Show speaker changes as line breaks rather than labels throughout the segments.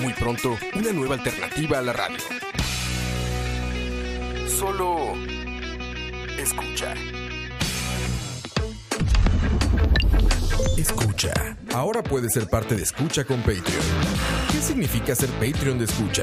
Muy pronto, una nueva alternativa a la radio. Solo escucha. Escucha. Ahora puedes ser parte de Escucha con Patreon. ¿Qué significa ser Patreon de Escucha?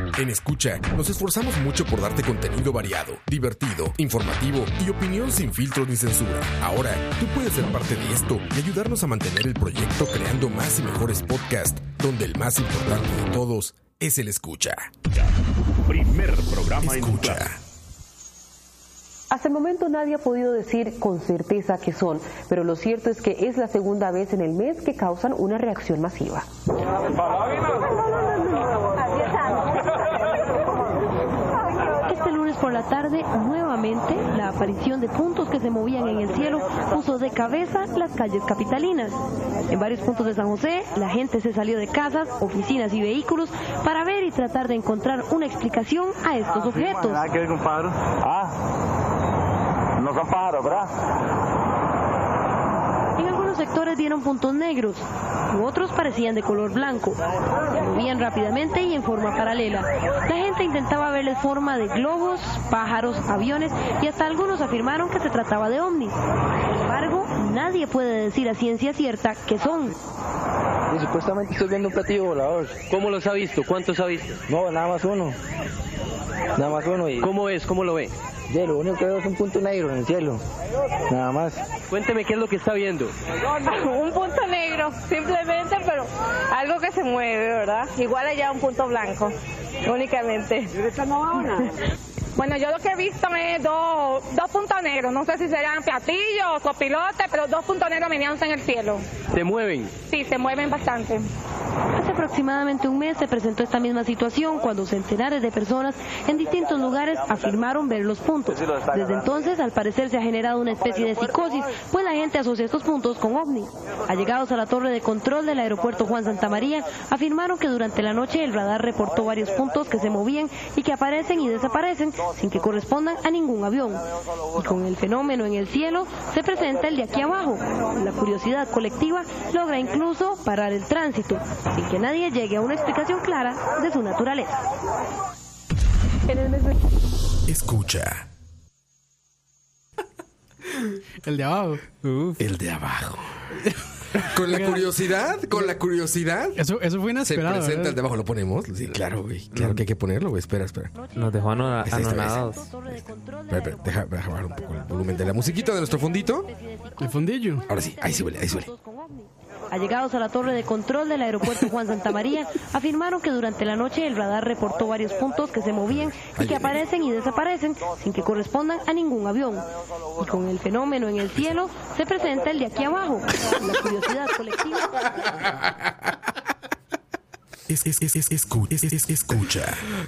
En Escucha nos esforzamos mucho por darte contenido variado, divertido, informativo y opinión sin filtros ni censura. Ahora, tú puedes ser parte de esto y ayudarnos a mantener el proyecto creando más y mejores podcasts, donde el más importante de todos es el escucha.
Primer programa en tu
Escucha.
casa.
Hasta el momento nadie ha podido decir con certeza qué son, pero lo cierto es que es la segunda vez en el mes que causan una reacción masiva.
Este lunes por la tarde, nuevamente, la aparición de puntos que se movían en el cielo puso de cabeza las calles capitalinas. En varios puntos de San José, la gente se salió de casas, oficinas y vehículos para ver y tratar de encontrar una explicación a estos objetos.
Nada que ver con pájaros.
Ah, no son pájaros, ¿verdad?
En algunos sectores vieron puntos negros, u otros parecían de color blanco. Se movían rápidamente y en forma paralela. La gente intentaba verles forma de globos, pájaros, aviones y hasta algunos afirmaron que se trataba de ovnis. Sin embargo, nadie puede decir a ciencia cierta qué son.
Y Pues, supuestamente estoy viendo un platillo volador.
¿Cómo los ha visto? ¿Cuántos ha visto?
No, nada más uno. Nada más uno y...
¿Cómo es? ¿Cómo lo ve?
de lo único que veo es un punto negro en el cielo. Nada más.
Cuénteme qué es lo que está viendo.
un punto negro, simplemente, pero algo que se mueve, ¿verdad? Igual allá un punto blanco, únicamente. Bueno, yo lo que he visto es dos, dos puntos negros, no sé si serán platillos o pilotes, pero dos puntos negros meneándose en el cielo.
Se mueven.
Sí, se mueven bastante.
Hace aproximadamente un mes se presentó esta misma situación cuando centenares de personas en distintos lugares afirmaron ver los puntos. Desde entonces, al parecer, se ha generado una especie de psicosis, pues la gente asocia estos puntos con ovnis. Allegados a la torre de control del aeropuerto Juan Santa María, afirmaron que durante la noche el radar reportó varios puntos que se movían y que aparecen y desaparecen sin que correspondan a ningún avión. Y con el fenómeno en el cielo se presenta el de aquí abajo. La curiosidad colectiva logra incluso parar el tránsito, sin que nadie llegue a una explicación clara de su naturaleza.
Escucha.
El de abajo.
El de abajo. Con la curiosidad, con la curiosidad.
Eso, eso fue
Se
inesperado.
presenta el
¿verdad?
de abajo, lo ponemos. Sí, claro, güey. Claro que hay que ponerlo, güey. Espera, espera.
Nos dejó ano-
Ese, ese, ese.
anonadados.
Espera, espera, deja, deja bajar un poco el volumen de la musiquita de nuestro fondito.
El fondillo.
Ahora sí, ahí se huele, ahí se huele.
Allegados a la torre de control del aeropuerto Juan Santa María, afirmaron que durante la noche el radar reportó varios puntos que se movían y que aparecen y desaparecen sin que correspondan a ningún avión. Y con el fenómeno en el cielo se presenta el de aquí abajo. La curiosidad colectiva
Es, es, es, es, escu- es, es, es- escucha.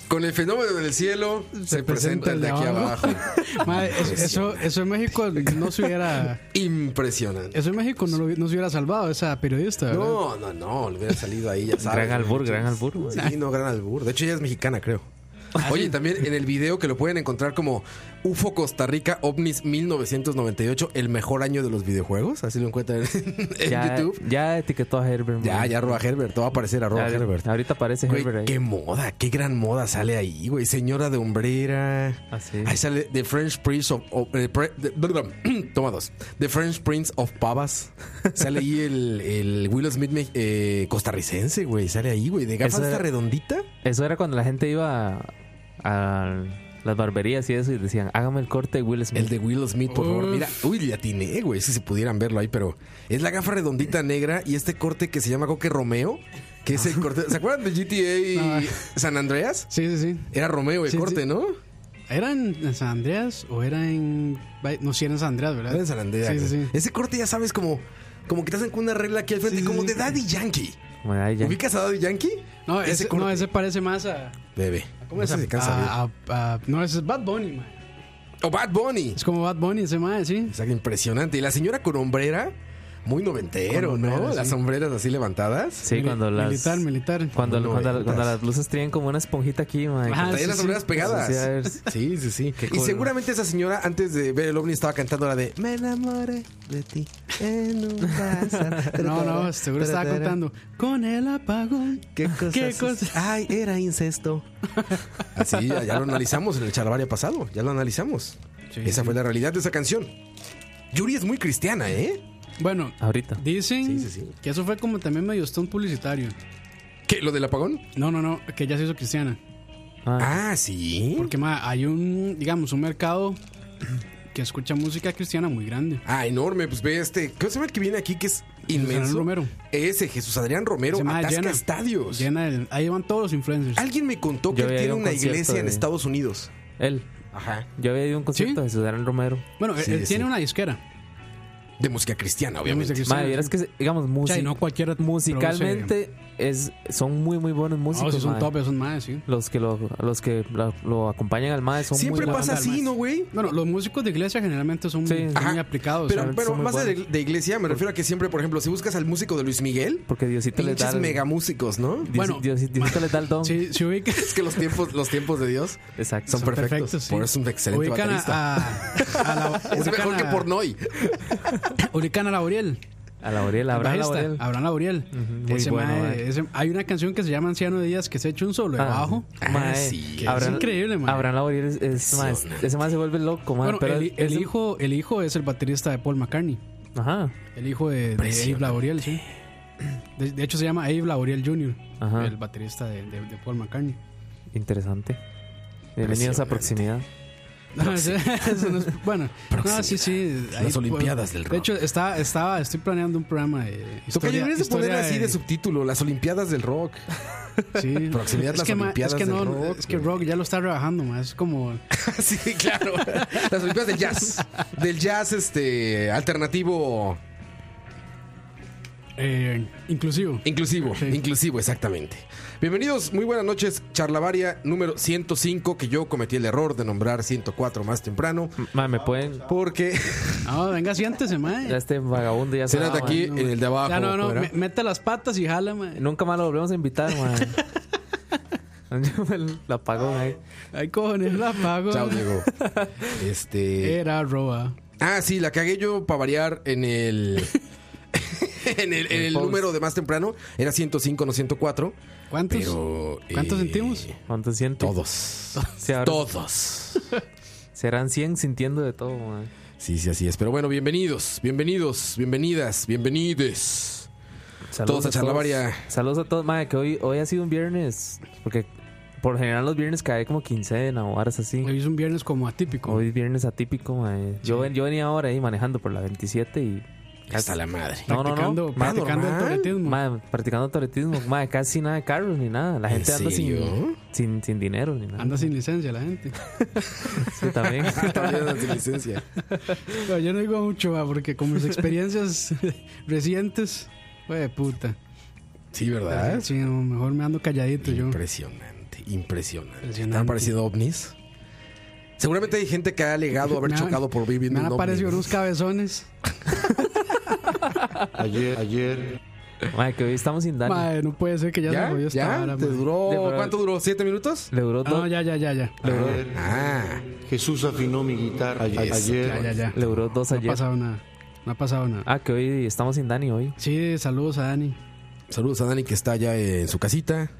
Con el fenómeno del cielo se, presenta, el de aquí abajo.
Madre, es- eso, eso en México no se hubiera.
Impresionante.
Eso en México no, lo hubi- no se hubiera salvado esa periodista. ¿verdad?
No, no, no. Le hubiera salido ahí, ya sabes.
Gran albur, gran albur. güey.
Sí, no, gran albur. De hecho, ella es mexicana, creo. Oye, también en el video que lo pueden encontrar como UFO Costa Rica OVNIS 1998, el mejor año de los videojuegos. Así lo encuentran en, en
Ya,
YouTube.
ya etiquetó a Herbert.
Ya,
man.
ya arroba Herbert, todo va a aparecer arroba
Ya,
Herbert.
Ahorita aparece
Güey,
Herbert ahí.
qué moda, qué gran moda sale ahí, güey. Señora de hombrera.
Así.
Ahí sale The French Prince of. of- eh, pre- de- perdón, toma dos. The French Prince of Pavas. Sale ahí el, el Will Smith me- eh, costarricense, güey. Sale ahí, güey. De gafas
Eso
esta
era-
redondita.
Eso era cuando la gente iba al,
las barberías y eso y decían, hágame el corte de Will Smith.
El de Will Smith, por favor. Mira, uy, le atiné, güey, si se pudieran verlo ahí, pero es la gafa redondita negra y este corte que se llama, creo que Romeo, que es el corte. ¿Se acuerdan de GTA y San Andreas?
Sí, sí, sí.
Era Romeo el
Ah. Sí,
corte,
sí.
¿no?
¿Era en San Andreas o era en.? Vai- No, sí, era en San Andreas, ¿verdad?
Era en San Andreas.
Ah, Sí, sí, sí.
Ese corte ya sabes como, como que te hacen con una regla aquí al frente,
Sí, sí,
como
sí.
de Daddy Yankee.
Como, "Ay, ya".
¿Ubicas a Daddy Yankee?
No,
Ese
ese,
corte.
no, ese parece más a.
Bebé.
¿Cómo
No
es?
sé si
a-
alcanza a ver.
a- a- no, ese es Bad Bunny, man.
O Bad Bunny.
Es como Bad Bunny ese mae, sí.
Exacto, impresionante. Y la señora con hombrera, muy noventero,
Con
¿no?
hombrera,
Las
sí.
sombreras así levantadas.
Sí, cuando las.
Militar, militar.
Cuando,
Como
cuando,
noventas.
cuando las luces tienen como una esponjita aquí, mae.
Ajá,
Traía
Ah, sí,
las
sí.
sombreras pegadas.
Sí, a ver.
Sí, sí, sí.
Qué
y
cool,
seguramente esa señora, antes de ver el ovni, estaba cantando la de Me enamoré de ti en un bazar".
No, no, seguro estaba contando. Con el apagón.
¿Qué cosas?
¿Qué cosas?
Ay, era incesto. Así, ya, ya lo analizamos en el charvaria pasado. Ya lo analizamos.
Sí,
esa
sí.
fue la realidad de esa canción. Yuri es muy cristiana, ¿eh?
Bueno,
Ahorita.
dicen
Sí, sí, sí.
que eso fue como también medio stunt publicitario.
¿Qué? ¿Lo del apagón?
No, no, no, que ya se hizo cristiana.
Ah,
Ah, sí.
Porque mae, hay un, digamos, un mercado que escucha música cristiana muy grande.
Ah, enorme. Pues ve este. ¿Qué se llama el que viene aquí que es inmenso?
Adrián Romero.
Ese, Jesús Adrián Romero.
Ese mae
atasca
llena-
estadios.
llena el- ahí van todos los influencers.
Alguien me contó que
Yo
él
había
tiene
ido a un
una
concierto
iglesia en
de-
Estados Unidos.
él.
Ajá.
Yo había ido a un concierto
¿Sí?
de Ciudadán Romero.
Bueno, él-
Sí,
él,
sí.
tiene una disquera.
De música cristiana,
digamos,
obviamente.
de cristiana.
Madre, vieras que, se- digamos,
O sea,
música.
y no cualquiera
musicalmente es, son muy, muy
Ah,
produce-
buenos
No,
músicos.
sí son
mae.
top, son más, sí.
Los que lo, los que lo, lo acompañan al MAE son
Siempre
muy
pasa
buena.
así, ¿no, güey?
Bueno, los músicos de iglesia generalmente son
Sí.
muy,
Ajá.
muy aplicados.
Pero,
¿sabes?
pero
son muy
más de,
buenos.
de iglesia, me refiero a que siempre, por ejemplo, si buscas al músico de Luis Miguel,
Porque Diosito les da
pinches
el-
megamúsicos, ¿no?
Dios-
Bueno,
Dios- Diosito les da el don.
Sí, se ubica-
Es que los tiempos, los tiempos de Dios
Exacto.
son, perfectos.
perfectos, sí.
Por eso es un excelente
ubican a-
baterista.
a, a la,
es
ubican
mejor que
a-
Pornoy.
ubican a Lauriel.
A Lauriel,
el
Abraham
bajista,
Lauriel.
Abraham Lauriel.
muy
Ese
bueno,
mae,
eh.
ese- hay una canción que se llama Anciano de Días que se echa un solo de
Ah,
bajo.
Ah,
mae,
sí.
Que es increíble, mae.
Abraham Lauriel es, es- mae, es- ese mae se vuelve loco, mae,
Bueno,
pero
el, el
es-
hijo, el hijo es el baterista de Paul McCartney.
Ajá.
El hijo de, de Abe
Impresionante.
Lauriel, sí. De, de hecho, se llama Abe Lauriel Jr.,
Ajá.
el baterista de, de- de Paul McCartney.
Interesante. Bienvenidos a proximidad.
No, eso- eso no es- bueno,
Proximidad.
no, sí, sí.
Las Olimpiadas del
De
rock.
hecho, estaba, estaba, estoy planeando un programa de.
Toca,
historia-
deberías de poner
historia
así de subtítulo, las Olimpiadas del Rock.
Sí.
Proximidad
es
las
que, ma-
Olimpiadas
es que
del
no,
rock,
es que
güey.
rock ya lo está rebajando, más. Es como.
sí, claro. Las Olimpiadas del Jazz. Del jazz, este, alternativo
Eh, inclusivo.
Inclusivo,
Sí.
inclusivo, exactamente. Bienvenidos, muy buenas noches, Charlavaria número 105, que yo cometí el error de nombrar 104 más temprano,
Mae, me pueden.
porque
No, venga, siéntese, mae.
Ya este vagabundo ya se
Cénate
va,
aquí
mae.
en el de abajo.
Ya, no, no,
¿cómo era?
me- mete las patas y jala, mae.
Nunca más lo volvemos a invitar, mae. La apagó, ahí.
Ay, cojones, la pago.
Chao, Diego. Este.
Era roba.
Ah, sí, la cagué yo para variar en el. En el, en el
post.
número de más temprano era 105, no 104.
¿Cuántos?
Pero. eh,
¿Cuántos sentimos?
¿Cuánto siente?
Todos.
Sí, ahora-
Todos.
Serán 100 sintiendo de todo, mae.
Sí, sí, así es. Pero bueno, bienvenidos, bienvenidos, bienvenidas, bienvenides. Todos a Charlavaria.
Saludos a todos, madre, que hoy, hoy ha sido un viernes. Porque por lo general los viernes cae como quincena o horas así.
Hoy es un viernes como atípico.
Hoy es viernes atípico, madre. Yo, ven- yo venía ahora ahí manejando por la 27 y.
Hasta la madre.
No, no,
practicando,
no. Madre,
practicando el
normal.
toretismo.
madre, practicando toretismo. Madre, casi nada de carros ni nada. La
¿En
gente anda
serio?
sin, sin, sin dinero ni nada.
Anda sin licencia la gente.
Sí,
¿Eh?
también.
También andan sin licencia.
Pero yo no digo mucho, ma, porque con mis experiencias recientes, güey, puta.
Sí, ¿verdad?
Ah, Sí, no, mejor me ando calladito yo.
¿Ah? Impresionante, impresionante. ¿Te
Impresionante.
han parecido ovnis? Seguramente hay gente que ha alegado haber
Me han-
chocado por vivir en
Me han
un
aparecido
ovni.
unos cabezones.
Ayer, ayer.
Madre, que hoy estamos sin Dani.
Madre, no puede ser que ya, se
¿Ya?
jodió esta
¿Ya?
vara,
¿Te
ma.
duró?
Ya, pero-
¿Cuánto duró? ¿Siete minutos?
Le duró
Ah,
dos.
no, ya, ya, ya, ya.
ayer.
Ah,
Jesús afinó mi guitarra. Ayer.
Eso,
Ya, ya, ya.
le duró dos
No ha
ayer.
pasado nada. No ha pasado nada.
Ah, que hoy estamos sin Dani hoy.
Sí, saludos a Dani.
saludos a Dani que está allá en su casita,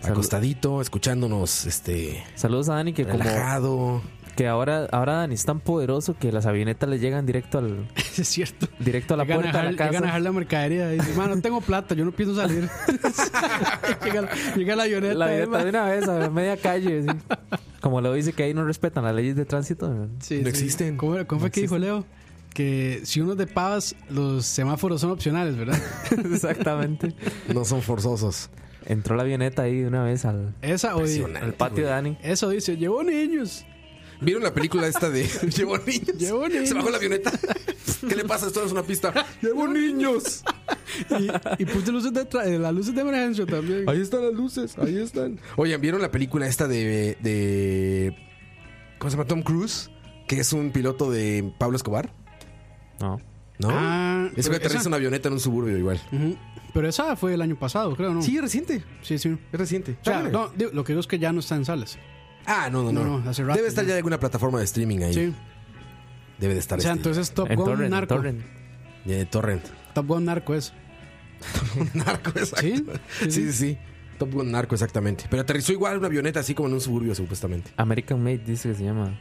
Salud-
acostadito, escuchándonos, este,
Saludos a Dani que como
relajado.
Que ahora, ahora Dani es tan poderoso que las avionetas le llegan directo al
es cierto.
directo a la
Llegan
puerta
a
de
dejar-
la
llegan a
casa.
dejar la mercadería. Y dice, "Ma, no tengo plata, yo no pienso salir. llega, llega la avioneta.
La
eh, ma.
avioneta de una vez a media calle. sí. Como Leo dice que ahí no respetan las leyes de tránsito. ¿no?
Sí,
No
sí.
existen.
¿Cómo, era- cómo fue
No
que dijo Leo? Que si uno es de pavas, los semáforos son opcionales, ¿verdad?
Exactamente.
No son forzosos.
Entró la avioneta ahí de una vez al,
Esa o
Impresionante.
al patio de Dani.
Eso dice, llevó niños.
¿Vieron la película esta de Llevo niños?
Llevo niños.
Se bajó la avioneta. ¿Qué le pasa? Esto no es una pista. Llevo niños.
Y, y puse luces de tra- eh, las luces de emergencia también.
Ahí están las luces, ahí están. Oigan, ¿vieron la película esta de, de. ¿Cómo se llama? Tom Cruise, que es un piloto de Pablo Escobar.
No.
¿No?
Ah,
Ese güey
pero
aterriza
esa-
una avioneta en un suburbio igual.
Ujú. Pero esa fue el año pasado, creo, ¿no?
Sí, es reciente.
sí. sí.
Es reciente.
O sea, no, digo, lo que digo es que ya no está en salas.
ah, no, no, no.
no, no, hace rato,
Debe estar
¿no?
ya en alguna plataforma de streaming ahí.
Sí.
Debe de estar.
O sea,
este,
entonces Top
En
Gun
Torrent, en
Narco.
Torrent.
ya de torrent.
Top Gun Narco es.
narco, exacto.
Sí, sí,
Sí, sí, sí. Top Gun narco, exactamente. Pero aterrizó igual en una avioneta así como en un suburbio, supuestamente.
American Made dice que se llama.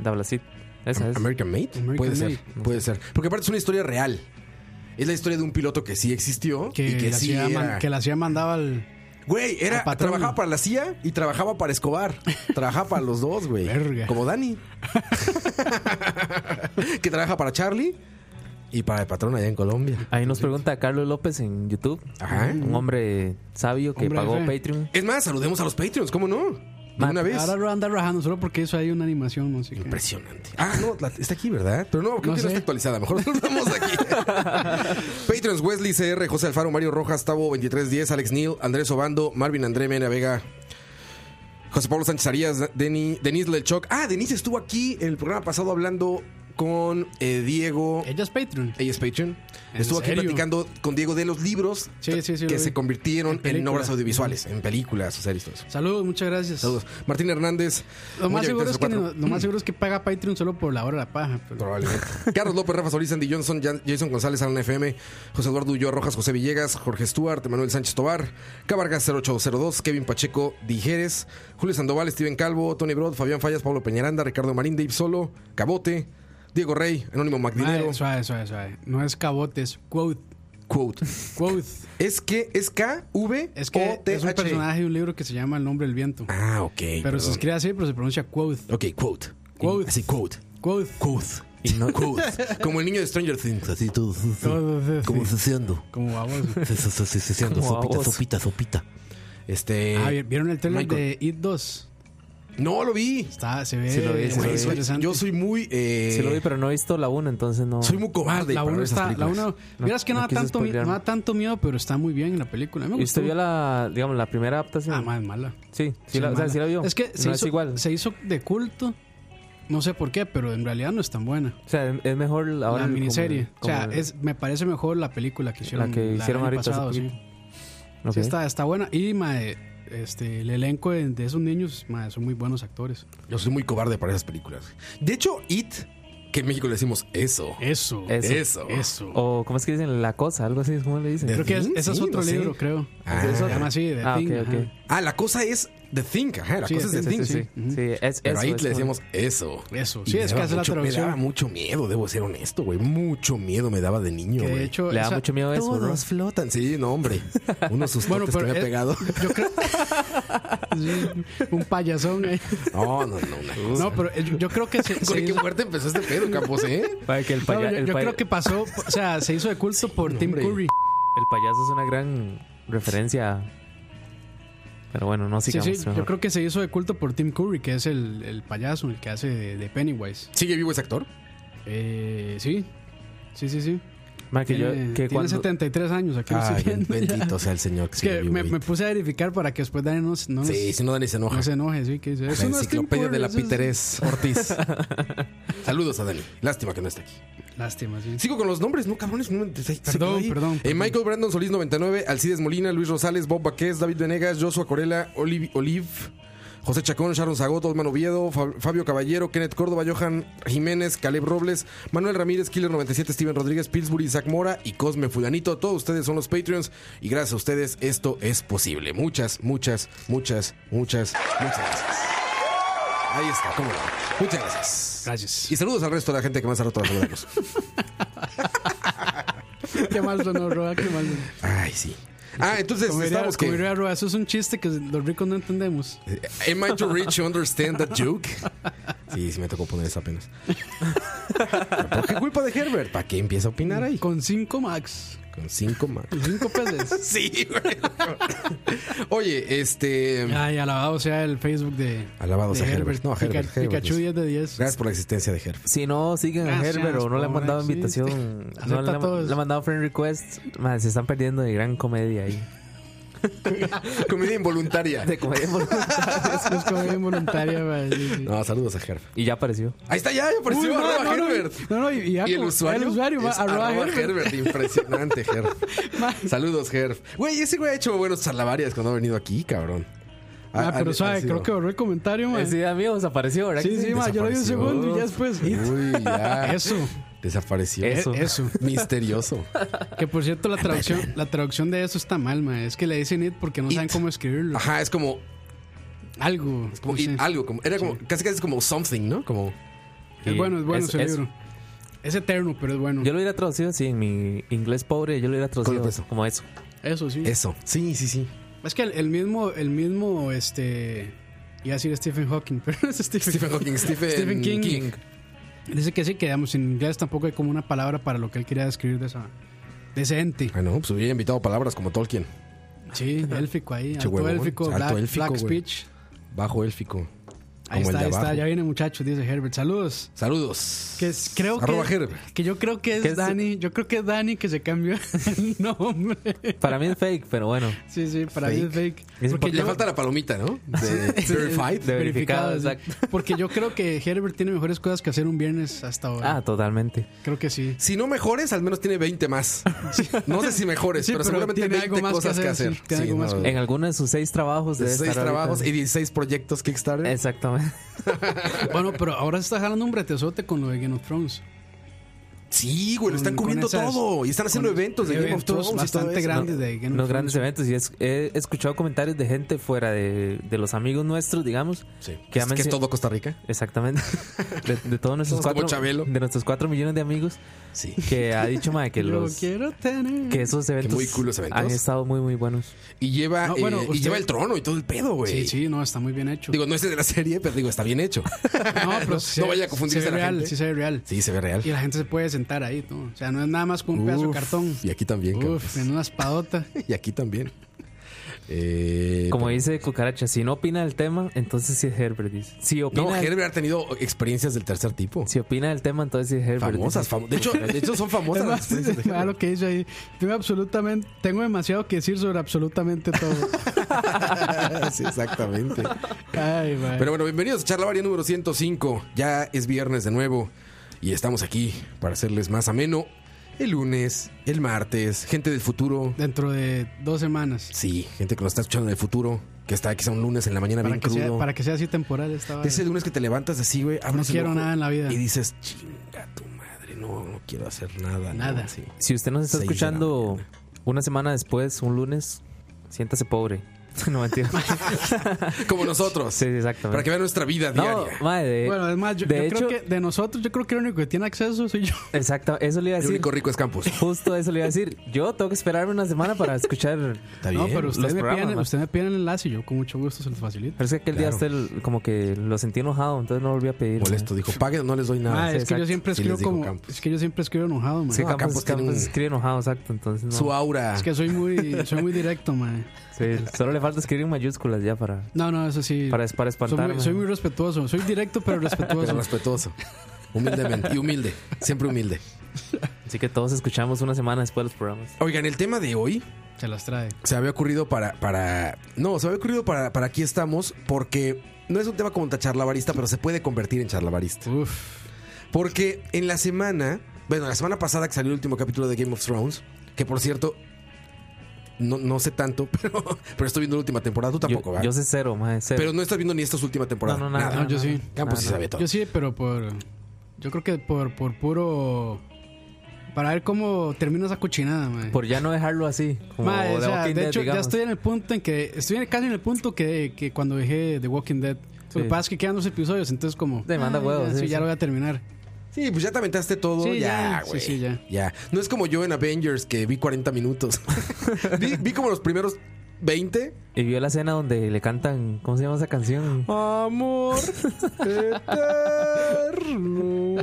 Dablacit. Esa es.
American Made.
American
puede ser,
Made.
puede ser. Porque aparte es una historia real. Es la historia de un piloto que sí existió
Que,
y que
la
sí
CIA man-
era.
que la CIA mandaba al.
Güey, era,
al patrón.
trabajaba para la CIA y trabajaba para Escobar. trabajaba para los dos, güey.
Verga.
Como Dani. que trabaja para Charlie y para el patrón allá en
Ah.
Colombia.
Ahí nos pregunta Carlos López en YouTube.
Ajá.
Un hombre sabio que
Hombre de
pagó
fe.
Patreon.
Es más, saludemos a los Patreons, ¿cómo no? De
Ma-
una vez.
Ahora lo anda rajando solo porque eso hay una animación, no sé qué.
Impresionante. Ah, no, la- está aquí, ¿verdad? Pero no, creo
No
que
sé.
no está actualizada. Mejor nos vamos de aquí. Patreons, Wesley CR, José Alfaro, Mario Rojas, Tavo 2310, Alex Neal, Andrés Obando, Marvin André Mena Vega, José Pablo Sánchez Arias, Deni- Denise Lechoc. Ah, Denise estuvo aquí en el programa pasado hablando con eh, Diego.
Ella es Patreon.
Ella es Patreon.
¿En
Estuvo aquí
serio?
platicando con Diego de los libros
Sí, sí, sí,
que
lo vi.
se convirtieron
En
en,
películas.
obras audiovisuales, en películas, o series, todo eso.
Saludos, muchas gracias.
Saludos. Martín Hernández.
Lo más,
Moya
seguro es que,
804.
no- lo más seguro es que paga Patreon solo por la hora de la paja. pero-
Probablemente. Carlos López, Rafa Solís, Andy Johnson, Jan- Jason González, Alan FM, José Eduardo Ulloa Rojas, José Villegas, Jorge Stuart, Manuel Sánchez Tobar, Cabargas 0802, Kevin Pacheco Dijeres, Julio Sandoval, Steven Calvo, Tony Brod, Fabián Fallas, Pablo Peñaranda, Ricardo Marín, Dave Solo, Cabote, Diego Rey, Anónimo Magdinero.
Suave, suave, suave, suave. No es cabote, es quote.
Quote.
Quote.
Es que es K-V-O-T-H.
Es que es un personaje de un libro que se llama El nombre del viento.
Ah, ok.
pero se escribe así, pero se pronuncia quote.
Ok, quote.
Quote.
Así, quote.
Quote.
Quote. Quote. Como el niño de Stranger Things. Así todo.
Todo, sí,
Como
sí.
suciando.
Como baboso.
Sopita,
Como
sopita,
babos.
sopita, sopita. Este.
Eh,
Ah, ¿vi- ¿vieron el trailer
Michael.
de It 2?
No lo vi. Eh,
Está, se ve,
Sí lo vi, sí
se
lo
ve
vi.
Güey, soy-
interesante.
yo soy muy. eh,
Sí lo vi, pero no he visto la 1, entonces no.
Soy muy cobarde.
la
para
uno
ver esas
está, la
películas.
uno, vieras que no,
no
da
quise
tanto, mi-
spoilearme.
no da tanto miedo, pero está muy bien en la película. A mí me
¿Y usted
gustó.
vio la, digamos, la primera adaptación?
Ah, más mala.
Sí, sí,
Sí,
la, o sea,
mala.
sí la vio.
Es que se,
no
hizo,
es igual.
se hizo de culto. No sé por qué, pero en realidad no es tan buena.
O sea, es mejor
la
ahora. el- como-
miniserie.
como
o sea,
el-
es, me parece mejor la película que hicieron.
La que
del
hicieron
año
ahorita hace
pasado, sí.
poquito.
Sí,
ok.
está, está buena. Y mae, este, el elenco de, de esos niños mae, son muy buenos actores.
Yo soy muy cobarde para esas películas. De hecho, It, que en México le decimos eso.
Eso.
Eso.
Eso.
Eso.
O, ¿cómo es que dicen? La cosa, algo así, ¿cómo le dicen?
De-
Creo que es-
Sí,
ese es
sí,
otro
no sé.
libro, creo.
Ah.
Es otro tema, sí, de
Ah,
Thing,
ok,
ajá.
ok.
Ah, la cosa es The Think. Ajá, la
Sí,
cosa es
sí,
The
sí,
Think.
Sí, sí,
Ujú.
sí, es
Pero
eso,
ahí
es
le
como-
decíamos eso.
Eso.
Y
Sí,
me
es que
daba
hace la
mucho- Me daba
traducción.
mucho miedo, debo ser honesto, güey. Mucho miedo me daba de niño,
Que de
güey.
hecho,
Le da
esa-
mucho miedo eso, ¿no?
Todos flotan. Sí, no, hombre. Unos
Bueno,
sustotes
pero
que me ha
es-
pegado.
Yo creo. un payasón ahí.
No, no, no. Una cosa.
No, pero yo, yo creo que se, se
Güey, qué
hizo-
fuerte empezó este pedo, Campos, ¿eh?
Para que el,
No,
paya-
yo,
el
yo
paya-
creo que pasó, o sea, se hizo de culto por Tim
hombre.
Curry.
el payaso es una gran referencia. Pero bueno, no
Sí,
sigamos.
sí,
mejor.
yo creo que se hizo de culto por Tim Curry, que es el, el payaso, el que hace de, de Pennywise.
¿Sigue vivo ese actor?
Eh, sí, sí, sí, sí.
Ma, que yo-
tiene
que
tiene
cuando-
73 años aquí. lo estoy
Ay,
viendo ya.
bendito sea el señor que
Es
sigue
que
vivo
me,
ahorita.
me puse a verificar para que después Dani no, se- no,
Sí, si no, Dani se
nos-
enoja.
no se enoje. Sí, que dice,
La
"Eso no es Tim
enciclopedia
Curry,
de la
eso es-".
Piterés Ortiz. Saludos a Dani. Lástima que no está aquí.
Lástima, sí.
Sigo con los nombres, ¿no, cabrones? No, se- se
Perdón,
quedó ahí.
perdón,
Eh,
perdón.
Michael Brandon Solís 99, Alcides Molina, Luis Rosales, Bob Baquez, David Venegas, Joshua Corella, Olive, Olive, José Chacón, Sharon Zagot, Osman Oviedo, Fa- Fabio Caballero, Kenneth Córdoba, Johan Jiménez, Caleb Robles, Manuel Ramírez, Killer 97, Steven Rodríguez, Pillsbury, Isaac Mora y Cosme Fulanito. Todos ustedes son los Patreons y gracias a ustedes esto es posible. Muchas, muchas, muchas, muchas, muchas gracias. Ahí está, cómo no. Muchas gracias.
Gracias.
Y saludos al resto de la gente que más ha rato la saludamos.
qué mal sonó, Roa, qué mal sonó.
Ay, sí. Ah, entonces
Como diría-
estamos
como
que.
diría Roa, eso es un chiste que los ricos no entendemos.
Eh, Am I too rich to understand that joke? Sí, sí me tocó poner eso apenas. ¿Por qué culpa de Herbert? ¿Para qué empieza a opinar ahí?
Con 5 max.
Con cinco más.
Con 5 pesos.
Sí, güey. Oye, este.
Ay, Ah, alabado sea el Facebook de.
Alabados
de
a Herbert. No, a Herbert.
Pica-
Herbert
Pikachu
es-
10 de 10.
Gracias por la existencia de Herbert.
Si no, siguen
Gracias,
a Herbert o no le han
pobre,
mandado
sí.
invitación. No
Acepta
le,
a todos.
han- le han mandado friend request. Man, se están perdiendo de gran comedia ahí.
Comida involuntaria.
De comedia por-
Es como bien voluntaria, mae, sí, sí.
No, saludos a Herbert.
Y ya apareció.
Ahí está, ya, ya apareció
Uy, no,
arroba
no, no,
Herbert.
no, no, y- y
el
Apple,
usuario,
el usuario va
es
arroba
arroba
Herbert.
Herbert. Impresionante, Herbert. Saludos, Herbert. Güey, ese güey ha hecho buenos salavarias cuando ha venido aquí, cabrón.
Ah, pero
sabe,
sabe, creo que borró el comentario, mae.
Esa idea mía desapareció, ¿verdad?
Sí,
que
sí, mae, yo lo vi un
desapareció.
segundo y ya después.
Uy, ya.
pues. Eso,
Desapareció.
Eso.
e- eso.
Misterioso.
Que por cierto, la
Ah,
traducción, la traducción de eso está mal, mae. Es que le dicen it porque no saben
It.
cómo escribirlo.
Ajá, es como,
Algo.
como
no sé.
algo, como, era como, casi casi es como something, ¿no? Como,
Es bueno, es bueno
Es-
ese
es-
libro. Es eterno, pero es bueno.
Yo lo hubiera traducido, sí, en mi inglés pobre, yo lo hubiera
lo
traducido
peso.
como eso.
Eso sí.
eso. Sí, sí, sí.
Es que el, el mismo, el mismo, este, iba a decir Stephen Hawking, pero no es Stephen,
Stephen Hawking, Stephen,
Stephen King.
King.
Dice que sí, que digamos, en inglés tampoco hay como una palabra para lo que él quería describir de esa, de ese ente.
Ah, no, pues hubiera invitado palabras como Tolkien.
Sí, élfico ahí,
Che,
alto
huevón,
élfico,
alto
black,
élfico,
black
güey.
speech.
Bajo élfico.
Ahí
como el
está,
de
ahí está,
abajo.
ya viene muchachos, dice Herbert. Saludos.
Saludos.
Que es- creo
Arroba
que,
Herbert.
que yo creo que
Que
es
es-
Dani, yo creo que es Dani que se cambió el nombre.
Para mí es fake, pero bueno.
Sí, sí, para mí es fake.
Es
Porque
Le
yo-
falta la palomita, ¿no? De Verified.
de verificado,
verificado, sí.
exacto.
Porque yo creo que Herbert tiene mejores cosas que hacer un viernes hasta ahora.
Ah, totalmente.
Creo que sí.
Si no mejores, al menos tiene 20 más. No sé si mejores,
Sí,
pero,
pero
seguramente
tiene
20
algo más que
cosas que
hacer,
hacer.
sí, tiene algo más que-
En alguno de sus seis trabajos debe
16
estar ahorita.
trabajos y 16 proyectos Kickstarter.
Exactamente.
Bueno, pero ahora se está jalando un bretezote con lo de Game of Thrones.
Sí, güey, lo están
Con-
cubriendo
con esas-
todo. Y están haciendo
con
eventos de Game of
eventos
Thrones. y todo
bastante
eso.
grandes de Game of
Los
Thrones.
grandes eventos. Y es- he escuchado comentarios de gente fuera de, de los amigos nuestros, digamos.
Sí.
Que
Que, es,
amen-
que es todo Costa Rica.
Exactamente. De, de todos nuestros
Somos como
cuatro,
Chabelo.
de nuestros cuatro millones de amigos
Sí.
que ha dicho mae, que
Lo
los
quiero tener.
que esos eventos,
muy cool los eventos.
han estado muy muy buenos.
Y lleva,
No,
eh,
bueno,
y
usted-
lleva el trono y todo el pedo, güey.
Sí, sí, no, está muy bien hecho.
Digo, no es el de la serie, pero digo, está bien hecho.
no, pero
no
sí se-
vaya a confundirse
se ve
la
real,
gente.
Sí, se ve real.
Sí, se ve real.
Y la gente se puede sentar ahí, ¿no? O sea, no es nada más con un pedazo de
Uf,
cartón.
Y aquí también, cabrón.
Uf, en una espadota.
Y aquí también. Eh,
Como
pero-
dice Cucaracha, si no opina del tema, entonces sí es Herbert. dice. Si opina,
No,
del-
Herbert ha tenido experiencias del tercer tipo.
si opina del tema, entonces sí es Herbert.
famosas,
dice.
famo- de, hecho, de hecho, son famosas
Además,
las experiencias de
vea
Herbert.
lo que dice ahí. Tengo absolutamente, tengo demasiado que decir sobre absolutamente todo.
Sí, exactamente.
Ay, man.
Pero bueno, bienvenidos a Charlavaria número 105. Ya es viernes de nuevo y estamos aquí para hacerles más ameno el lunes, el martes, gente del futuro.
Dentro de dos semanas.
Sí, gente que nos está escuchando del futuro, que está quizá un lunes en la mañana
Para
bien
que, sea,
crudo.
para que sea así temporal esta vara.
De ese lunes que te levantas así, güey, abres el
quiero
ojo
nada en la vida.
Y dices, chinga tu madre, no, no quiero hacer nada. no",
Nada.
sí.
Si usted nos está
Seis de la
escuchando
mañana.
una semana después, un lunes, siéntase pobre. No mentira.
Como nosotros.
Sí, exactamente.
Para que vean nuestra vida
no,
diaria.
mae, de,
Bueno, es más, yo,
de
yo
hecho,
creo que de nosotros, yo creo que el único que tiene acceso soy yo.
exacto, eso le iba a
El
decir.
único rico es Campos.
Justo eso le iba a decir. Yo tengo que esperarme una semana para escuchar
Está
No,
bien.
pero ustedes
los
me,
programas,
piden,
man.
ustedes me piden el enlace y yo con mucho gusto se los facilito.
Pero es que aquel día usted el- como que lo sentí enojado, entonces no volví a pedir.
Molesto, dijo, paguen, no les doy nada.
Ah, es que
exacto.
yo siempre
Sí,
escribo
les digo
como.
Campos.
Es que yo siempre escribo enojado, man.
Sí,
No,
Campos,
Campos tiene
Campos
un-
escribe enojado, exacto. Entonces no.
Su aura.
Es que soy muy, soy muy directo, man.
Sí, solo le falta escribir en mayúsculas ya para,
No, no, eso sí.
para, para
soy,
espantarme.
muy, soy muy respetuoso. Soy directo, pero
Pero
respetuoso.
respetuoso. Humildemente. Y humilde. Siempre humilde.
Así que todos escuchamos una semana después de los programas.
Oigan, el tema de hoy
se las trae.
se había ocurrido para. para no, se había ocurrido para, para aquí estamos porque no es un tema como charlabarista, pero se puede convertir en charlabarista.
Uf.
Porque en la semana. Bueno, la semana pasada que salió el último capítulo de Game of Thrones, que por cierto. No, no sé tanto, pero, pero estoy viendo la última temporada. Tú tampoco,
yo,
¿verdad?
yo sé cero, mae, cero.
Pero no estás viendo ni esta su última temporada.
no, no,
nada.
nada,
No, yo sí.
nada, nada.
Campos sí
Nada,
sabe todo.
Yo sí, pero por. Yo creo que por, por puro. Para ver cómo termina esa cochinada, man.
Por ya no dejarlo así. Como
Mae, o
The
sea, de
Walking Dead,
hecho, ya
digamos.
estoy en el punto en que. Estoy en- casi en el punto que, que cuando dejé The Walking Dead. Lo
Sí.
que pasa es que quedan dos episodios, entonces como.
Te manda
"Ay,
huevos,
ya,
sí,
sí, ya
sí.
lo voy a terminar.
Sí, Sí, pues ya te aventaste todo.
Sí,
ya,
ya, sí,
güey.
sí, ya.
No es como yo en Avengers que vi 40 minutos. vi, vi como los primeros 20.
Y vio la escena donde le cantan, ¿cómo se llama esa canción?
Amor eterno.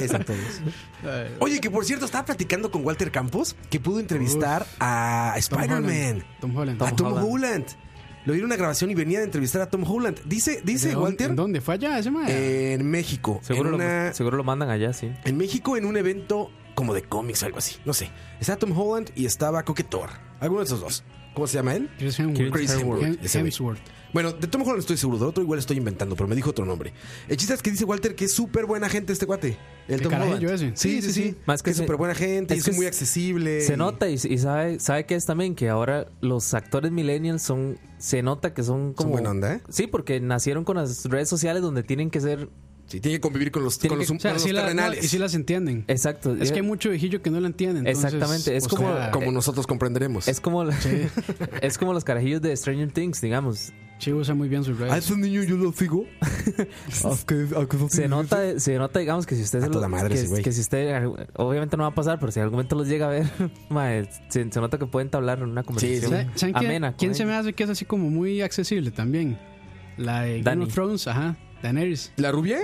Esa, entonces. Oye, que por cierto, estaba platicando con Walter Campos que pudo entrevistar a
Tom
Spider-Man.
Holland. Tom Holland.
a Tom Holland. Lo vi en una grabación y venía de entrevistar a Tom Holland. Dice, dice
¿De dónde-
Walter, Eh,
¿En dónde? ¿Fue allá ese mae?
en México.
Seguro,
en,
lo,
una-
seguro lo mandan allá, sí.
en México, en un evento como de cómics o algo así. No sé. Estaba Tom Holland y estaba Coquetor. Alguno de esos dos. ¿Cómo se llama él?
Chris Hemsworth.
Chris Hemsworth,
Hem-
ese güey.
Hemsworth.
Bueno, de Tom Holland estoy seguro, del otro igual estoy inventando, pero me dijo otro nombre. El chiste es que dice Walter que es súper buena gente este cuate. El
El
Tom
carajillo
Holland.
ese.
Sí, sí, sí.
Más que
que es
se-
súper buena gente,
es
es,
que
muy
se-
accesible.
Se nota y, y sabe, sabe que es también que ahora los actores millennials son, se nota que son como...
buena onda, ¿eh?
Sí, porque nacieron con las redes sociales donde tienen que ser...
Sí, tiene que convivir con los,
Tiene
con los,
que-
con
O sea,
los
sí la-
terrenales.
no, y sí las entienden.
Exacto.
Es que hay mucho viejillo que no la pues, entienden.
Exactamente, es como- eh,
como nosotros comprenderemos.
Es como, la- es como los carajillos de Stranger Things, digamos.
Chivo usa muy bien sus
A
redes.
ese niño yo lo sigo.
Se nota, se nota, digamos, que si usted...
A
se lo-
toda madre
que,
ese güey.
que si usted... Obviamente no va a pasar, pero si en algún momento los llega a ver, mae, se, se nota que pueden entablar en una conversación
¿Sabe- ¿Saben qué?
amena. con
¿Quién se
ellos.
me hace que es así como muy accesible también? La de Game
Dani.
of Thrones, ajá. Daenerys.
¿La rubia?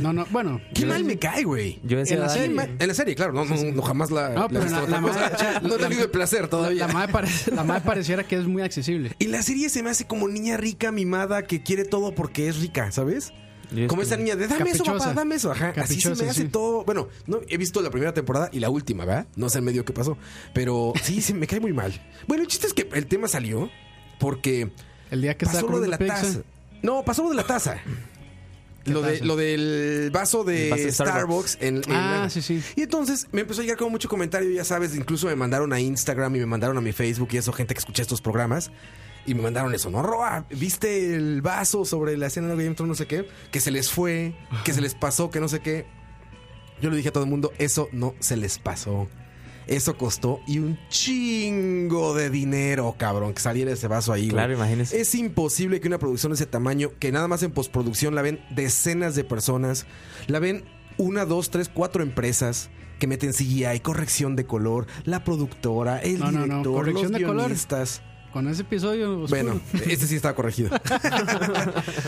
No, no, bueno.
Qué
yo-
mal me cae, güey.
Yo decía,
en la
Dani,
Qué
serie.
mal- En la serie, claro, no, no, no, jamás la.
No, pero
he visto
la-
otra
la
cosa.
madre- o sea,
no he tenido el placer todavía.
La, la madre parece- la madre pareciera que es muy accesible.
Y la serie se me hace como niña rica, mimada, que quiere todo porque es rica, ¿sabes?
Yo es
Como
que-
esa niña de dame eso,
Caprichosa.
papá, dame eso. Ajá, así se me
Caprichosa,
hace
sí.
todo. Bueno, no he visto la primera temporada y la última, ¿verdad? No sé en medio qué pasó. Pero sí, se me cae muy mal. Bueno, el chiste es que el tema salió porque
El día que estaba
pasó lo de la
comiendo pizza.
taza. No, pasó lo de la taza. Lo, de,
taza?
lo del vaso de
El vaso de
Starbucks.
Starbucks.
en, en
Ah,
la-
sí, sí.
Y entonces me empezó a llegar como mucho comentario, ya sabes, incluso me mandaron a Instagram y me mandaron a mi Facebook y eso, gente que escucha estos programas. Y me mandaron eso, ¿no? Roa, ¿viste el vaso sobre la escena de Game of Thrones, no sé qué? Que se les fue, que se les pasó, que no sé qué. Yo le dije a todo el mundo, eso no se les pasó. Eso costó y un chingo de dinero, cabrón, que saliera ese vaso ahí. güey.
Claro, imagínese.
Es imposible que una producción de ese tamaño, que nada más en postproducción la ven decenas de personas, la ven una, dos, tres, cuatro empresas que meten CGI, corrección de color, la productora, el
No, no, no,
director,
corrección
los
de color.
guionistas.
Con ese episodio. oscuro.
Bueno, este sí está corregido.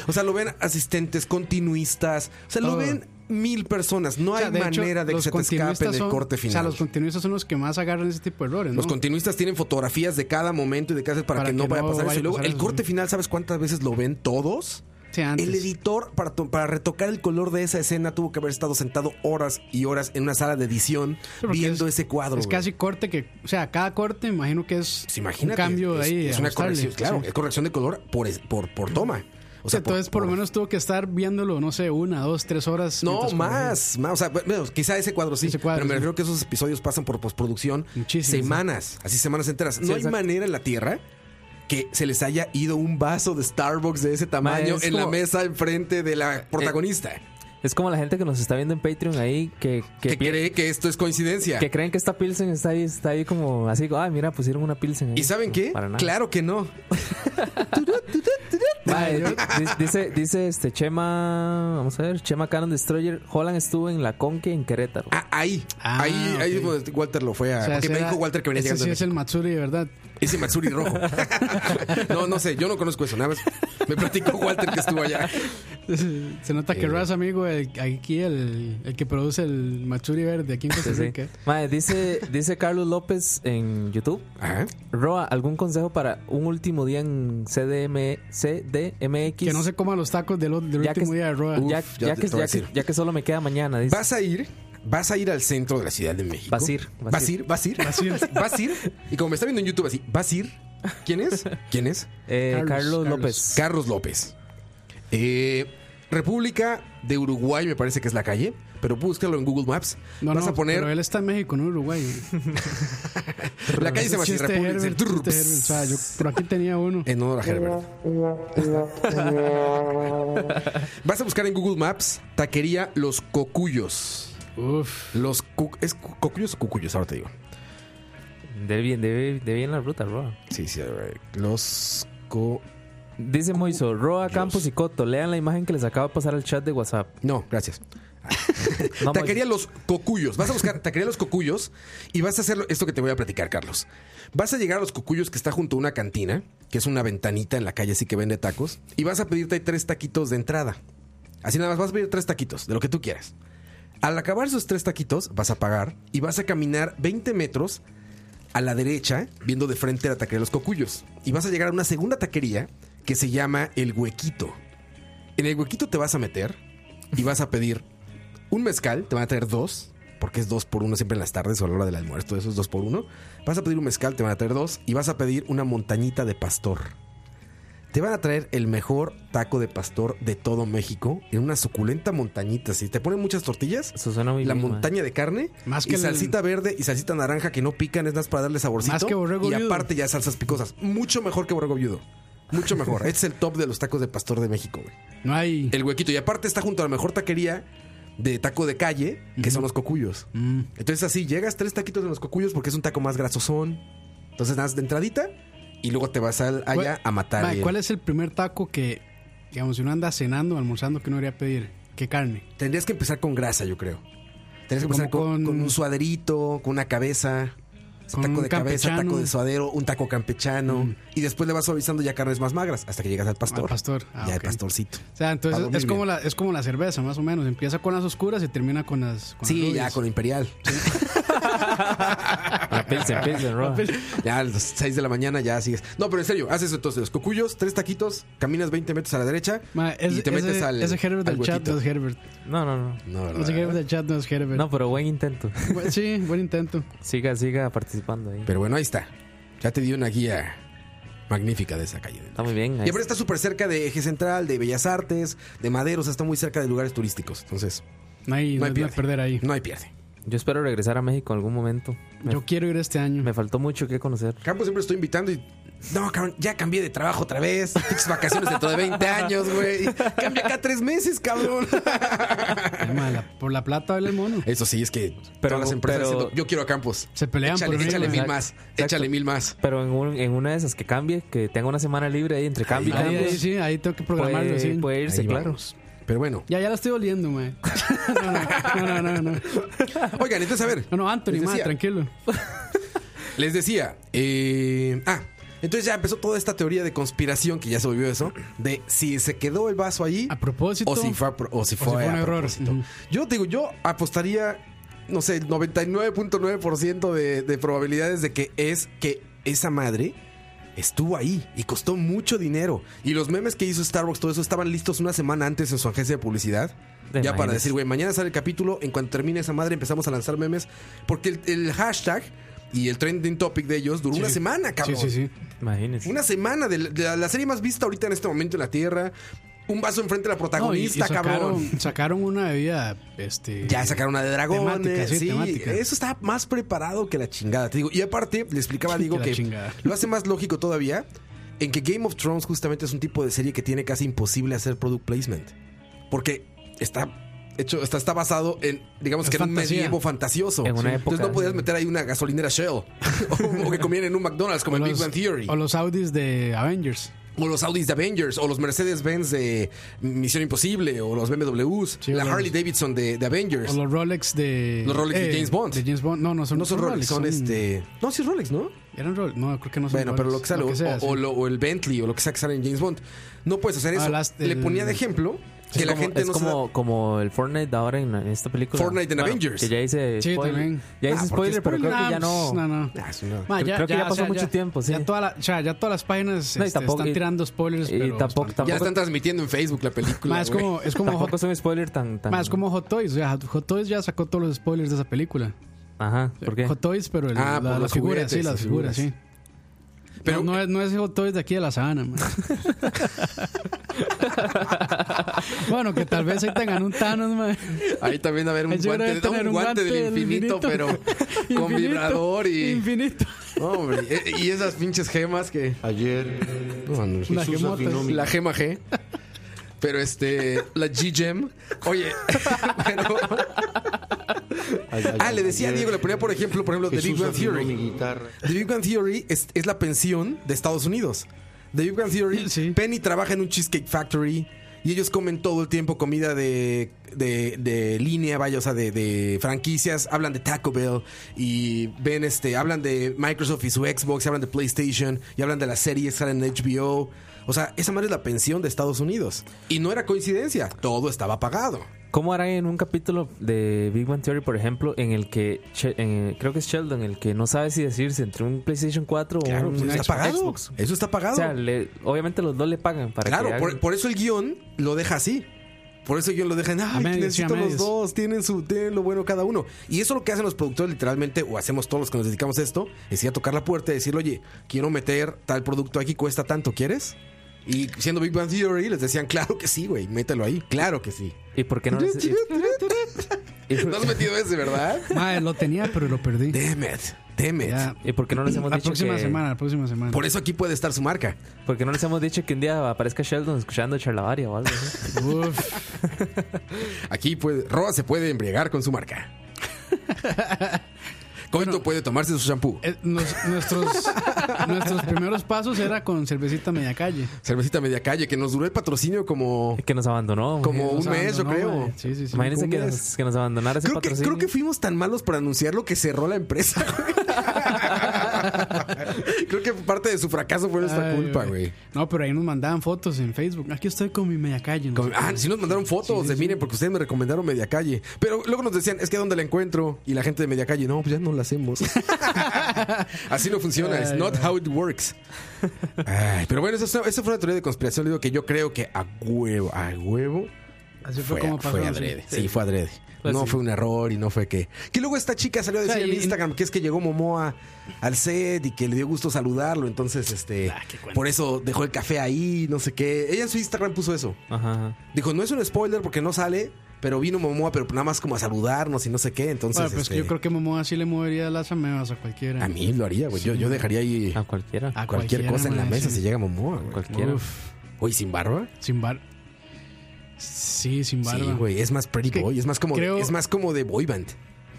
o sea, lo ven asistentes, continuistas, o sea, lo
Todo.
ven mil personas. No
O sea,
hay
de hecho,
manera de que
los
se te escape
continuistas
del
son-
corte final.
O sea, los continuistas son los que más agarran ese tipo de errores, ¿no?
Los continuistas tienen fotografías de cada momento y de cada para,
Para
que, no
que
vaya a
no
pasar eso.
vaya
Y
a
luego
pasar
el
eso,
corte
sí.
final, ¿sabes cuántas veces lo ven todos?
Sí, antes.
El editor para, to- para retocar el color de esa escena tuvo que haber estado sentado horas y horas en una sala de edición
Sí, porque
viendo
es-
ese cuadro.
Es
güey.
casi corte que, o sea, cada corte imagino que es
Pues imagínate,
un cambio
es,
ahí.
es una
ajustable.
corrección, claro,
Sí.
es corrección de color por, es- por, por toma. O sea,
Entonces, por lo menos tuvo que estar viéndolo, no sé, una, dos, tres horas.
No,
mientras
más, más, o sea, bueno, quizá ese cuadro sí,
Ese cuadro,
pero me
sí.
refiero que esos episodios pasan por postproducción
Muchísimo, sí.
semanas, así semanas enteras. No hay
exacto.
manera en la Tierra que se les haya ido un vaso de Starbucks de ese tamaño
es
en la
como-
mesa enfrente de la protagonista,
Eh,
Es como la gente que nos está viendo en Patreon ahí que, que,
que
pi-
cree que esto es coincidencia.
que creen que esta Pilsen está ahí, está ahí como así, ah, mira, pusieron una Pilsen. ahí".
¿Y saben
No,
qué?
Para nada.
Claro que no.
Mae, di- dice, dice este Chema, vamos a ver, Chema Cannon Destroyer, Holland estuvo en la Conque en Querétaro.
Ah, ahí,
Ah,
ahí, ahí
ok.
fue donde Walter lo fue a.
O sea,
porque me
ese
dijo
era-
Walter que venía
ese
llegando.
sí
de
es el Matsuri, de verdad.
Ese Matsuri rojo. no, no sé, yo no conozco eso. Nada más me platicó Walter que estuvo allá.
Se nota
Eh.
que Raz, amigo, el- aquí el, el que produce el Matsuri verde aquí en Costa
Sí, sí.
Rica.
Mae, dice, dice Carlos López en YouTube.
Ajá.
Roa, ¿algún consejo para un último día en CDM, CDMX?
Que no se coma los tacos del, otro- del
Ya que-
último día de Roa.
ya,
Uf, ya
ya
te-
que,
te voy a
ya, que,
decir.
ya que solo me queda mañana, dice.
Vas a ir, vas a ir al centro de la Ciudad de México.
Vas a ir, vas
vas a
a
ir, vas a ir, vas
Vas
a
a ir.
ir. Y como me está viendo en YouTube así, vas a ir. ¿Quién es? ¿Quién es?
Eh,
Carlos,
Carlos,
Carlos.
López.
Carlos López. Eh, República de Uruguay, me parece que es la calle, pero búscalo en Google Maps.
No,
Vas
no,
a poner
pero él está en México, no en Uruguay. este
la calle se llama así,
Chiste
República.
Herbert,
dice,
chiste Herbert. O sea, yo por aquí tenía uno.
En honor a Herbert. Vas a buscar en Google Maps taquería Los Cocuyos.
Uf.
Los cu- ¿Es cu- cocuyos o cucuyos? Ahora te digo.
De bien, de, de bien la ruta, Roa.
Sí, sí, a ver. Los co
Dice Moiso, Roa, Campos y Coto, lean la imagen que les acaba de pasar al chat de WhatsApp.
No, gracias.
No,
taquería Los Cocuyos. Vas a buscar Taquería Los Cocuyos y vas a hacer esto que te voy a platicar, Carlos. Vas a llegar a Los Cocuyos, que está junto a una cantina, que es una ventanita en la calle, así que vende tacos, y vas a pedirte ahí tres taquitos de entrada. Así nada más, vas a pedir tres taquitos, de lo que tú quieras. Al acabar esos tres taquitos, vas a pagar y vas a caminar 20 metros a la derecha, viendo de frente la taquería Los Cocuyos. Y vas a llegar a una segunda taquería que se llama El Huequito. En el huequito te vas a meter y vas a pedir un mezcal, te van a traer dos, porque es dos por uno siempre en las tardes o a la hora del almuerzo, eso es dos por uno. Vas a pedir un mezcal, te van a traer dos, y vas a pedir una montañita de pastor. Te van a traer el mejor taco de pastor de todo México en una suculenta montañita. Si te ponen muchas tortillas,
Eso suena muy
la
bien,
montaña de carne,
Más
y
que el-
salsita verde y salsita naranja que no pican, es nada más para darle saborcito.
Más que borrego
y
viudo.
aparte ya salsas picosas. Mucho mejor que borrego viudo. Mucho mejor. Este es el top de los tacos de pastor de México, güey.
No hay.
El huequito. Y aparte está junto a la mejor taquería de taco de calle, que son los cocuyos.
Mm.
Entonces así, llegas tres taquitos de los cocuyos porque es un taco más grasosón. Entonces das de entradita y luego te vas al, allá
¿Cuál-
a matar.
Mae,
el-
¿Cuál es el primer taco que, digamos, si uno anda cenando o almorzando, que uno debería pedir? ¿Qué carne?
Tendrías que empezar con grasa, yo creo. Tendrías que
Como
empezar con,
con-
con un suaderito, con una cabeza.
Con
taco
un
de cabeza,
campechano. Mm.
taco de suadero, un taco campechano. Y después le vas suavizando ya carnes más magras hasta que llegas al pastor.
Al pastor. Ah,
ya el
ok.
pastorcito.
O sea,
Para
entonces
dormir
es como,
bien.
la, es como la cerveza, más o menos. Empieza con las oscuras y termina con las. con
Sí,
las
ya
rubias.
con imperial.
La Pilsen, Pilsen, Ah, Roa.
Ya a las 6 de la mañana ya sigues. No, pero en serio, haces entonces los cocuyos, tres taquitos, caminas 20 metros a la derecha
Mae, ese,
y te metes
ese-
al.
ese Herbert
al
del chat
huequito.
no es Herbert.
No, no, no.
No, ¿verdad?
Ese Herbert del chat no es Herbert.
No, pero buen intento.
Bu- Sí, buen intento.
Siga, siga participando ahí.
Pero bueno, ahí está. Ya te di una guía magnífica de esa calle.
Está muy bien.
Y
ahí
ahora está súper cerca de Eje Central, de Bellas Artes, de Madero, o sea, está muy cerca de lugares turísticos. Entonces,
No hay,
no
no
hay
hay nada
pierde.
a perder ahí.
No hay pierde.
Yo espero regresar a México en algún momento. Me,
Yo quiero ir este año.
me faltó mucho que conocer.
Campos siempre estoy invitando y. No, cabrón, ya cambié de trabajo otra vez. Pinches vacaciones dentro de 20 años, güey. Cambia cada tres meses, cabrón.
Ay, mae, la- por la plata vale el mono.
Eso sí, es que
Pero-
todas las empresas
pero-
diciendo, yo quiero a Campos.
Se pelean
échale,
por mí,
échale
güey.
mil
Exacto,
más,
exacto.
échale mil más.
Pero en, un- en una de esas que cambie, que tenga una semana libre ahí entre cambio y
Ahí,
cambio,
ahí sí, ahí tengo que programarlo.
puede,
sí.
puede irse,
Ahí
claro.
vamos. Pero bueno.
Ya, ya la estoy oliendo, mae. No, no, no, no, no.
Oigan, entonces a ver.
No, no, Anthony,
les
mae,
decía-
tranquilo.
Les decía, eh, ah, entonces ya empezó toda esta teoría de conspiración que ya se volvió eso, de si se quedó el vaso allí.
A propósito.
O si fue, a pro- o si fue,
fue un
a
error.
propósito.
Ujú.
Yo digo, yo apostaría, no sé, el 99.9% de, de probabilidades de que es que esa madre estuvo ahí y costó mucho dinero. Y los memes que hizo Starbucks, todo eso, estaban listos una semana antes en su agencia de publicidad.
Te
ya para
imaginas.
decir, güey, mañana sale el capítulo, en cuanto termine esa madre empezamos a lanzar memes. Porque el, el hashtag y el trending topic de ellos duró una semana,
Sí,
cabrón.
sí, sí.
Imagínense.
Una semana de la, de la- la serie más vista ahorita en este momento en la Tierra. Un vaso enfrente de la
No, y- y
protagonista, cabrón.
sacaron, sacaron una bebida, este...
Ya sacaron una de dragones.
Temática, sí,
sí,
temática.
Eso está más preparado que la chingada, te digo. Y aparte, le explicaba,
Que
digo,
la
que,
chingada.
lo hace más lógico todavía en que Game of Thrones justamente es un tipo de serie que tiene casi imposible hacer product placement. Porque está hecho, está, está basado en, digamos
Es
que en un
fantasía.
medievo fantasioso.
En una
Entonces
época.
no podías meter ahí una gasolinera Shell. o, o que comían en un McDonald's como
o
en Big
los-
Bang Theory.
O los Audis de Avengers.
O los Audis de Avengers, o los Mercedes-Benz de Misión Imposible, o los BMWs,
Sí,
la
o los-
Harley Davidson de, de Avengers.
O los Rolex de... eh,
Los Rolex de James Bond.
De James Bond. No, no son,
No son Rolex, son este. No, sí es Rolex, ¿no?
Eran Rolex. No, creo que no son
Bueno, pero lo que
Rolex,
sale,
sea,
o- o,
sí.
o lo- o el Bentley, o lo que sea que sale en James Bond. No puedes hacer
Ah,
eso.
las-
Le
el-
ponía de ejemplo que
es
la
como,
gente
es
no se
como,
da-
como el Fortnite de ahora en, en esta película.
Fortnite en Avengers.
Que ya hice
Sí,
spoiler.
también.
Ya
Ah,
hice
porque
spoiler, pero creo que ya no.
No, no.
Ah, es una-
Ma,
Creo- creo que ya
o
pasó
sea,
mucho tiempo, sí.
Ya, toda la- o sea, ya todas las páginas
No, y
este,
tampoco-
están
y-
tirando spoilers.
y
pero
tampoco-
están-
Ya
tampoco-
están transmitiendo en Facebook la película.
Ma, es
güey.
como, es como,
Tampoco
Hot,
es un spoiler tan. tan...
ma, es como Hot Toys. O sea, Hot Toys ya sacó todos los spoilers de esa película.
Ajá, ¿por qué?
Hot Toys, pero el-
Ah,
la-
por los
las figuras,
juguetes,
sí,
las
las figuras, sí.
figuras. Pero-
Pero no, no es, no es Hot Toys de aquí de la sabana, man. bueno, que tal vez ahí tengan un Thanos, man.
Ahí también va a haber un
Ahí seguro
guante,
debe tener
un guante del infinito, pero con
Infinito,
vibrador y.
Infinito.
Hombre, e- y esas pinches gemas que.
Ayer
No, no,
La
Jesús
gemota.
afinó mi
La gema G. Pero este, la G-Gem. Oye, pero- Ah, le decía a Diego, le ponía por ejemplo, por ejemplo, The Big
Jesús
Bang
afinó mi
Theory.
guitarra.
The Big Bang Theory es, es la pensión de Estados Unidos. de Big Bang Theory, Penny trabaja en un Cheesecake Factory y ellos comen todo el tiempo comida de, de, de línea, vaya, o sea, de, de, franquicias. Hablan de Taco Bell y ven este, hablan de Microsoft y su Xbox, y hablan de PlayStation y hablan de las series, salen en HBO. O sea, esa madre es la pensión de Estados Unidos. Y no era coincidencia, todo estaba pagado.
¿Cómo harán en un capítulo de Big Bang Theory, por ejemplo, en el que, en, creo que es Sheldon, en el que no sabe si decirse entre un PlayStation 4
claro,
o un
eso está pagado. Xbox? Eso está pagado. O sea,
le, obviamente los dos le pagan para
Claro,
que
hagan... por, por, eso el guión lo deja así. Por eso el guión lo deja en, ay, medias, necesito los dos, tienen su, tienen lo bueno cada uno. Y eso es lo que hacen los productores literalmente, o hacemos todos los que nos dedicamos a esto, es ir a tocar la puerta y decirle, oye, quiero meter tal producto aquí, cuesta tanto, ¿quieres? Y siendo Big Bang Theory, les decían, claro que sí, güey, mételo ahí, claro que sí.
¿Y por qué no? Les...
no has metido ese, ¿verdad?
Madre, lo tenía, pero lo perdí.
Damn it. Damn it. Yeah.
¿Y por qué no les hemos
la
dicho
próxima
que...
semana, la próxima semana.
Por eso aquí puede estar su marca.
Porque no les hemos dicho que un día aparezca Sheldon escuchando charlavaria o algo.
este-
¿sí? Uf.
aquí puede... Roa se puede embriagar con su marca. Coito bueno, puede tomarse su shampoo.
Eh, nos, nuestros, nuestros primeros pasos era con cervecita media calle.
Cervecita media calle, que nos duró el patrocinio como.
Que nos abandonó.
Como un mes, yo creo.
Sí, sí, sí, Imagínense que nos, que nos, abandonara ese
creo
patrocinio.
Que, creo que fuimos tan malos para anunciarlo que cerró la empresa, Creo que parte de su fracaso fue nuestra Ay, culpa, güey.
No, pero ahí nos mandaban fotos en Facebook. Aquí estoy con mi media calle.
Con, ah, sí nos mandaron fotos sí, de sí, miren, sí. porque ustedes me recomendaron media calle. Pero luego nos decían, es que ¿dónde la encuentro? Y la gente de media calle, no, pues ya no la hacemos. Así no funciona. Ay, It's not wey. how it works. Ay, pero bueno, esa, esa, fue una teoría de conspiración. Le digo que yo creo que a huevo, a huevo.
Así fue, fue como pasó.
Fue adrede. Sí, fue adrede. Pues no sí. fue un error y no fue que. Que luego esta chica salió a decir o sea, en Instagram que es que llegó Momoa al set y que le dio gusto saludarlo. Entonces, este. Ah, por eso dejó el café ahí, no sé qué. Ella en su Instagram puso eso. Ajá, ajá. Dijo, no es un spoiler porque no sale. Pero vino Momoa, pero nada más como a saludarnos y no sé qué. Entonces. Bueno,
pues
este,
que yo creo que Momoa sí le movería las amebas a cualquiera.
A mí lo haría, güey. Sí. Yo, yo, dejaría ahí.
A cualquiera.
Ah.
A cualquier, cualquiera, cosa en la mesa sí. si llega Momoa, güey.
Cualquiera. Uf.
Oye, sin barba.
Sin barba. Sí, sin barba.
Sí, güey, es más pretty es que boy, es más como creo... de, es más como de boy band.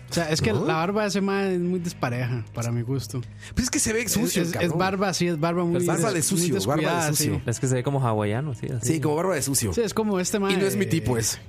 O sea, es que ¿No? la barba de ese man es muy despareja para mi gusto.
Pues es que se ve sucio,
es, es, es barba, sí, es barba muy
es barba de sucio, barba de sucio.
Sí. Es que se ve como hawaiano, sí.
Así. Sí, como barba de sucio.
Sí, es como este man.
Y no es mi tipo ese.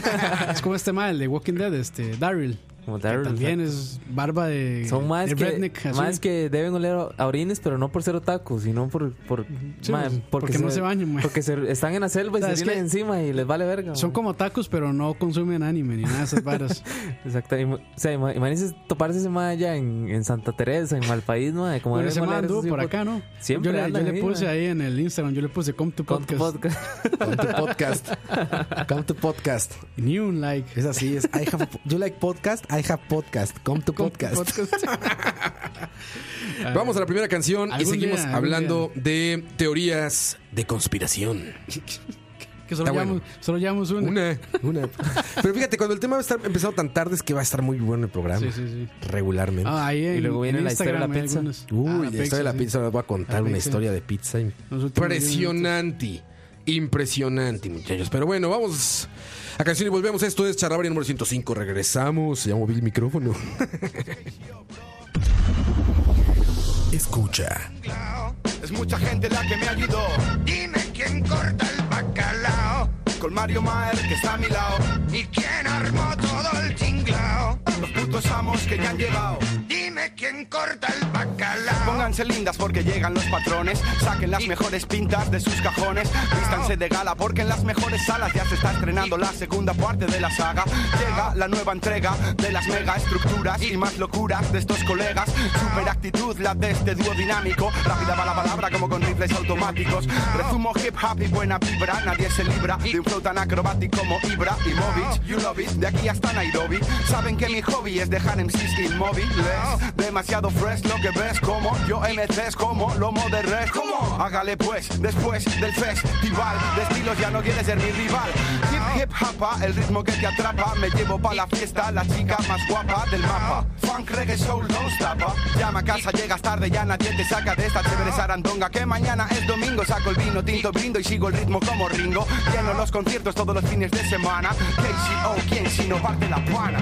es como este man el de Walking Dead, este Daryl.
Como Daryl.
También es barba de.
Son más,
de
que, redneck, más que deben oler a orines, pero no por ser otakus, sino por. por
sí, man, porque, porque, no se, se bañan, man.
Porque se, están en la selva y o sea, se tienen encima y les vale verga.
Son man. como otakus, pero no consumen anime ni nada de esas varas.
Exacto. Y, o sea, imagínense toparse ese más allá en, en, Santa Teresa, en Malpaís, ¿no? Como
ese anduvo por acá, ¿no?
Siempre.
Yo, le, yo le puse ahí en el Instagram, yo le puse Come to Podcast.
Come to Podcast. Come to Podcast.
Ni un like.
Es así, es. I have, you like podcast? I have podcast. Come to Come podcast. To podcast. Vamos a la primera canción y seguimos día, hablando día. de teorías de conspiración.
Que solo, llevamos, bueno. solo una.
una. Una. Pero fíjate, cuando el tema va a estar empezado tan tarde es que va a estar muy bueno el programa.
Sí, sí, sí.
Regularmente.
Ah, ahí en,
y luego viene la historia de la pizza.
Algunos. Uy, ah, la, la pizza, historia de la pizza. Ahora voy a
Ah,
contar una historia de pizza. Impresionante. Impresionante, muchachos. Pero bueno, vamos a canción y volvemos. Esto es Charabria número 105. Regresamos. Ya moví el micrófono. Escucha.
Es mucha gente la que me ayudó. Dime quién corta el bacalao. Con Mario Maer que está a mi lado. ¿Y quién armó todo el tinglao? Los putos amos que me han llevado. Dime quién corta el bacalao. Pónganse lindas porque llegan los patrones. Saquen las mejores pintas de sus cajones. Vístanse de gala porque en las mejores salas ya se está estrenando la segunda parte de la saga. Llega la nueva entrega de las mega estructuras y más locuras de estos colegas. Super actitud la de este dúo dinámico. Rápida va la palabra como con rifles automáticos. Resumo hip hop y buena vibra. Nadie se libra de un flow tan acrobático como Ibra y Movich. You love it. De aquí hasta Nairobi. Saben que mi hobby es dejar MCs inmóviles. Demasiado fresh lo que ves como yo M3 como lomo de res como hágale pues después del festival de estilos ya no quieres ser mi rival hip hip hapa el ritmo que te atrapa me llevo pa la fiesta la chica más guapa del mapa funk reggae soul no stapa llama a casa llegas tarde ya nadie te saca de esta chévere sarandonga que mañana es domingo saco el vino tinto brindo y sigo el ritmo como Ringo lleno los conciertos todos los fines de semana KCO quien si no parte la pana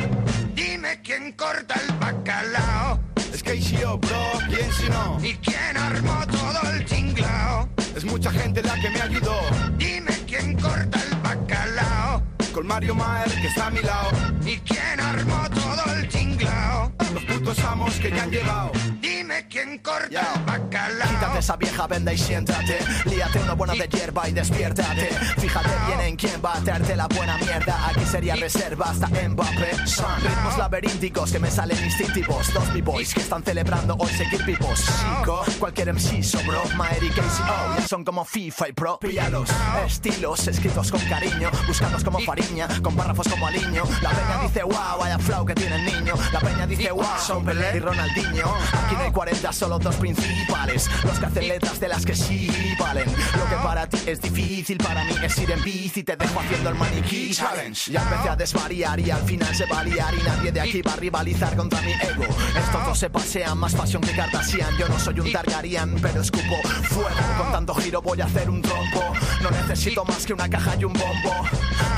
Dime quién corta el bacalao. Es que yo, bro, ¿quién si no? ¿Y quién armó todo el tinglao? Es mucha gente la que me ayudó. Dime quién corta el bacalao. Con Mario Maer que está a mi lado. Y quién armó todo el tinglao. Los putos amos que ya han llegado. Dime quién corta el bacalao.
Quítate esa vieja venda y siéntate. Líate una buena de hierba y despiértate. Fíjate bien en quién va a traerte la buena mierda. Aquí sería reserva hasta Mbappé. Son ritmos laberínticos que me salen instintivos. Dos b-boys que están celebrando hoy seguir vivos. Chico, cualquier MC sobró. Maer y Casey O ya son como FIFA y Pro. Píllalos. Estilos escritos con cariño. Buscados como fariña, con párrafos como aliño. La peña dice wow, vaya flow que tiene el niño. La peña dice wow, son Pelé y Ronaldinho. Aquí no hay 40, solo dos principales. Los que hacen letras de las que sí valen. Lo que para ti es difícil, para mí es ir en bici. Te dejo haciendo el maniquí challenge. Ya empecé a desvariar y al final se va a liar. Y nadie de aquí va a rivalizar contra mi ego. Estos dos se pasean, más pasión que Kardashian. Yo no soy un Targaryen, pero escupo fuego. Con tanto giro voy a hacer un trompo. No necesito más que una caja y un bombo.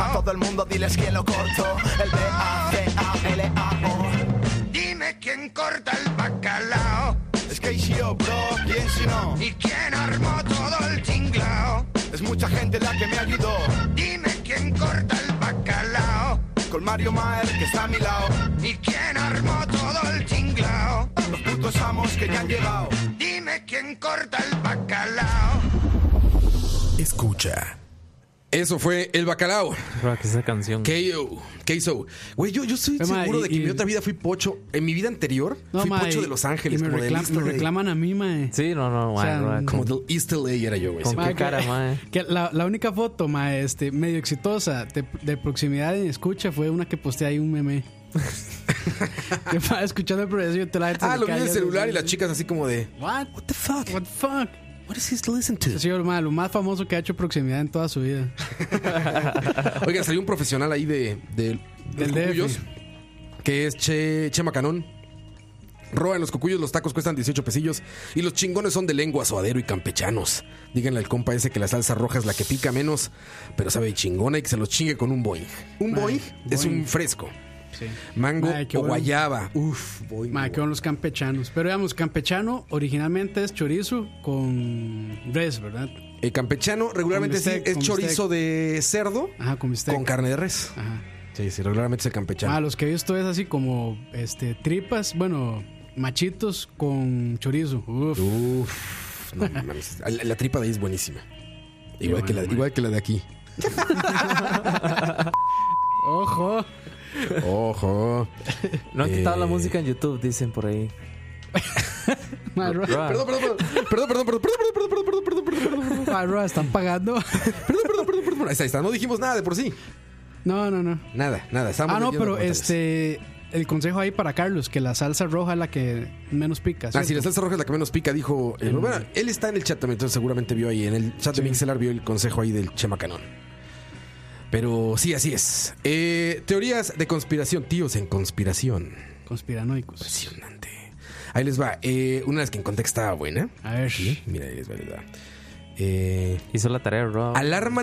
A todo el mundo diles quién lo corto. El B-A-C-A-L-A-O.
Dime quién corta el bacalao.
Es Casey O, bro, ¿quién si no?
¿Y quién armó todo el tinglao?
Es mucha gente la que me ayudó.
Dime quién corta el bacalao.
Con Mario Maer que está a mi lado.
¿Y quién armó todo el tinglao?
Los putos amos que ya han llegado.
Dime quién corta el bacalao.
Escucha. Eso fue el bacalao.
que esa canción.
KO. KSO. Güey, yo, yo estoy
Pero, ma,
seguro de
y-
que en
y-
mi otra vida fui pocho. En mi vida anterior
No,
fui
ma,
pocho
y-
de Los Ángeles.
y me,
como de
reclam-
East LA.
me reclaman a mí, mae.
Sí, no, no,
O sea,
mae, mae,
Como del East LA era yo, güey.
¿Con
Mae,
qué cara,
que-
eh?
mae?
que la, la única foto, mae, este, medio exitosa de, de proximidad y escucha fue una que posteé ahí un meme. que mae, escuchando el progreso yo te la
Ah, lo vi en el celular y las chicas así como de...
What?
What the fuck?
What the fuck?
What is this to listen to?
Sí, mae, lo más famoso que ha hecho proximidad en toda su vida.
Oiga, salió un profesional ahí de, de- de
Del
los
DF.
cucuyos, que es Che, che Macanón. Roa en los cucuyos, los tacos cuestan 18 pesillos y los chingones son de lengua, suadero y campechanos. Díganle al compa ese que la salsa roja es la que pica menos, pero sabe de chingona y que se los chingue con un boing. Un boing es
boing.
un fresco.
Sí.
Mango
Mae, qué
o
bueno.
guayaba. Uf, boing.
Mae, que
güey.
son los campechanos. Pero digamos, campechano originalmente es chorizo con res, ¿verdad?
El Eh, campechano regularmente sí
bistec,
es
con
chorizo de cerdo
Ajá, con bistec.
con carne de res.
Ajá.
Sí, sí, regularmente es el campechano.
Ah, los que he visto es así como este tripas, bueno, machitos con chorizo. Uf.
Uf, no mames. La, la tripa de ahí es buenísima. Igual,
Qué
que, la,
bueno,
igual que la de aquí.
Ojo.
Ojo.
No han
Eh.
quitado la música en YouTube, dicen por ahí.
Ma, Roa-
Roa,
Perdón, perdón, perdón, perdón, perdón, perdón, perdón, perdón, perdón, perdón, perdón, perdón, perdón,
Ma, Roa, están pagando.
perdón, perdón, perdón, perdón. Ahí está, ahí está. No dijimos nada de por sí.
No, no, no.
Nada, nada. Estábamos
Ah, no,
leyendo
pero
comentarios.
este el consejo ahí para Carlos, que la salsa roja es la que menos pica.
Ah, sí, la
¿cierto?
salsa roja es la que menos pica, dijo. eh,
Mm.
bueno, él está en el chat también, entonces seguramente vio ahí. En el chat de Mixelar vio el consejo ahí del Chema Canón. Pero sí, así es. Eh, teorías de conspiración, tíos en conspiración. Pues
Conspiranoicos.
Impresionante. Ahí les va. Eh, una de las que encontré que estaba buena.
A ver.
Mira, ahí les va, ahí les va. Eh,
Hizo la tarea, Roa.
alarma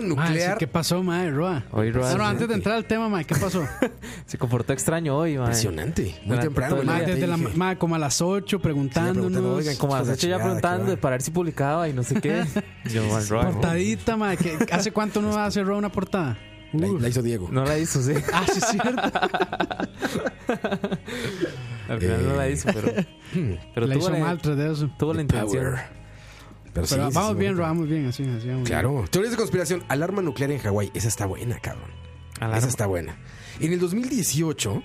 Ma, Ah, sí,
nuclear.
¿Qué pasó, mae, Roa?
Oí, Roa,
No, no,
sí.
antes de entrar al tema, mae, ¿qué pasó?
Se comportó extraño hoy, mae.
Impresionante. Muy
Durante
temprano. Ah,
todo
güey,
el
Ma,
día.
Pues ya te
desde la,
dije.
ma, como a las 8
preguntando,
preguntándonos.
oigan,
Como a
Hijos
las
de
ocho ya
chingada,
preguntando
qué va.
para ver si publicaba y no sé qué. Yo, mae, Roa, no.
Portadita, mae, que ¿hace cuánto no hace Roa una portada?
La,
Uf.
la hizo Diego.
No la hizo, sí.
Ah, sí, es cierto.
Al final no la hizo, pero. Pero
la
tuvo
hizo
la,
mal tras de eso.
tuvo la intención.
Hmm. Power. Pero, sí,
Pero
sí,
vamos
sí,
bien,
muy-
Roa, vamos bien, así, así. vamos
Claro. Teorías de conspiración. Alarma nuclear en Hawái. Esa está buena, cabrón.
Alarma.
Esa está buena. En el 2018.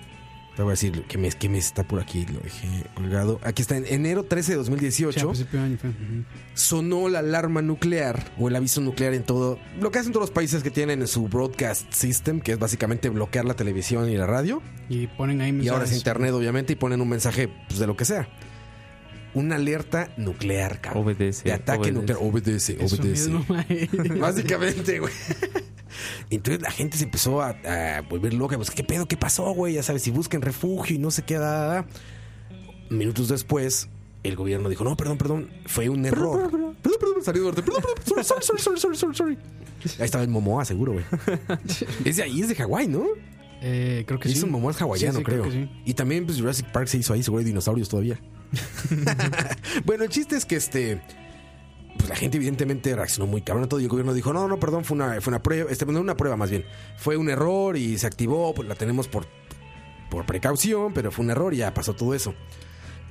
Te voy a decir que me, que me está por aquí. Lo dejé colgado. Aquí está. En enero 13 de
bien. Sí, a
2018.
principio de año fue. Ujú.
sonó la alarma nuclear o el aviso nuclear en todo lo que hacen todos los países que tienen en su broadcast system, que es básicamente bloquear la televisión y la radio,
Y ponen ahí
y ahora es
mensajes.
internet obviamente y ponen un mensaje pues, de lo que sea. Una alerta nuclear, cabrón.
Obedece,
De ataque
obedece.
nuclear. Obedece,
Eso
obedece.
mismo, mae.
Básicamente, güey. Entonces la gente se empezó a, a volver loca. Pues, ¿qué pedo? ¿Qué pasó, güey? Ya sabes, si busquen refugio y no sé qué. da, da, da. Minutos después, el gobierno dijo, no, perdón, perdón, fue un error. Perdón, perdón, perdón, salió de orden. Perdón, perdón, sorry, sorry, sorry, sorry, sorry, sorry. Ahí estaba el Momoa, seguro, güey. Es de ahí, es de Hawái, ¿no?
Eh, creo que
es
sí.
un Momoa es hawaiano,
Sí, sí,
creo.
que sí.
Y también pues, Jurassic Park se hizo ahí, seguro hay dinosaurios todavía. bueno, el chiste es que este... pues la gente evidentemente reaccionó muy cabrón. Todo y el gobierno dijo, no, no, perdón, fue una, fue una prueba, este, no una prueba más bien. Fue un error y se activó, pues la tenemos por, por precaución, pero fue un error y ya pasó todo eso.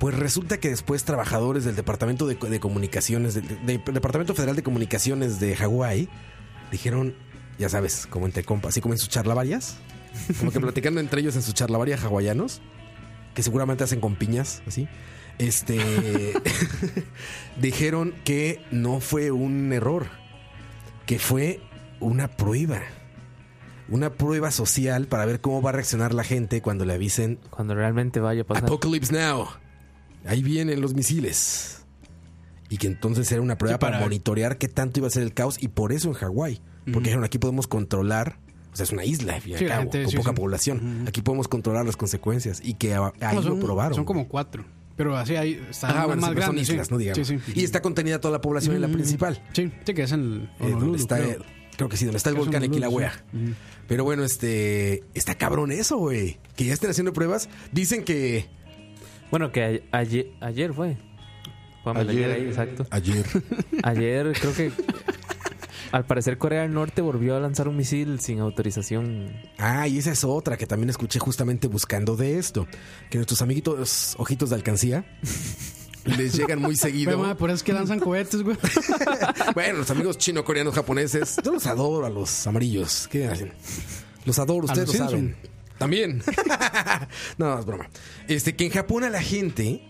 Pues resulta que después trabajadores del Departamento de, de Comunicaciones, del de- del Departamento Federal de Comunicaciones de Hawái, dijeron, ya sabes, como entre compas, así como en sus charlavarias, como que platicando entre ellos en su charlavaria hawaianos, que seguramente hacen con piñas, así. Este dijeron que no fue un error, que fue una prueba. Una prueba social para ver cómo va a reaccionar la gente cuando le avisen.
Cuando realmente vaya a pasar.
Apocalypse Now. Ahí vienen los misiles. Y que entonces era una prueba
Sí,
para,
para-
monitorear qué tanto iba a ser el caos. Y por eso en Hawái. Porque
Ujú.
dijeron, aquí podemos controlar. O sea, es una isla, al fin y al
Sí, la
cabo,
gente,
con
sí,
poca
sí.
población. Aquí podemos controlar las consecuencias. Y que a- ahí
No,
lo probaron.
Son como cuatro. Pero así ahí está
Ah,
una
bueno,
más
son
grande. sí.
islas, ¿no? Digamos.
Sí, sí.
Y está contenida toda la población en la
Ujú,
principal.
Sí, sí, que es en el
eh, donde
Honolulu,
está, eh, creo.
creo.
que sí, donde está el
Que es
volcán
Honolulu,
Equilauea.
sí.
Pero bueno, este. Está cabrón eso, güey. Que ya estén haciendo pruebas. Dicen que.
Bueno, que ayer, ayer, fue. Póngamelo
Ayer.
ayer ahí, exacto.
Ayer.
Ayer creo que al parecer Corea del Norte volvió a lanzar un misil sin autorización.
Ah, y esa es otra que también escuché justamente buscando de esto. Que nuestros amiguitos ojitos de alcancía les llegan muy seguido.
Pero, madre, por eso es que lanzan cohetes, güey.
Bueno, los amigos chino, coreanos, japoneses. Yo los adoro a los amarillos. ¿Qué hacen? Los adoro,
A
ustedes
los
lo saben. También. no, es broma. Este, que en Japón a la gente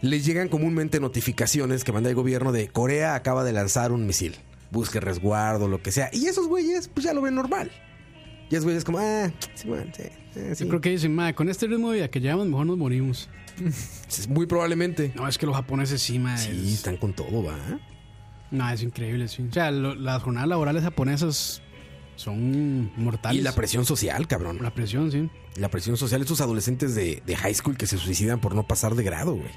les llegan comúnmente notificaciones que manda el gobierno de Corea acaba de lanzar un misil. Busque resguardo, lo que sea. Y esos güeyes, pues ya lo ven normal. Y esos güeyes como, ah, sí, bueno, sí, eh, sí.
Yo creo que dicen, madre, con este ritmo de vida que llevamos, mejor nos morimos.
Muy probablemente.
No, es que los japoneses sí, madre.
Sí, están con todo, va.
No, es increíble, sí. O sea, lo- las jornadas laborales japonesas son mortales.
Y la presión social, cabrón.
La presión, sí.
La presión social, estos adolescentes de, de high school que se suicidan por no pasar de grado, güey.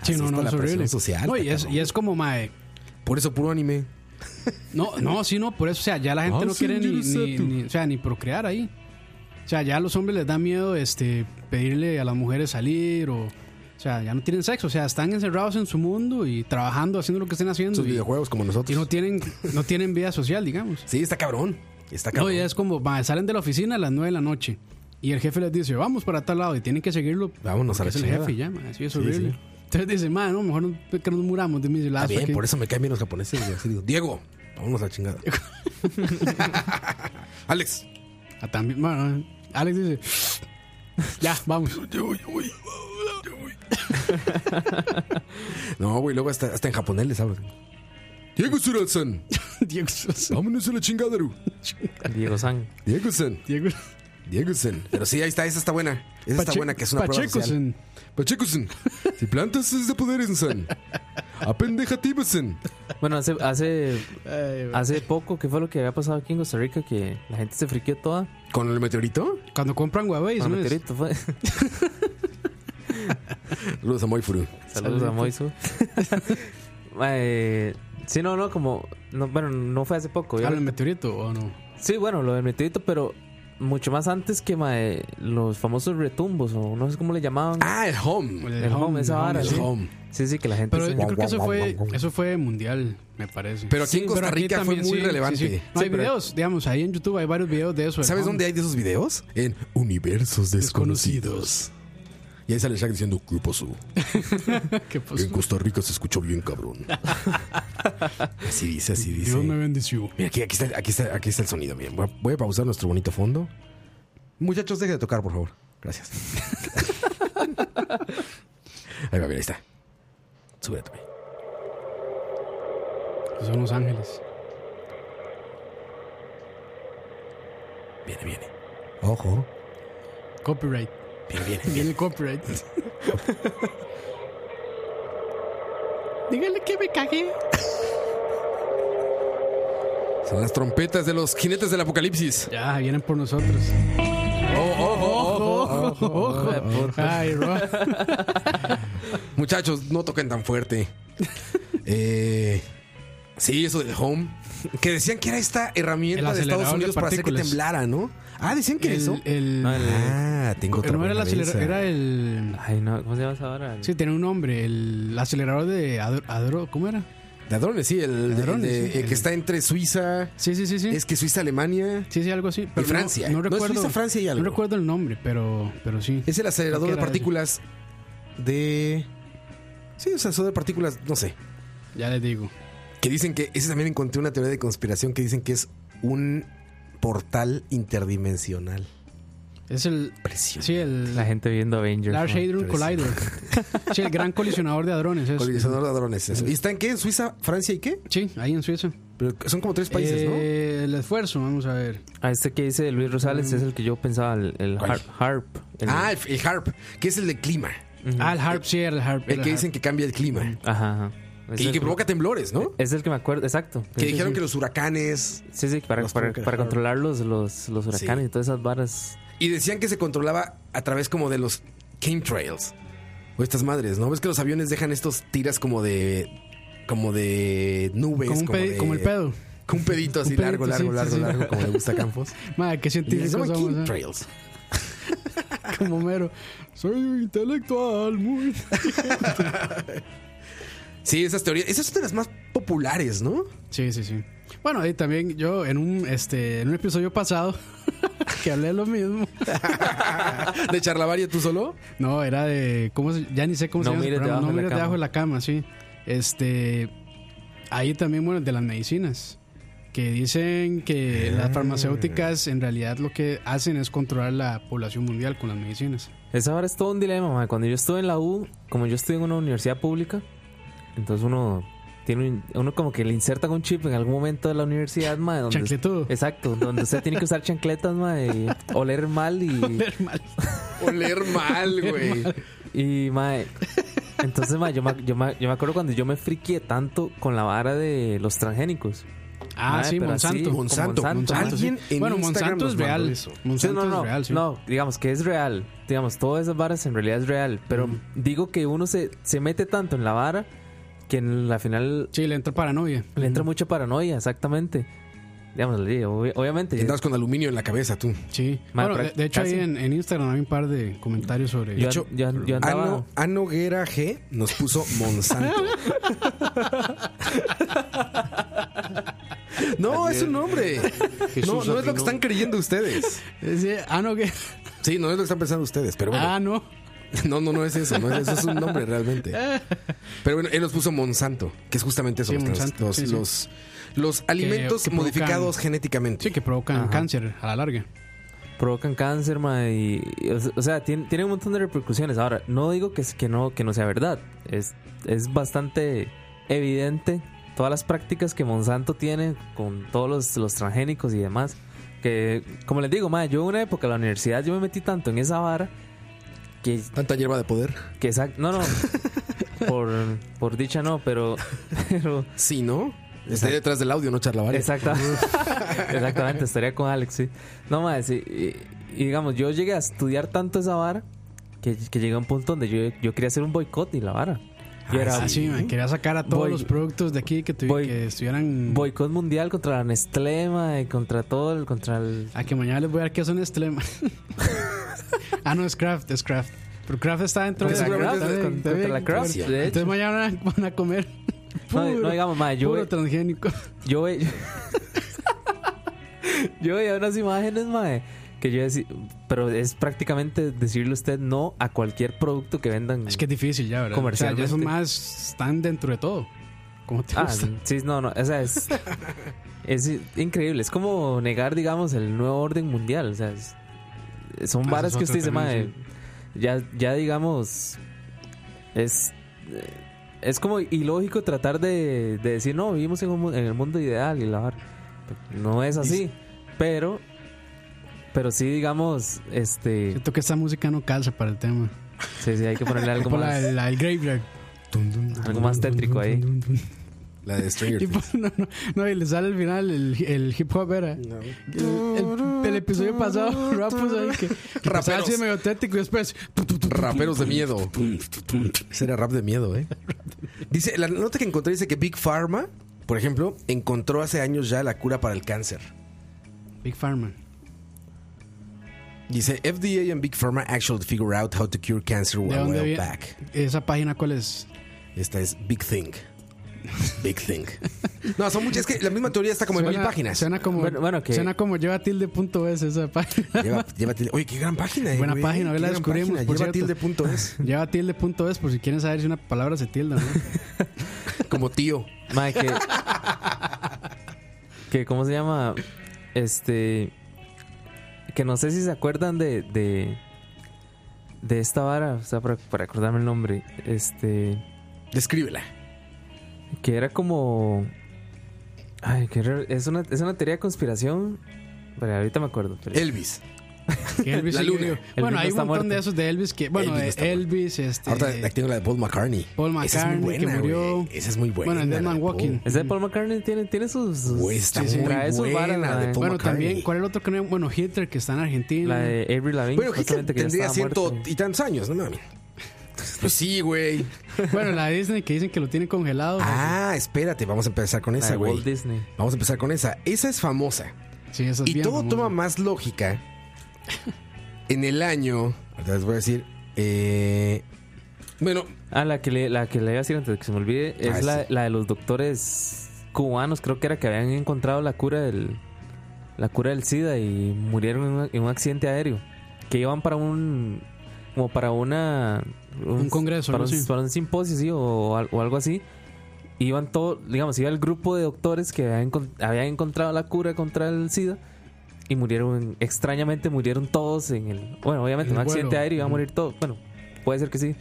Así
Sí, no,
está
no,
la
es horrible.
presión social.
no, y
está
es,
cabrón.
y es como, mae.
Por eso puro anime.
No, no, sí, no, por eso, o sea, ya la gente
Ah,
no
sí,
quiere ni, ni,
Yurisato.
ni- o sea, ni procrear ahí. O sea, ya a los hombres les da miedo este, pedirle a las mujeres salir o. O sea, ya no tienen sexo, o sea, están encerrados en su mundo y trabajando, haciendo lo que estén haciendo.
Sus
y-
videojuegos como nosotros.
Y no tienen, no tienen vida social, digamos.
Sí, está cabrón. Está
No,
cabrón.
y es como, ma, salen de la oficina a las 9 de la noche y el jefe les dice, vamos para tal lado y tienen que seguirlo.
Vámonos a
porque
la
es el
chingada.
jefe, y ya, ma, así es
Sí,
horrible.
sí.
Entonces dice, ma, no, mejor no, que nos muramos de mis
Está bien, por eso me caen bien los japoneses. güey, así digo, Diego, vámonos a la chingada. Alex.
Ah, también, bueno, Alex dice, ya, vamos.
No, güey, luego hasta, hasta en japonés les hablan. Diego Surazan.
Diego Surazan.
Vámonos a la chingada, Ru.
Diego San.
Diego San.
Diego.
San. Pero sí, ahí está, esa está buena. Esa está
Pache-
buena, que es una prueba
Pacheco San.
social. Pacheco San. Si plantas es de poder, San. Apendejativo, San.
Bueno, hace, hace,
Ay, güey.
hace poco, ¿qué fue lo que había pasado aquí en Costa Rica? Que la gente se friqueó toda.
¿Con el meteorito?
Cuando compran Huawei,
Con
¿no?
el
es?
meteorito fue.
Saludos a Moifuru.
Saludos a Moiso. Eh, sí, no, no, como. No, bueno, no fue hace poco.
¿Habla
yo-
Ah, el meteorito o no?
Sí, bueno, lo del meteorito, pero mucho más antes que mae, los famosos retumbos, o no sé cómo le llamaban.
Ah, el home.
El, home, esa vara.
el
sí.
home.
Sí, sí, que la gente.
Pero
se-
yo creo que eso fue, eso fue mundial, me parece.
Pero aquí en Costa
pero aquí
Rica fue
también,
muy
sí,
relevante.
sí, sí. No,
Sí,
hay
pero-
videos, digamos, ahí en YouTube hay varios videos de eso. del
¿Sabes
home.
dónde hay de esos videos? En Universos Desconocidos.
Desconocidos.
Y ahí sale Shaq diciendo, ¿qué pasó?
¿Qué pasó?
En Costa Rica se escuchó bien, cabrón. así dice, así dice.
Dios me bendició.
Mira, aquí, aquí, está, aquí, está, aquí está el sonido. Miren, voy a, voy a pausar nuestro bonito fondo. Muchachos, dejen de tocar, por favor. Gracias. ahí va, mira, ahí está. Súbete también.
Son los ángeles.
Viene, viene. Ojo.
Copyright.
Viene, viene.
Viene el copyright. Dígale que me cagué.
Son las trompetas de los jinetes del apocalipsis.
Ya, vienen por nosotros. Ojo, ojo. Ay, Ro.
Muchachos, no toquen tan fuerte. Eh, sí, eso del home. Que decían que era esta
El
herramienta de
acelerador
Estados
de
Unidos para hacer que
partículas.
temblara, ¿no? Ah, decían que eso.
El, el,
No, el-
Ah, tengo otra
no era el
buena de
acelerador,
esa.
era el.
Ay, no, ¿cómo se llama esa vara? El-
Sí, tiene un nombre. El acelerador de. Adro, Adro- ¿Cómo era?
Ladrones, sí, el,
Ladrones,
el
sí,
de- el
el-
que está entre Suiza.
Sí, sí, sí, sí.
Es que Suiza, Alemania.
Sí, sí, algo así.
y Francia.
No, no
es
recuerdo.
Suiza, Francia y algo.
No recuerdo el nombre, pero, pero sí.
Es el acelerador de
Creo que era
partículas de. Sí, o sea, son de partículas, no sé.
Ya les digo.
Que dicen que. Ese también encontré una teoría de conspiración que dicen que es un portal interdimensional.
Es el. Sí, el.
La gente viendo Avengers.
Large
¿no?
Hadron Collider. sí, el gran colisionador de hadrones. es.
Colisionador de hadrones, eso. ¿Y está en qué? ¿En Suiza, Francia y qué?
Sí, ahí en Suiza.
Pero son como tres países, ¿no?
Eh, El esfuerzo, vamos a ver.
Ah, este que dice de Luis Rosales es el que yo pensaba, el, el har- harp. el-
Mm. Ah, el, el HARP, que es el de clima.
Ah, el HARP, sí, el HARP. Mm,
El que dicen que cambia el clima.
Ajá, ajá. Es
Y
el
que provoca temblores, ¿no?
Eh,
Es el que me acuerdo, exacto.
Que dijeron que los huracanes.
Sí, sí, para,
Los
para,
tuvo que
para
dejar.
controlar los, los, los huracanes y todas esas varas.
Y decían que se controlaba a través como de los chemtrails. O estas madres, ¿no? Ves que los aviones dejan estos tiras como de. como de nubes.
Como un pedi-
de-
como el pedo.
Como un pedito así
Un pedito,
largo, largo,
sí, sí,
largo,
sí.
largo, como le gusta a Campos.
Madre, qué
Y les
científicos
llaman
somos. ¿eh?
chemtrails.
Como mero. Soy intelectual, muy.
Sí, esas teorías. Esas son de las más populares, ¿no?
Sí, sí, sí. Bueno, ahí también yo en un, este, en un episodio pasado que hablé lo mismo.
¿De charlavaria tú solo?
No, era de. ¿cómo se- ya ni sé cómo
No
se llama. el
mires
programa.
debajo
no
de la
mires
cama.
debajo de la cama, sí. Este. Ahí también, bueno, el de las medicinas. Que dicen que las farmacéuticas en realidad lo que hacen es controlar la población mundial con las medicinas.
Esa vara es todo un dilema, ma. Cuando yo estuve en la U, como yo estuve en una universidad pública, entonces uno tiene un- uno como que le inserta un chip en algún momento de la universidad, ma, donde-
Chancletudo.
Exacto, donde usted tiene que usar chancletas, ma, y oler mal y...
Oler mal, güey.
Y, mae. Entonces, mae, yo me, yo, me, yo me acuerdo cuando yo me friqué tanto con la vara de los transgénicos.
Ah,
Mae,
sí,
pero así,
Monsanto.
como
Monsanto, Monsanto,
sí.
Alguien en
Bueno,
Instagram
Monsanto
nos
es
mandó
real.
eso.
Sí,
Monsanto
no, no,
es real, sí.
no, digamos que es real. Digamos, todas esas varas en realidad es real. Pero digo que uno se, se mete tanto en la vara que en la final
Sí, le entra paranoia.
le entra mucha paranoia, exactamente. Digamos, sí, obvi- obviamente.
Andas con aluminio en la cabeza tú.
Sí.
Mae,
bueno, de,
pra-
de hecho, ahí
casi.
en, en Instagram hay un par de ah, comentarios sobre.
Yo,
hecho,
yo- yo andaba.
Ano, Anoguera G nos puso Monsanto. no, es un nombre. No, no es lo que están creyendo ustedes.
Sí, ah, no, que.
Sí, no es lo que están pensando ustedes, pero bueno.
Ah, no.
No, no, no es eso. No es eso es un nombre realmente. Pero bueno, él nos puso Monsanto, que es justamente eso.
Sí,
los,
Monsanto,
los,
sí, sí.
los- los alimentos
que provocan-
modificados genéticamente.
Sí, que provocan cáncer a la larga.
provocan cáncer, ma, y, y, o- o sea, tiene, tiene un montón de repercusiones. Ahora, no digo que, es- que, no, que no sea verdad, es, es bastante evidente todas las prácticas que Monsanto tiene con todos los, los transgénicos y demás. Que, como les digo, ma, yo en una época en la universidad yo me metí tanto en esa vara que,
Tanta hierba de poder.
que esa- no, no, por, por dicha no, pero... pero
Sí, ¿no? Estaría
Exacto.
detrás del audio, no charlabar.
Exacta- Exactamente, estaría con Alex, sí. No más, y, y digamos, yo llegué a estudiar tanto esa vara que, que llegué a un punto donde yo, yo quería hacer un boicot y la vara. Yo era
Ah, sí, man, quería sacar a todos
Voy-
los productos de aquí que, tuvi-
voy-
que estuvieran.
boicot mundial contra la Nestlé, mae, contra todo el, contra el
A que mañana les voy a dar que son Nestlé. man. ah, no, es Kraft, es Kraft. Pero Kraft está dentro de
Contra
la
la
Kraft.
Kraft,
está bien,
contra-
está
contra
bien.
la Kraft,
Entonces-
de hecho.
Entonces mañana van a, van a comer.
No, no digamos, ma, yo-
Puro transgénico.
yo ve- yo veía unas imágenes mae, que yo decía pero es prácticamente decirle usted no a cualquier producto que vendan
Es que es difícil ya, ¿verdad? O sea, ya
Comercialmente.
son más. Están dentro de todo. ¿Cómo te
Ah,
gusta?
sí, no, no, o sea, es, es increíble. Es como negar, digamos, el nuevo orden mundial. O sea, es- son
Ah,
varas
eso
que
es
usted dice,
otro también,
madre, ya, ya digamos, es, eh, es como ilógico tratar de, de decir, no, vivimos en, un mu- en el mundo ideal y la vara". No es así, pero, pero sí, digamos, este,
Siento que esta música no calza para el tema.
sí, sí, hay que ponerle algo
Como la,
más,
la del Graveyard.
algo más tétrico ahí.
La de Stranger
Y pues, no, no, no, y le sale al final el, el hip hop era. El, el- el episodio pasado, rapos ahí que, que pasaba así de medio tétrico y después. tu, tu, tu, tu,
Raperos de miedo. Ese era rap de miedo, ¿eh? Dice, la nota que encontré dice que Big Pharma, por ejemplo, encontró hace años ya la cura para el cáncer.
Big Pharma.
Dice, FDA and Big Pharma actually figure out how to cure cancer
¿De
one
dónde
while
viene?
back.
¿Esa página cuál es?
Esta es Big Thing. Big thing. No, son muchas. Es que la misma teoría está como en mil
Suena-
páginas.
Suena como,
Bueno, bueno, que-
suena como lleva tilde.es esa página.
Lleva, lleva tilde. Oye, qué gran página. eh,
Buena
güey.
página, hoy
Qué
la
gran
descubrimos.
página.
por
Lleva
cierto.
tilde.es.
Lleva tilde.es por si quieren saber si una palabra se tilda.
Como tío.
Mae, que, que. ¿Cómo se llama? Este. Que no sé si se acuerdan de. De, de esta vara. O sea, para, para acordarme el nombre. Este.
Descríbela.
Que era como. Ay, que era- es, una, es una teoría de conspiración. Pero ahorita me acuerdo. pero-
Elvis.
Elvis
La
sigue
luna.
vivo.
Elvis
Bueno,
no
hay un
está
montón
muerto.
de esos de Elvis que. Bueno,
Elvis no
de
está
Elvis, este.
Ahorita activo la de Paul McCartney.
Paul
Esa es
McCartney,
muy buena,
que murió.
güey. Esa es muy buena.
Bueno, en Dead Man Walking.
Ese de Paul McCartney tiene, tiene sus. sus-
Güey, está
sí, sí.
muy
trae sus
buena
varas,
de
mae.
Paul
Bueno,
McCartney.
también, ¿cuál era el otro que no? Bueno, Hitler, que está en Argentina.
La de Avery Lavigne.
Bueno, Hitler
justamente, que ya
tendría
estaba
ciento
muerto.
y tantos años, no mames. Pues sí, güey.
Bueno, la de Disney que dicen que lo tienen congelado.
Ah, espérate, vamos a empezar con
La
esa,
de
güey.
Walt Disney.
Vamos a empezar con esa. Esa es famosa.
Sí, eso es
Y
Pues bien
todo
famoso.
toma más lógica en el año. Ahorita les voy a decir. eh, bueno,
Ah, la que, le, la que le iba a decir antes de que se me olvide es
Ah,
la,
sí.
la de los doctores cubanos, creo que era que habían encontrado la cura del la cura del SIDA y murieron en un, en un accidente aéreo que iban para un como para una
Un congreso,
para un,
algo así.
para un simposio sí, o, al- o algo así. Iban todo, digamos, iba el grupo de doctores que habían, encon- habían encontrado la cura contra el SIDA y murieron en- extrañamente murieron todos en el bueno, obviamente
En el
en un accidente
vuelo.
aéreo iba a morir todo. Bueno, puede ser que sí.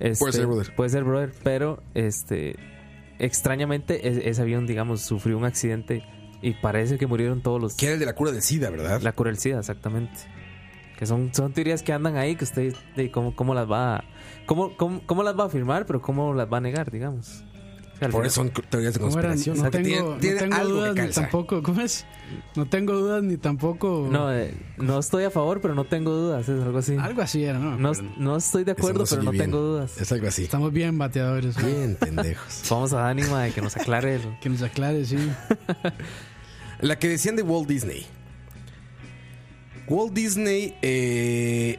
Este,
Puede ser, brother.
Puede ser, brother, pero este extrañamente e- ese avión, digamos, sufrió un accidente y parece que murieron todos los
que era el de la cura del SIDA, ¿verdad?
la cura del SIDA, exactamente. Que son, son teorías que andan ahí que usted de cómo, cómo las va a- cómo, cómo, cómo las va a afirmar, pero cómo las va a negar, digamos. O sea, al
Por
final-
eso son teorías de
¿Cómo era?
conspiración.
No
porque
tengo,
tienen-
no
tienen
tengo
algo que
dudas ni
calza.
tampoco. ¿Cómo es? No tengo dudas ni tampoco.
no, eh, no estoy a favor, pero no tengo dudas, es algo así.
Algo así era, ¿no?
No,
Pero
no estoy de
Eso
acuerdo, pero
se
no
oye
tengo
bien.
dudas.
Es algo así.
Estamos bien bateadores. ¿no?
Bien, pendejos.
Vamos a Dani, mae, que nos aclare el-
Que nos aclare, sí.
La que decían de Walt Disney. Walt Disney, eh,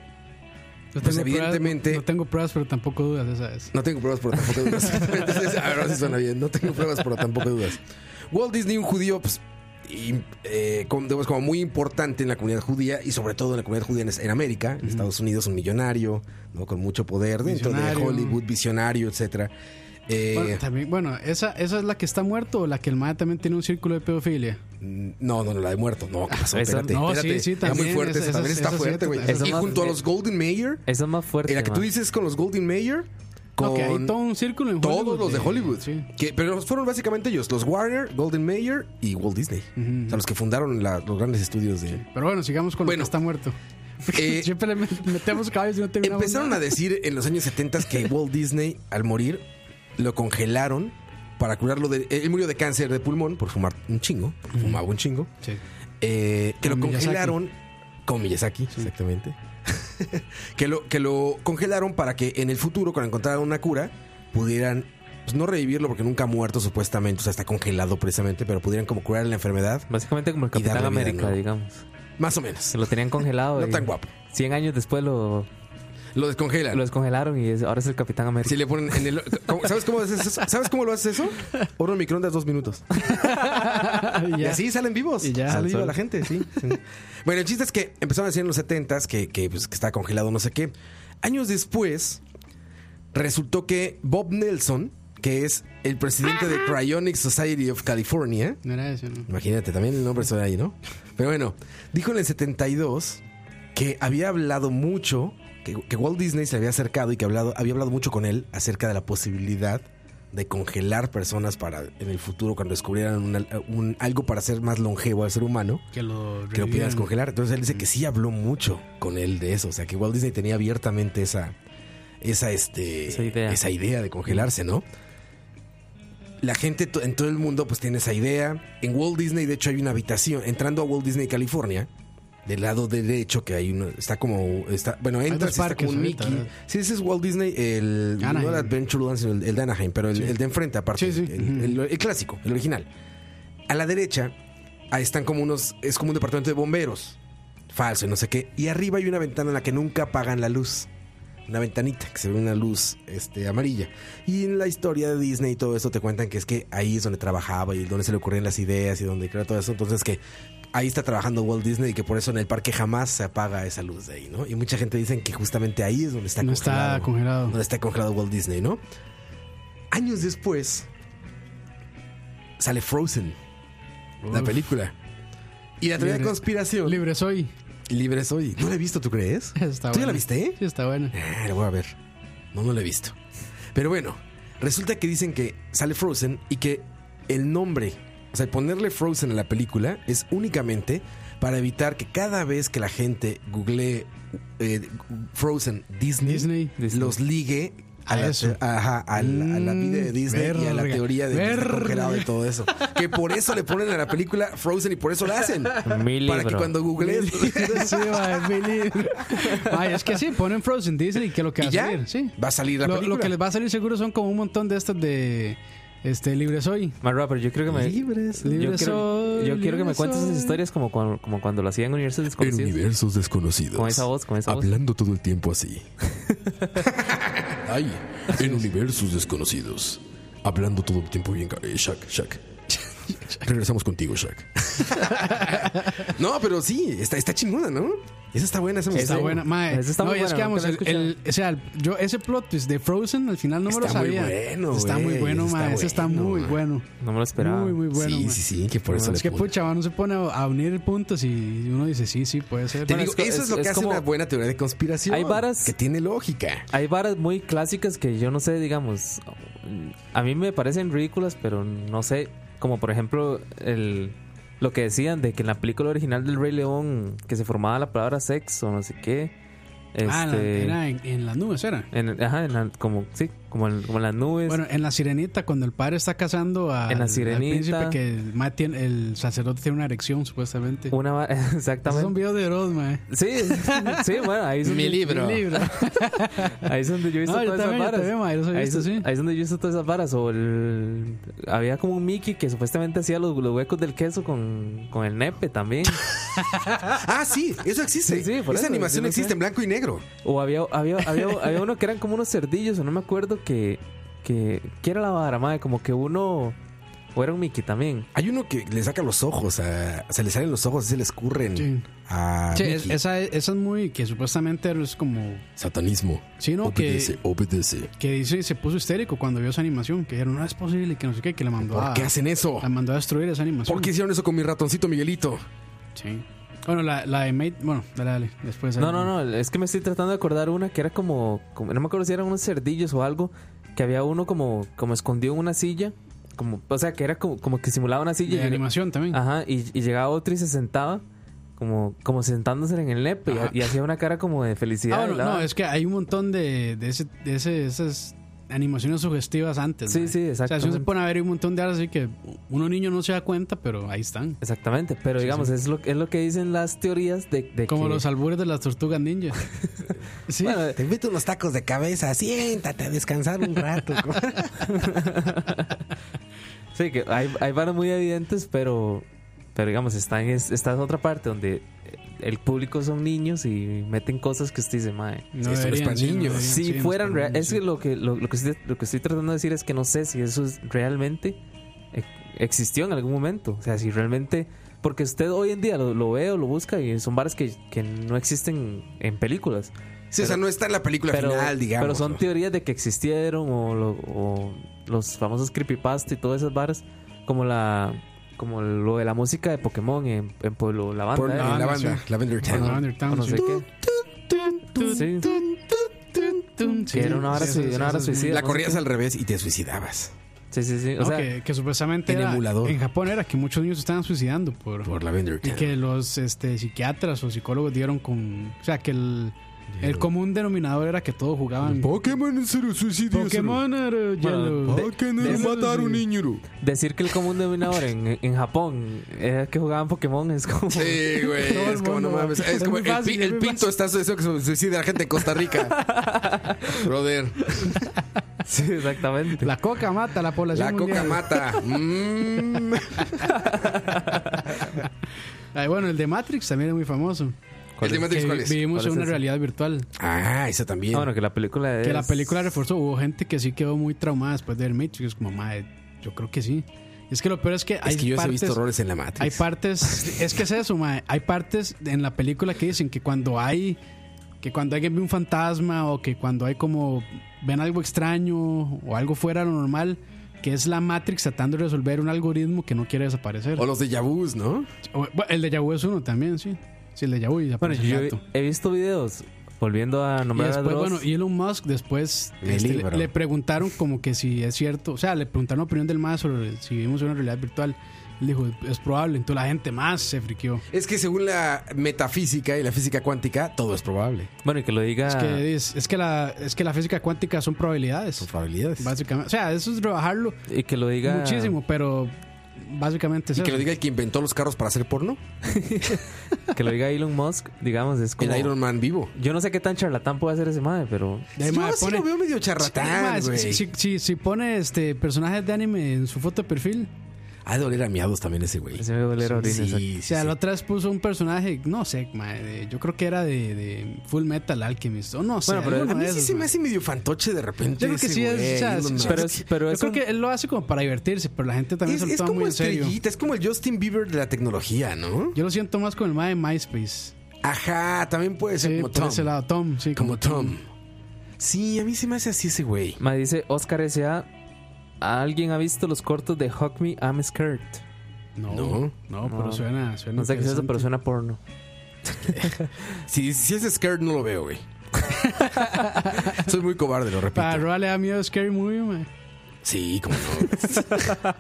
No
Pues
tengo
evidentemente-
Pruebas, no tengo pruebas, pero tampoco dudas, esa es.
no tengo pruebas, pero tampoco dudas. Entonces, a ver, ahora sí suena bien. No tengo pruebas, pero tampoco dudas. Walt Disney, un judío, pues, y, eh, como, digamos, como muy importante en la comunidad judía y sobre todo en la comunidad judía en, en América, en Estados Unidos, un millonario, ¿no? con mucho poder dentro de
Visionario.
Hollywood, visionario, etcétera. Eh,
Bueno, también, bueno esa, esa es la que está muerto o la que el MAE también tiene un círculo de pedofilia.
No, no, no, la de muerto. No, ¿qué pasó?
Esa-
Espérate,
Ah, no, sí,
espérate.
sí,
Está muy
también, esa-
fuerte. esa también
esa-
está
esa es
fuerte,
cierto,
güey.
esa es
Y
más-
junto a los Golden Mayer,
Esa es más fuerte.
en la que tú
mae.
dices con los Golden Mayer, con
No, que hay todo un círculo en Hollywood.
todos los de Hollywood.
Sí.
Que, pero fueron básicamente ellos, los Warner, Golden Mayer y Walt Disney. O sea, los que fundaron la- los grandes estudios de...
Pero bueno, sigamos con
Bueno.
lo que está muerto.
Eh,
Siempre le met- metemos cabezas y no terminamos.
Empezaron a
nada.
decir en los años 70 que Walt Disney, al morir, lo congelaron para curarlo de... Él murió de cáncer de pulmón por fumar un chingo, porque fumaba un chingo.
Sí.
Eh, que
Con
lo
Miyazaki.
congelaron con Miyazaki, exactamente. que, lo, que lo congelaron para que en el futuro, cuando encontraran una cura, pudieran pues, no revivirlo porque nunca ha muerto supuestamente, o sea, está congelado precisamente, pero pudieran como curar la enfermedad,
Básicamente como el
Y darle
Capitán
vida de
América,
nuevo.
digamos.
más o menos.
Se lo tenían congelado.
No
y
tan guapo.
100 años después lo,
Lo descongelan.
lo descongelaron y es- ahora es el Capitán América.
Si le ponen en el- ¿cómo- ¿Sabes cómo haces eso? ¿Sabes cómo lo haces eso? Horno en microondas dos minutos.
Y
Y
ya.
así salen vivos.
Y ya.
Sale
Al
viva
sol.
la gente, sí. sí. bueno, el chiste es que empezaron a decir en los 70s que, que, pues, que estaba congelado, no sé qué. Años después, resultó que Bob Nelson, que es el presidente de Cryonic Society of California,
No era eso, ¿no?
imagínate, también el nombre suena ahí, ¿no? Pero bueno, dijo en el 72 que había hablado mucho, que, que Walt Disney se había acercado y que hablado, había hablado mucho con él acerca de la posibilidad de congelar personas para en el futuro cuando descubrieran una- un- algo para hacer más longevo al ser humano
Que lo,
que lo pudieras
revivieron.
congelar. Entonces él dice que sí habló mucho con él de eso. O sea, que Walt Disney tenía abiertamente esa, esa, este,
Esa idea.
esa idea de congelarse, ¿no? La gente to- en todo el mundo pues tiene esa idea. En Walt Disney, de hecho, hay una habitación. Entrando a Walt Disney, California, del lado derecho que hay uno, está como, está, bueno, entras
dos
y está
parques
como un
ahorita,
Mickey.
¿verdad?
Sí, ese es Walt Disney, el, no
Anaheim.
el Adventureland, sino el, el de Anaheim, pero el, el de enfrente aparte,
Sí, sí.
El, el- el clásico, el original. A la derecha ahí están como unos, es como un departamento de bomberos, falso y no sé qué, y arriba hay una ventana en la que nunca apagan la luz. una ventanita que se ve una luz este, amarilla. Y en la historia de Disney y todo eso te cuentan que es que ahí es donde trabajaba y donde se le ocurrían las ideas y donde creó todo eso. Entonces que ahí está trabajando Walt Disney y que por eso en el parque jamás se apaga esa luz de ahí, ¿no? Y mucha gente dicen que justamente ahí es donde está,
No
congelado,
está congelado.
Donde está congelado Walt Disney, ¿no? Años después sale Frozen, la
Uf.
película. Y la teoría de
Libre-
conspiración. Libre
soy.
Libre soy. No la he visto, ¿tú crees?
Está
¿Tú
buena.
ya la viste?
Sí, está buena.
Ah, la voy a ver. No, no la he visto. Pero bueno, resulta que dicen que sale Frozen y que el nombre, o sea, ponerle Frozen a la película es únicamente para evitar que cada vez que la gente googlee eh, Frozen Disney, los ligue a,
A
la,
eso. Mm,
ajá, a la- a la vida de Disney y a la
verga,
teoría de que está
verga.
congelado y todo eso. Que por eso le ponen a la película Frozen y por eso la hacen.
Mi
para que
libro.
cuando googlees
Sí, mae, Billy. Mae, es que sí, ponen Frozen Disney, que lo que va
y
a
ya
salir, sí.
va a salir la
Lo,
película.
lo que les va a salir seguro son como un montón de estas de este Libre Soy.
Más pero yo creo que me.
Libres,
yo
libre
quiero,
soy,
yo quiero que me
libre
cuentes esas
soy.
historias como cuando, como cuando lo hacían en Universos Desconocidos.
Universos desconocidos.
Con esa voz, con esa voz.
Hablando todo el tiempo así. Ay, en universos desconocidos. Hablando todo el tiempo bien. ca- eh, Shaq, Shaq. Regresamos contigo, Shaq. no, pero sí, está, está chingona, ¿no? Esa está buena, esa me
Está
gustó.
buena, mae. no, y es que vamos, el, el- o sea, yo ese plot twist de Frozen al final no me
Está
lo
muy
sabía.
bueno,
está muy
güey,
bueno,
ese
mae.
está
Ese está muy bueno.
No me lo esperaba.
Muy, muy bueno.
Sí,
mae.
sí, sí, que por
No,
eso
es
le
que pucha, uno se pone a a unir puntos y uno dice, sí, sí, puede ser.
Te
Bueno, es
digo,
co-
eso es, lo que
es
hace
como-
una buena teoría de conspiración.
Hay varas-
Que tiene lógica.
Hay varas muy clásicas que yo no sé, digamos. A mí me parecen ridículas, pero no sé. Como por ejemplo, el, lo que decían de que en la película original del Rey León, que se formaba la palabra sexo, no sé qué.
Ah, la-
Este,
era en, en las nubes, era.
en- ajá, en la- como, sí, como, en, como en las nubes.
Bueno, en la sirenita, cuando el padre está casando a,
En La Sirenita.
príncipe, que el, mae tiene- el sacerdote tiene una erección, supuestamente.
Una va-
eh, Esos son
exactamente.
videos de Eros, mae.
Sí, sí, bueno, ahí es
Mi
donde-
libro. Mi libro.
Ahí es donde yo he visto
No, yo
todas
también, yo
esas varas.
también, ma, yo los he
ahí,
visto,
es,
sí.
ahí es donde yo he visto todas esas varas. O el, había como un Mickey que supuestamente hacía los, los huecos del queso con, con el nepe también.
Ah, sí, eso existe.
Sí, sí, por
Esa
eso,
animación
yo no sé.
existe en blanco y negro.
O había, había, había, había uno que eran como unos cerdillos, o no me acuerdo que. que ¿Qué era la vara, madre? Como que uno. O era un Mickey también.
Hay uno que le saca los ojos, a- se le salen los ojos, se le escurren
Sí.
a
Che, es-
Mickey.
esa, esa es muy. que supuestamente es como.
Satanismo.
Sí, no, que-
obedece, obedece.
que dice se puso histérico cuando vio esa animación. Que dijeron, no es posible, que no sé qué, que la mandó
¿Por
a.
qué hacen eso?
Ah. La mandó a destruir esa animación.
¿Por qué hicieron eso con mi ratoncito Miguelito?
Sí. Bueno, la, la de Mate. Bueno, dale, dale. Después.
No, no, no. Es que me estoy tratando de acordar una que era como. como- no me acuerdo si eran unos cerdillos o algo. Que había uno como, como escondido en una silla. Como, o sea, que era como, como que Ah, simulaba una silla.
De
y-
animación también.
Ajá, y, y llegaba otro y se sentaba, como, como sentándose en el nepe y-
Ajá.
y, hacía una cara como de felicidad.
Ah, bueno,
¿verdad?
no, es que hay un montón de, de, ese, de ese- esas animaciones sugestivas antes.
Sí,
mae.
sí,
O sea, si uno se
exactamente.
pone a ver hay un montón de horas así que uno niño no se da cuenta, pero ahí están.
Exactamente, pero digamos, Es, lo, es lo que dicen las teorías de, de
Como
que...
los albures de las tortugas ninja. sí.
Te invito unos tacos de cabeza, siéntate Pues a descansar un rato.
Sí, que hay, hay varas muy evidentes, pero, pero digamos, está en es- esta es otra parte donde el público son niños y meten cosas que usted dice, mae.
No Eso no es deberían, para sí, no niños. deberían,
si
sí, no es
fueran
para
rea-
niños,
es que lo que, lo, lo que estoy, lo que estoy tratando de decir es que no sé si eso es realmente e- existió en algún momento. O sea, si realmente. Porque usted hoy en día lo, lo ve o lo busca y son varas que, que no existen en películas.
Sí, o sea, no está en la película final, digamos,
Pero son
¿no?
teorías de que existieron o, lo- o los famosos creepypasta y todas esas varas, como la como lo de la música de Pokémon en, en Pueblo la banda,
Por
¿eh?
la, la banda, Lavender Town.
Lavender Town,
O no
sí.
sé qué. Sí,
Tum,
que era una hora,
sí,
sui-
sí,
una
sí,
hora
sí.
suicida.
La
no sé
corrías
qué.
al revés y te suicidabas.
Sí, sí, sí. O
No,
sea,
que, que supuestamente
en
era-
emulador.
en Japón era que muchos niños se estaban suicidando por,
Por Lavender
y
Town.
que los este, psiquiatras o psicólogos dieron con o sea que el, el común denominador era que todos jugaban
Pokémon se suicidio.
Pokémon eh, era
Bueno,
Yellow.
de- de-
un niño.
decir que el común denominador en, en Japón era que jugaban Pokémon es como.
Sí, güey.
Todo el
Es como, no
mundo.
mames. Es
Es
como
muy
el,
fácil,
pi-
es
el
muy
pinto está eso que se suicida la gente en Costa Rica. Brother.
Sí, exactamente.
la coca mata a la población
La coca
mundial.
mata. Mm.
Ay, bueno el de Matrix también es muy famoso ¿El de Matrix cuál es? Vivimos
¿Cuál es
en una
ese?
realidad virtual.
Ah, esa también.
Ah, bueno, que la película
Que la
es-
película reforzó. Hubo gente que sí quedó muy traumada después de ver Matrix. Como, madre, yo creo que sí. Es que lo peor es que hay
Es que yo sí he
partes...
visto horrores en la Matrix.
Hay partes... es que es eso, mae. Hay partes en la película que dicen que cuando hay... Que cuando alguien ve un fantasma o que cuando hay como... Ven algo extraño o algo fuera de lo normal... Que es la Matrix tratando de resolver un algoritmo que no quiere desaparecer.
O los de Yabus, ¿no?
el de Yahoo es uno también, sí. Sí, el de Yahoo.
Bueno, yo he- he visto videos volviendo a
Y
nombrar
después,
a Dross.
bueno, y Elon Musk después
En el
este,
libro.
le, le preguntaron como que si es cierto, o sea, le preguntaron la opinión del más sobre si vivimos en una realidad virtual. Él dijo, es probable, entonces la gente más se friqueó.
Es que según la metafísica y la física cuántica, todo es probable.
Bueno, y que lo diga.
Es
Ah.
que, es, es que la, es que la física cuántica son probabilidades. Son
probabilidades.
Básicamente, o sea, eso es rebajarlo
Y que lo diga.
muchísimo, pero básicamente es
Y que
eso.
lo diga el que inventó los carros para hacer porno.
Que lo diga Elon Musk, digamos, es como.
El Iron Man vivo.
Yo no sé qué tan charlatán puede hacer ese madre, pero.
De ahí,
Yo
mae,
sí
pone-
lo veo medio charlatán,
Sí, mae,
güey.
si, si- si- si pone este personajes de anime en su foto de perfil,
Ha de oler a miados también ese güey.
Se me duele la orina,
Sí,
exacto.
sí,
O sea, la otra vez puso un personaje, no sé, mae, de- yo creo que era de, de Full Metal Alchemist, o no sé.
Bueno, pero
alguno
a mí
de
sí
esos,
se me
mae.
hace medio fantoche de repente.
Yo creo que
ese
sí, es,
güey,
o sea,
Elon
sí,
Musk.
sí, yo creo que él lo hace como para divertirse, pero la gente también
es,
se lo
es
toma
como
muy en serio.
estrellita, es como el Justin Bieber de la tecnología, ¿no?
Yo lo siento más con el mae de MySpace.
Ajá, también puede ser
Sí,
como
por
Tom.
ese lado, Tom, sí.
Como Tom. Sí, a mí se me hace así ese güey.
Me dice Oscar S.A. ¿Alguien ha visto los cortos de Hug Me, I'm Scared?
No,
No.
no, pero suena, suena.
No sé qué es eso,
interesante.
pero suena porno.
Si, si es Scared, no lo veo, güey. Soy muy cobarde, lo repito.
Para Roa le da miedo Scary Movie, mae.
Sí, como no.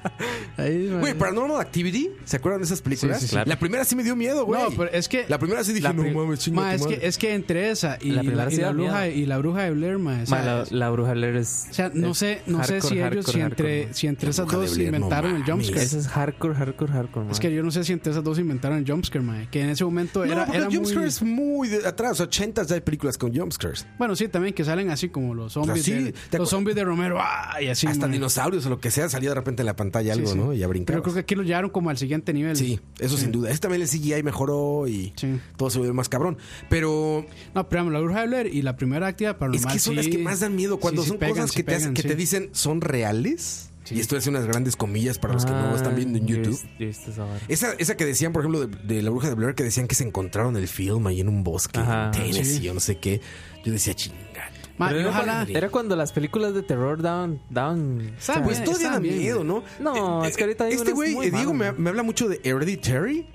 Ahí, mae.
Güey, Paranormal Activity, ¿se acuerdan de esas películas?
Sí, sí, sí.
La primera sí me dio miedo, güey.
No, pero es que.
La primera sí dije,
la
no
pri-
mames, chinga
mae,
tu
es,
madre.
que, es que entre esa y
La
la,
primera
y
sí
la
da
bruja,
miedo.
y la bruja de Blair, mae, o sea,
Ma, la, la bruja Blair es.
O sea, no
es
sé, no sé
hardcore,
si ellos,
hardcore,
si
hardcore,
entre,
ma.
si entre
La
esas
bruja de
dos
Blair, no
inventaron el
mames.
jumpscare.
Eso es hardcore, hardcore, hardcore, ma.
Es que yo no sé si entre esas dos inventaron el jumpscare, mae. Que en ese momento
No,
era,
porque
era
el jumpscare
muy...
es muy de atrás, 80 ya hay películas con jumpscares.
Bueno, sí, también que salen así como los zombies.
Así,
de,
Pues ¿te acuerdas?
los zombies de Romero, ¡ah! y así.
Hasta
mae.
dinosaurios o lo que sea salía de repente en la pantalla
Sí,
algo,
sí.
¿no? Y ya
Pero
brincaba.
creo que aquí lo llevaron como al siguiente nivel.
Sí, eso sin duda. Este también el CGI mejoró y
Sí.
todo se volvió más cabrón. Pero
No, pero digamos, la bruja de Blair y la primera actividad
es
paranormal.
que son las
sí-
que más dan miedo cuando
sí, sí
son
pegan,
cosas
sí
que, te, hacen-
pegan,
que
sí.
te dicen son reales.
Sí.
Y esto es unas grandes comillas para los que no
Ah,
están viendo en
yo he
YouTube.
visto- yo he visto esa vara.
Esa, esa que decían, por ejemplo, de, de la bruja de Blair, que decían que se encontraron el film ahí en un bosque,
Ajá.
en Tennessee,
Sí.
o no sé qué. Yo decía, chinga.
Ma,
Pero
y
era,
ojalá.
cuando, era cuando las películas de terror daban. daban
Saben,
Pues
Está
todavía da
bien.
miedo, ¿no?
No,
Eh,
es que ahorita digo,
Este
no es
güey,
muy
eh, Diego,
malo,
me, me habla mucho de Hereditary.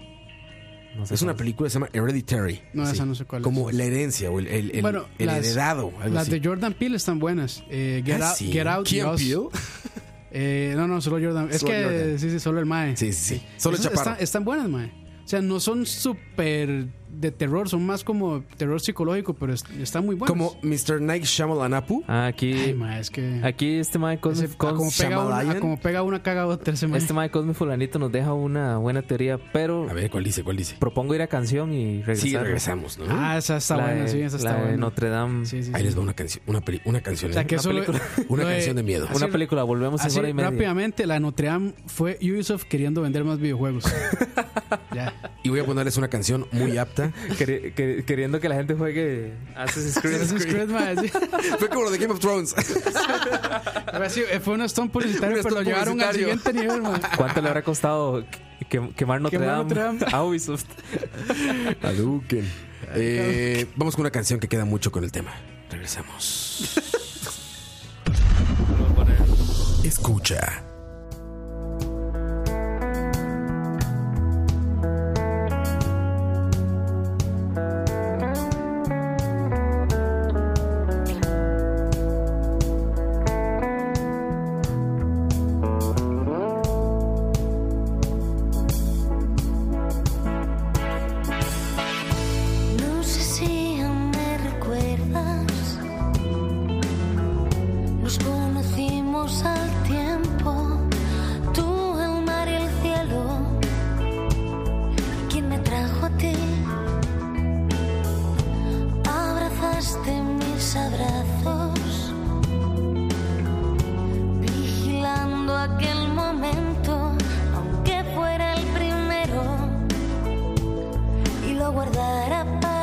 no sé
Es una
cuál.
película que se llama Hereditary.
No,
Así.
esa no sé cuál es.
Como la herencia o el, el, el-
Bueno,
el
las-
heredado. algo
Las
así.
de Jordan Peele están buenas. Eh, Get,
Ah,
Out-
sí.
Get Out, y
¿Quién
Us.
pidió?
Eh, no, no, solo Jordan. Es
Solo
que
Jordan.
sí, sí, solo el Mae.
Sí, sí, sí. Solo el
Esas
chaparro.
Están, están buenas, Mae. O sea, no son súper de terror, son más como terror psicológico, pero es- están muy buenas.
Como Mr. Nike Shyamalanapu.
Ah, aquí.
Ay, Mae, es que.
Aquí este mae Cosme,
ese- a como, pega una, a
Shyamalan.
como pega una caga otra ese mae.
este mae Cosme Fulanito nos deja una buena teoría, pero
A ver, ¿cuál dice? ¿Cuál dice?
propongo ir a canción y regresar.
Sí, regresamos, ¿no?
Ah, esa está
La
buena,
de-
sí, esa
la
está
de
buena.
Notre Dame.
Sí, sí,
Ahí
sí.
les va una canción. Una, peli- una canción.
O sea,
¿eh?
que
Una
eso lo-
película- una
lo
canción de miedo.
Una película, volvemos en
Así
hora y media.
rápidamente, la de Notre Dame fue Ubisoft queriendo vender más videojuegos. ya.
Y voy a ponerles una canción muy apta.
Queri- queri- queriendo que la gente juegue Assassin's
Assassin's Creed,
Creed.
mae, sí.
Fue como lo de Game of Thrones.
Ahora sí, eh, fue un stunt publicitario,
Un
pero lo
stunt
llevaron al
publicitario.
siguiente nivel, mae.
¿Cuánto le habrá costado que- quemar Notre
Quemar
Dame,
Notre Dame.
a Ubisoft?
Aduken. Eh, vamos con una canción que queda mucho con el tema. Regresamos. Escucha.
No sé si aún me recuerdas. Nos conocimos al tiempo, tú el mar y el cielo. ¿Quién me trajo a ti? Abrazaste mis abrazos, vigilando aquel momento, aunque fuera el primero y lo guardará para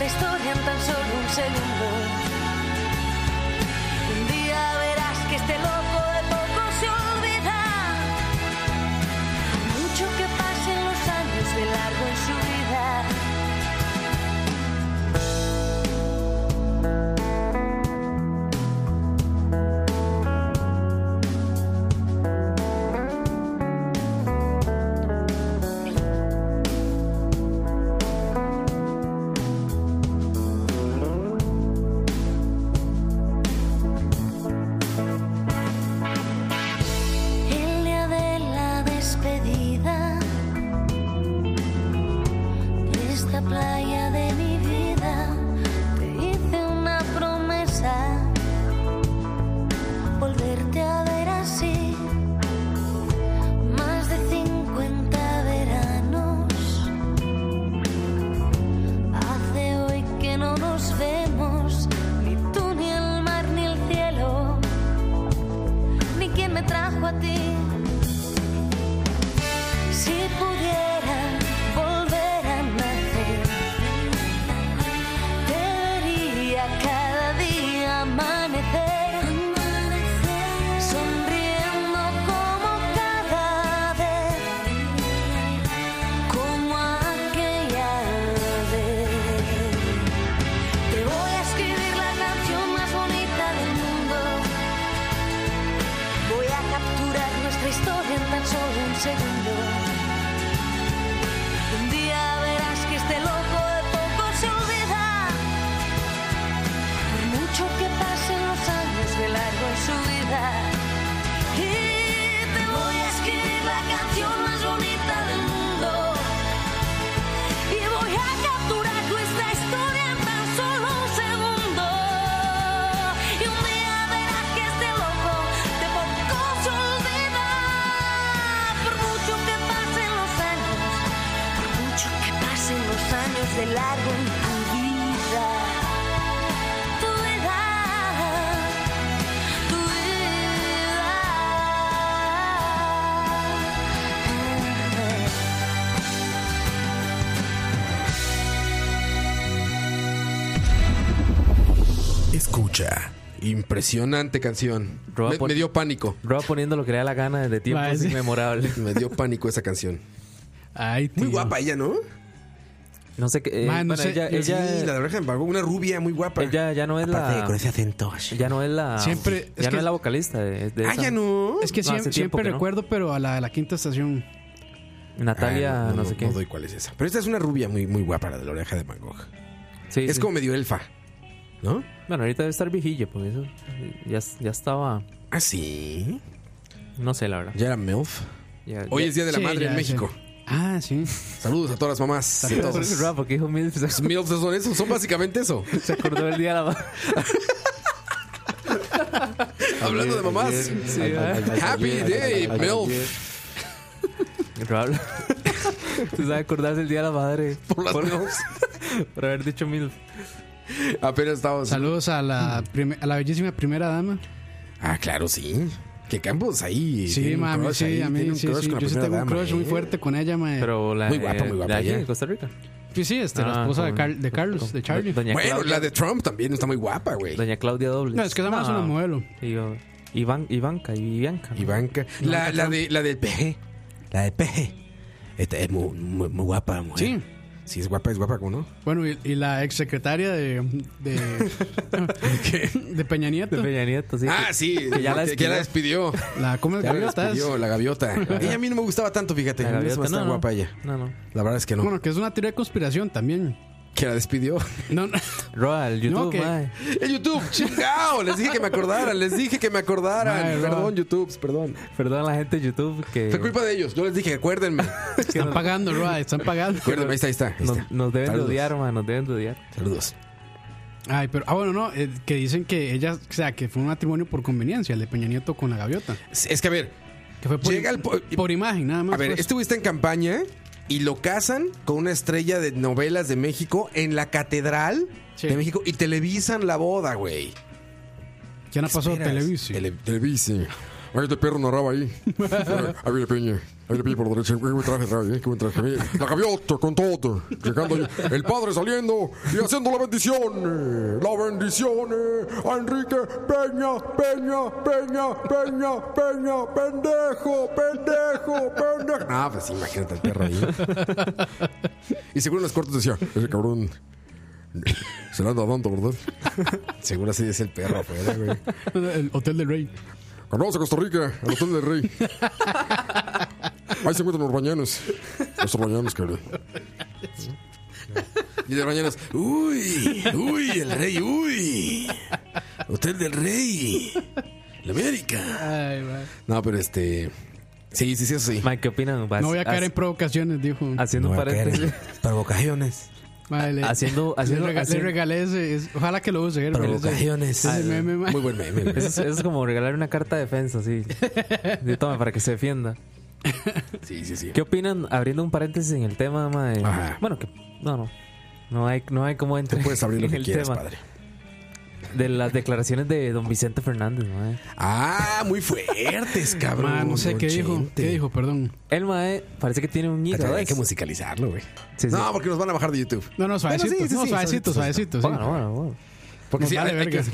este
segundo. Un día verás que este loco de poco se olvida. Por mucho que pasen los años de largo en su vida. Y te voy a escribir la canción más bonita del mundo. Y voy a capturar nuestra historia en tan solo un segundo. Y un día verás que este loco de poco se olvida. Por mucho que pasen los años, por mucho que pasen los años de largo en tu vida. Tu vida, tu vida.
Escucha. Impresionante canción.
Roa
Me,
pon-
me dio pánico.
Roa poniendo lo que le da la gana desde tiempos
Vaya.
inmemorables.
Me dio pánico esa canción. Muy guapa ella, ¿no?
No sé qué. eh, bueno, ella, ella-
Sí, la de oreja de Barbudo, una rubia muy guapa.
ella ya no es
Aparte,
la.
con ese acento.
Ya no es la.
Siempre- es
Ya no
que-
es la vocalista de, de
Ah,
esa-
ya no.
Es que
No,
siem- siempre,
hace tiempo que no.
recuerdo, pero a la de la quinta estación.
Natalia,
Ah,
no, sé qué.
No doy cuál es esa. Pero esta es una rubia muy, muy guapa, la de la oreja de Van Gogh.
Sí,
es
sí.
como medio elfa, ¿no?
Bueno, ahorita debe estar viejilla, por eso. eh, Ya, ya estaba.
Ah, sí.
No sé, la verdad.
Ya era E MILF.
Ya-
Hoy
ya-
es Día de la
Sí,
Madre
ya,
en
sí.
México.
Ah, sí.
Saludos a todas las mamás. de
Saludos.
todos.
Rafa, que dijo mil-
Los MILFs son eso, son básicamente eso.
Se acordó el día de la madre.
Hablando de mamás.
Sí,
Happy
¿verdad?
Day, MILF.
Rafa, se sabe acordarse el día de la madre.
Por las MILFs.
Por haber dicho mil.
Apenas estábamos.
Saludos a la, prime- a la bellísima primera dama.
Ah, claro, sí. Que Campos ahí. tiene
Sí,
un
mami,
crush
sí,
ahí,
a mí
tiene un
sí,
crush
sí.
con la
Yo sí
primera
tengo un
dama,
crush muy
¿eh?
fuerte con ella, mae.
Pero la
Muy
de-
guapa, muy guapa
de aquí,
ella.
de Costa Rica.
Pues sí, este, la
Ah,
esposa de,
con-
Carl- de Carlos, de Charlie.
Doña
Bueno,
Claudia.
la de Trump también está muy guapa, güey.
Doña Claudia Dobles.
No, es que esa mae es una modelo.
Y yo- Iván, Ivanka, y Bianca. ¿no?
Ivanka. La, la, de, la del PG. La del PG. Esta es muy, muy, muy guapa la mujer.
Sí.
Sí, es guapa, es guapa, ¿cómo no?
Bueno, y, y la exsecretaria de, de, de Peña Nieto.
De Peña Nieto, sí.
Ah,
que-
sí.
Que ya la
que- que
despidió.
despidió.
La, ¿Cómo es?
Ya la
Gaviotas.
despidió, la gaviota. Ella a mí no me gustaba tanto, fíjate.
La
A mí no se
gaviota,
me hace tan
no, no.
guapa ella.
No, no.
La verdad es que no.
Bueno, que es una teoría de conspiración también.
Que la despidió.
No, no.
Roa, el YouTube,
que-
mae.
El YouTube, chingao. Les dije que me acordaran. Les dije que me acordaran.
Ay,
perdón,
Rob.
YouTube, perdón.
Perdón a la gente de YouTube que.
Fue culpa de ellos. Yo les dije, acuérdenme.
Están pagando, Roa, están pagando.
acuérdenme, ahí está, ahí está. ahí está.
Nos, nos deben
Saludos.
de odiar, man, nos deben de odiar.
Saludos.
Ay, pero, ah, bueno, no, eh, que dicen que ella, o sea, que fue un matrimonio por conveniencia, el de Peña Nieto con la gaviota.
Es que a ver,
Que fue por,
Llega el po-
por imagen, nada más.
A ver,
pues.
este güey está en campaña y lo casan con una estrella de novelas de México en la catedral
Sí.
de México y televisan la boda, güey.
¿Quién ha pasado
Esperas.
Televisión?
Tele- televisi. Ay, este perro narraba ahí. Ahí viene Peña. Ahí viene Peña por derecha. Qué buen traje trae, eh, qué buen traje. Mira, La gaviota con todo. Llegando ahí. El padre saliendo y haciendo la bendición. eh, La bendición eh, a Enrique Peña, Peña, Peña, Peña, Peña, pendejo, pendejo, pendejo. Ah, pues sí, imagínate el perro ahí. Y seguro en los cortos decía, ese cabrón se le anda dando, ¿verdad? Seguro así dice el perro afuera, güey.
El Hotel del Rey.
Vamos a Costa Rica, al Hotel del Rey. Ahí se encuentran los bañanos. Los bañanos, cabrón. Y de bañanos, uy, uy, el rey, uy. Hotel del Rey. La América.
Ay, va.
No, pero este. Sí, sí, sí, eso sí.
Man, ¿qué opinan? Vas-
No voy a caer
haz-
en provocaciones, dijo.
Haciendo
Eh. No
un
va a caer en
paréntesis.
Provocaciones.
Mae, le-
haciendo- haciendo-
le, rega- le
haciendo-
regalé ese. es- ojalá que lo use. él, pero ese- ese meme, mae.
Muy buen meme. güey.
Eso es, eso es como regalar una carta de defensa, sí. De toma, para que se defienda.
Sí, sí, sí.
¿Qué opinan? Abriendo un paréntesis en el tema, mae.
Ajá.
Bueno, que. No, no. No hay, no hay cómo entrar.
Puedes abrir lo
en
que
el
quieras,
tema
padre.
De las declaraciones de don Vicente Fernández, Eh, mae.
Ah, muy fuertes, cabrón.
Mae, no sé
don
qué dijo.
Chente.
¿Qué dijo? Perdón.
El mae parece que tiene un hígado.
Hay que
¿es?
musicalizarlo, güey.
Sí, sí.
No, porque nos van a bajar de YouTube.
No, no,
Bueno, sí,
suavecito.
sí,
no,
sí,
suavecito, suavecito. sí.
Bueno, bueno, bueno.
Porque
Nos
sí,
vale
hay- hay que-
verga.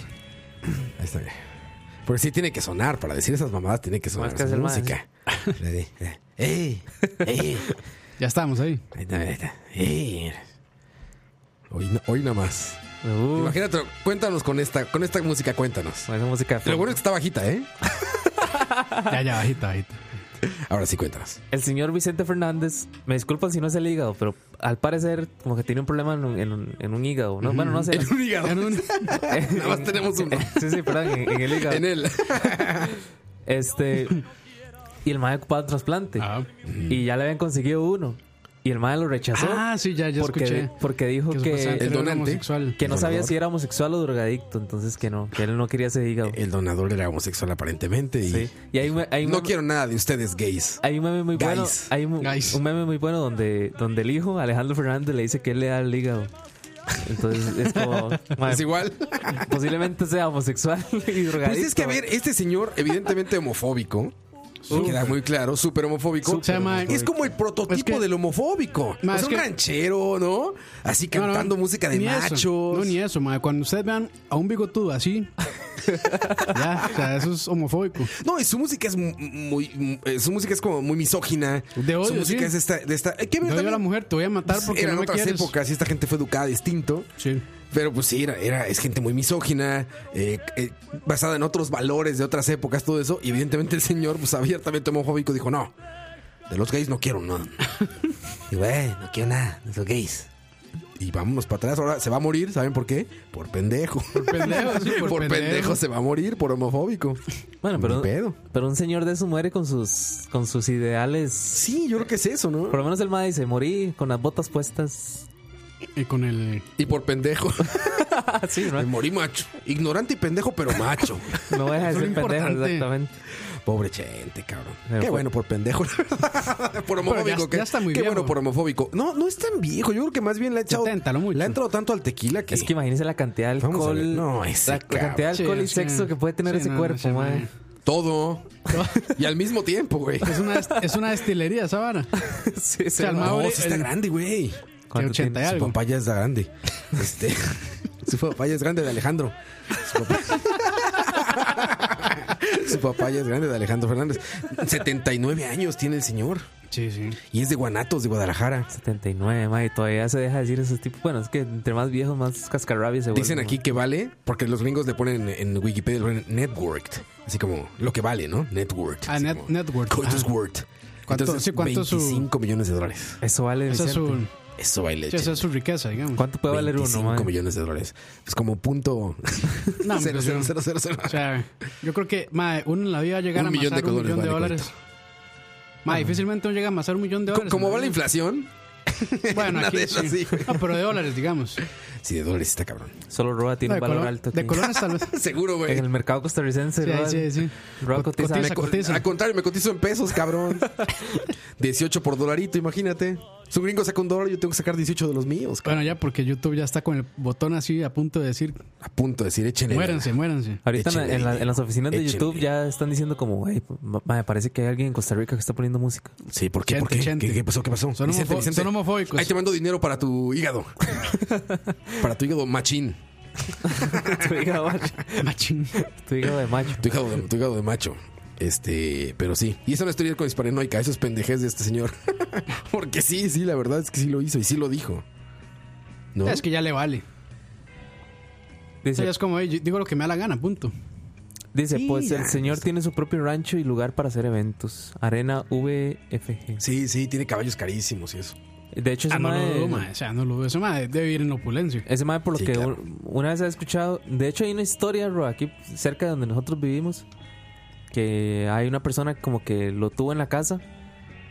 Ahí está bien. Porque sí tiene que sonar. Para decir esas mamadas tiene que sonar
Más que
esa
hacer más.
música. La de- la- ¡Ey! ¡Ey!
Ya estamos ahí.
Ahí está, ahí está. ¡Ey! Hoy, no- hoy nada más.
Uh,
Imagínate, cuéntanos con esta, con esta música, cuéntanos.
con esa música. de
Lo
fondo.
bueno es que está bajita, ¿eh?
Ya, ya, bajita, bajita.
Ahora sí, cuéntanos.
El señor Vicente Fernández, me disculpan si no es el hígado, pero al parecer como que tiene un problema en un, en un- en un hígado. ¿no? Bueno, no sé. Eh,
En un hígado. Nada más tenemos uno.
sí, sí, perdón, en, en el hígado.
En él.
Este. Y el mae ocupaba un trasplante.
Ah,
Y ya le habían conseguido uno. Y el mae lo rechazó.
Ah, sí, ya- ya
porque,
escuché.
Porque dijo
Que
que,
su pasante El era donante. homosexual.
que no
El
sabía
donador.
si era homosexual o drogadicto. Entonces que no, que él no quería ese hígado.
El donador era homosexual aparentemente. Y
Sí. Y hay, un- hay un
Eh, no
meme-
quiero nada de ustedes gays.
hay un meme muy bueno.
Guys.
Hay un, un meme muy bueno donde, donde el hijo, Alejandro Fernández, le dice que él le da el hígado. Entonces es como. mae,
Es igual.
Posiblemente sea homosexual y drogadicto.
Pues es que, a ver, este señor, evidentemente homofóbico, queda muy claro, súper homofóbico.
Súper homofóbico.
Es como el prototipo
que-
del homofóbico.
Ma,
es
es
un
que-
ranchero, ¿no? Así
No,
cantando
no,
música de
ni eso.
machos.
no, ni eso, madre. Cuando ustedes vean a un bigotudo así, ya, o sea, eso es homofóbico.
No, y su música es mu- muy, mu- eh, su música es como muy misógina.
De odio,
su música
sí.
es esta, de esta. eh, ¿Qué
No
bien
yo a
también?
la mujer, te voy a matar porque
eran
no me
otras
quieres.
épocas y esta gente fue educada distinto.
Sí.
Pero pues sí, era, era- es gente muy misógina, eh, eh, basada en otros valores de otras épocas, todo eso. Y evidentemente el señor, pues abiertamente homofóbico, dijo, no, de los gays no quiero nada. y güey, no quiero nada, de los gays. Y vámonos para atrás, ahora se va a morir, ¿saben por qué? Por pendejo. Por
pendejo, sí, por
por pendejo
pendejo.
se va a morir, por homofóbico.
Bueno,
Ni
pero,
pedo.
pero un señor de esos muere con sus, con sus ideales.
Sí, yo creo que es eso, ¿no?
Por lo menos el mae dice, morí con las botas puestas.
Y con el...
Y por pendejo.
sí,
Me morí macho. Ignorante y pendejo, pero macho.
No deja
Eso
de
es
ser
lo
pendejo,
importante.
exactamente.
Pobre gente, cabrón.
Pero
Qué
fue-
bueno por pendejo, la verdad. Por homofóbico.
ya-
qué-
ya está muy
qué
viejo.
bueno por homofóbico. No, no es tan viejo. Yo creo que más bien le ha echado.
70, lo mucho.
Le ha entrado tanto al tequila que.
Es que imagínense la cantidad de
Vamos a ver.
alcohol.
No, ese
la, la
cabrón.
cantidad de alcohol
Sí,
y
sí.
sexo que puede tener
Sí,
ese
no, no,
cuerpo,
sí,
mae.
mae.
Todo. y al mismo tiempo, güey.
Es una, dest- es una destilería esa vara.
Sí, sí,
O sea, el
mae.
mae
No,
abre
sí está
el-
grande, güey.
¿Cuánto
80 y
tiene?
Su
algo.
papá ya está grande. Este. su papá ya es grande de Alejandro. Su papá. su papá ya es grande de Alejandro Fernández. 79 años tiene el señor.
Sí, sí.
Y es de Guanatos, de Guadalajara.
79, mae. Todavía se deja decir esos tipos. Bueno, es que entre más viejos, más cascarrabias se
Dicen
vuelven,
aquí
mae.
que vale, porque los gringos le ponen en Wikipedia, le ponen networked. Así como lo que vale, ¿no? Networked.
Ah,
Así
net-
como,
network.
Coitus
Ajá.
worth.
¿Cuánto-
Entonces,
sí, cuánto su-
25 millones de dólares.
Eso vale.
Esa es,
Vicente.
su,
Eso vale.
sí, esa es su riqueza, digamos.
¿Cuánto puede valer uno,
25
mae?
millones de dólares. Es como punto...
¿eh? No,
cero,
pero
cero,
yo-
cero, cero, cero.
O sea, yo creo que mae, uno en la vida va a llegar
Un
a
millón
amasar
de
un
colones
millón de
vale
dólares. Mae, difícilmente uno llega a amasar un millón de
Co-
dólares.
como
en
va la
vida.
inflación...
Bueno,
Una
aquí
de esas,
sí.
sí, güey.
No, pero de dólares, digamos.
Sí, de dólares está cabrón.
Solo Roa
No,
tiene
de
un valor
colo-
alto.
De
aquí.
colones tal vez.
Seguro, güey.
En el mercado costarricense,
Sí,
Roa-
sí, sí.
Roa cotiza. ah,
cotiza.
Co-
cotiza.
Al contrario, me cotizo en pesos, cabrón. 18 por dolarito, imagínate. Si un gringo saca un dólar, yo tengo que sacar 18 de los míos, cabrón.
Bueno, ya porque YouTube ya está con el botón así a punto de decir,
A punto de decir, échenle.
muéranse, muéranse.
Ahorita en, la-
Échenle
en la-
dinero,
en las oficinas de
échenle.
YouTube ya están diciendo como, "Ey, mae, parece que hay alguien en Costa Rica que está poniendo música.
Sí, ¿por qué? ¿Por qué?
Chente, chente.
¿Qué, qué pasó? ¿Qué pasó?
Son homofo- son homofóbicos.
Ahí te mando dinero para tu hígado. para tu hígado machín.
tu hígado,
Machín.
tu hígado de macho.
Tu hígado de, tu hígado de macho. Este, pero sí. Y eso no es teoría con hisparenoica, eso es pendejez de este señor. Porque sí, sí, la verdad es que sí lo hizo y sí lo dijo. ¿No?
Es que ya le vale. O sea,
Dice,
ya es como, "Ey, yo digo lo que me da la gana, punto.
dice
Sí,
pues
ah,
el señor tiene su propio rancho y lugar para hacer eventos. Arena VFG.
Sí, sí, tiene caballos carísimos y eso.
De hecho, ese
Ah, no lo dudo,
mae,
mae. O sea, no lo dudo. Eso, mae, debe vivir en opulencia.
ese mae por lo
Sí,
que
claro.
un- una vez he escuchado. De hecho, hay una historia, Ro, aquí cerca de donde nosotros vivimos. Que hay una persona como que lo tuvo en la casa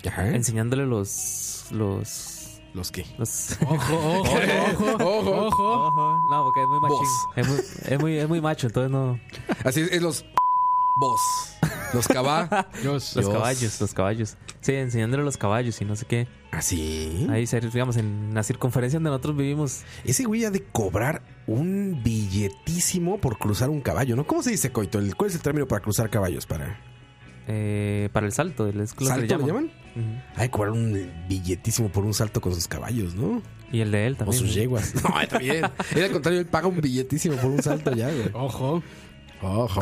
¿Eh?
Ajá.
enseñándole los. Los.
¿Los qué?
los
Ojo, ojo, ojo, ojo, ojo.
Ojo. No, porque es muy machín.
Vos.
Es muy, es, muy, es muy macho, entonces no.
Así es, es los vos. Los cabá.
Dios.
Los
Dios.
caballos, los caballos. Sí, enseñándole los caballos y no sé qué.
Así.
Ahí, ser- digamos, en la circunferencia donde nosotros vivimos.
Ese güey ha de cobrar un billetísimo por cruzar un caballo, ¿no? ¿Cómo se dice, Coito? El- ¿Cuál es el término para cruzar caballos? ¿Para
eh, para el salto. el- es lo que
salto
le
lo
llaman.
llaman? Ha de cobrar un billetísimo por un salto con sus caballos, ¿no?
Ujú. Y el de él
O
también.
sus yeguas. No, está bien. Él al contrario, él paga un billetísimo por un salto ya, güey.
Ojo.
Ojo.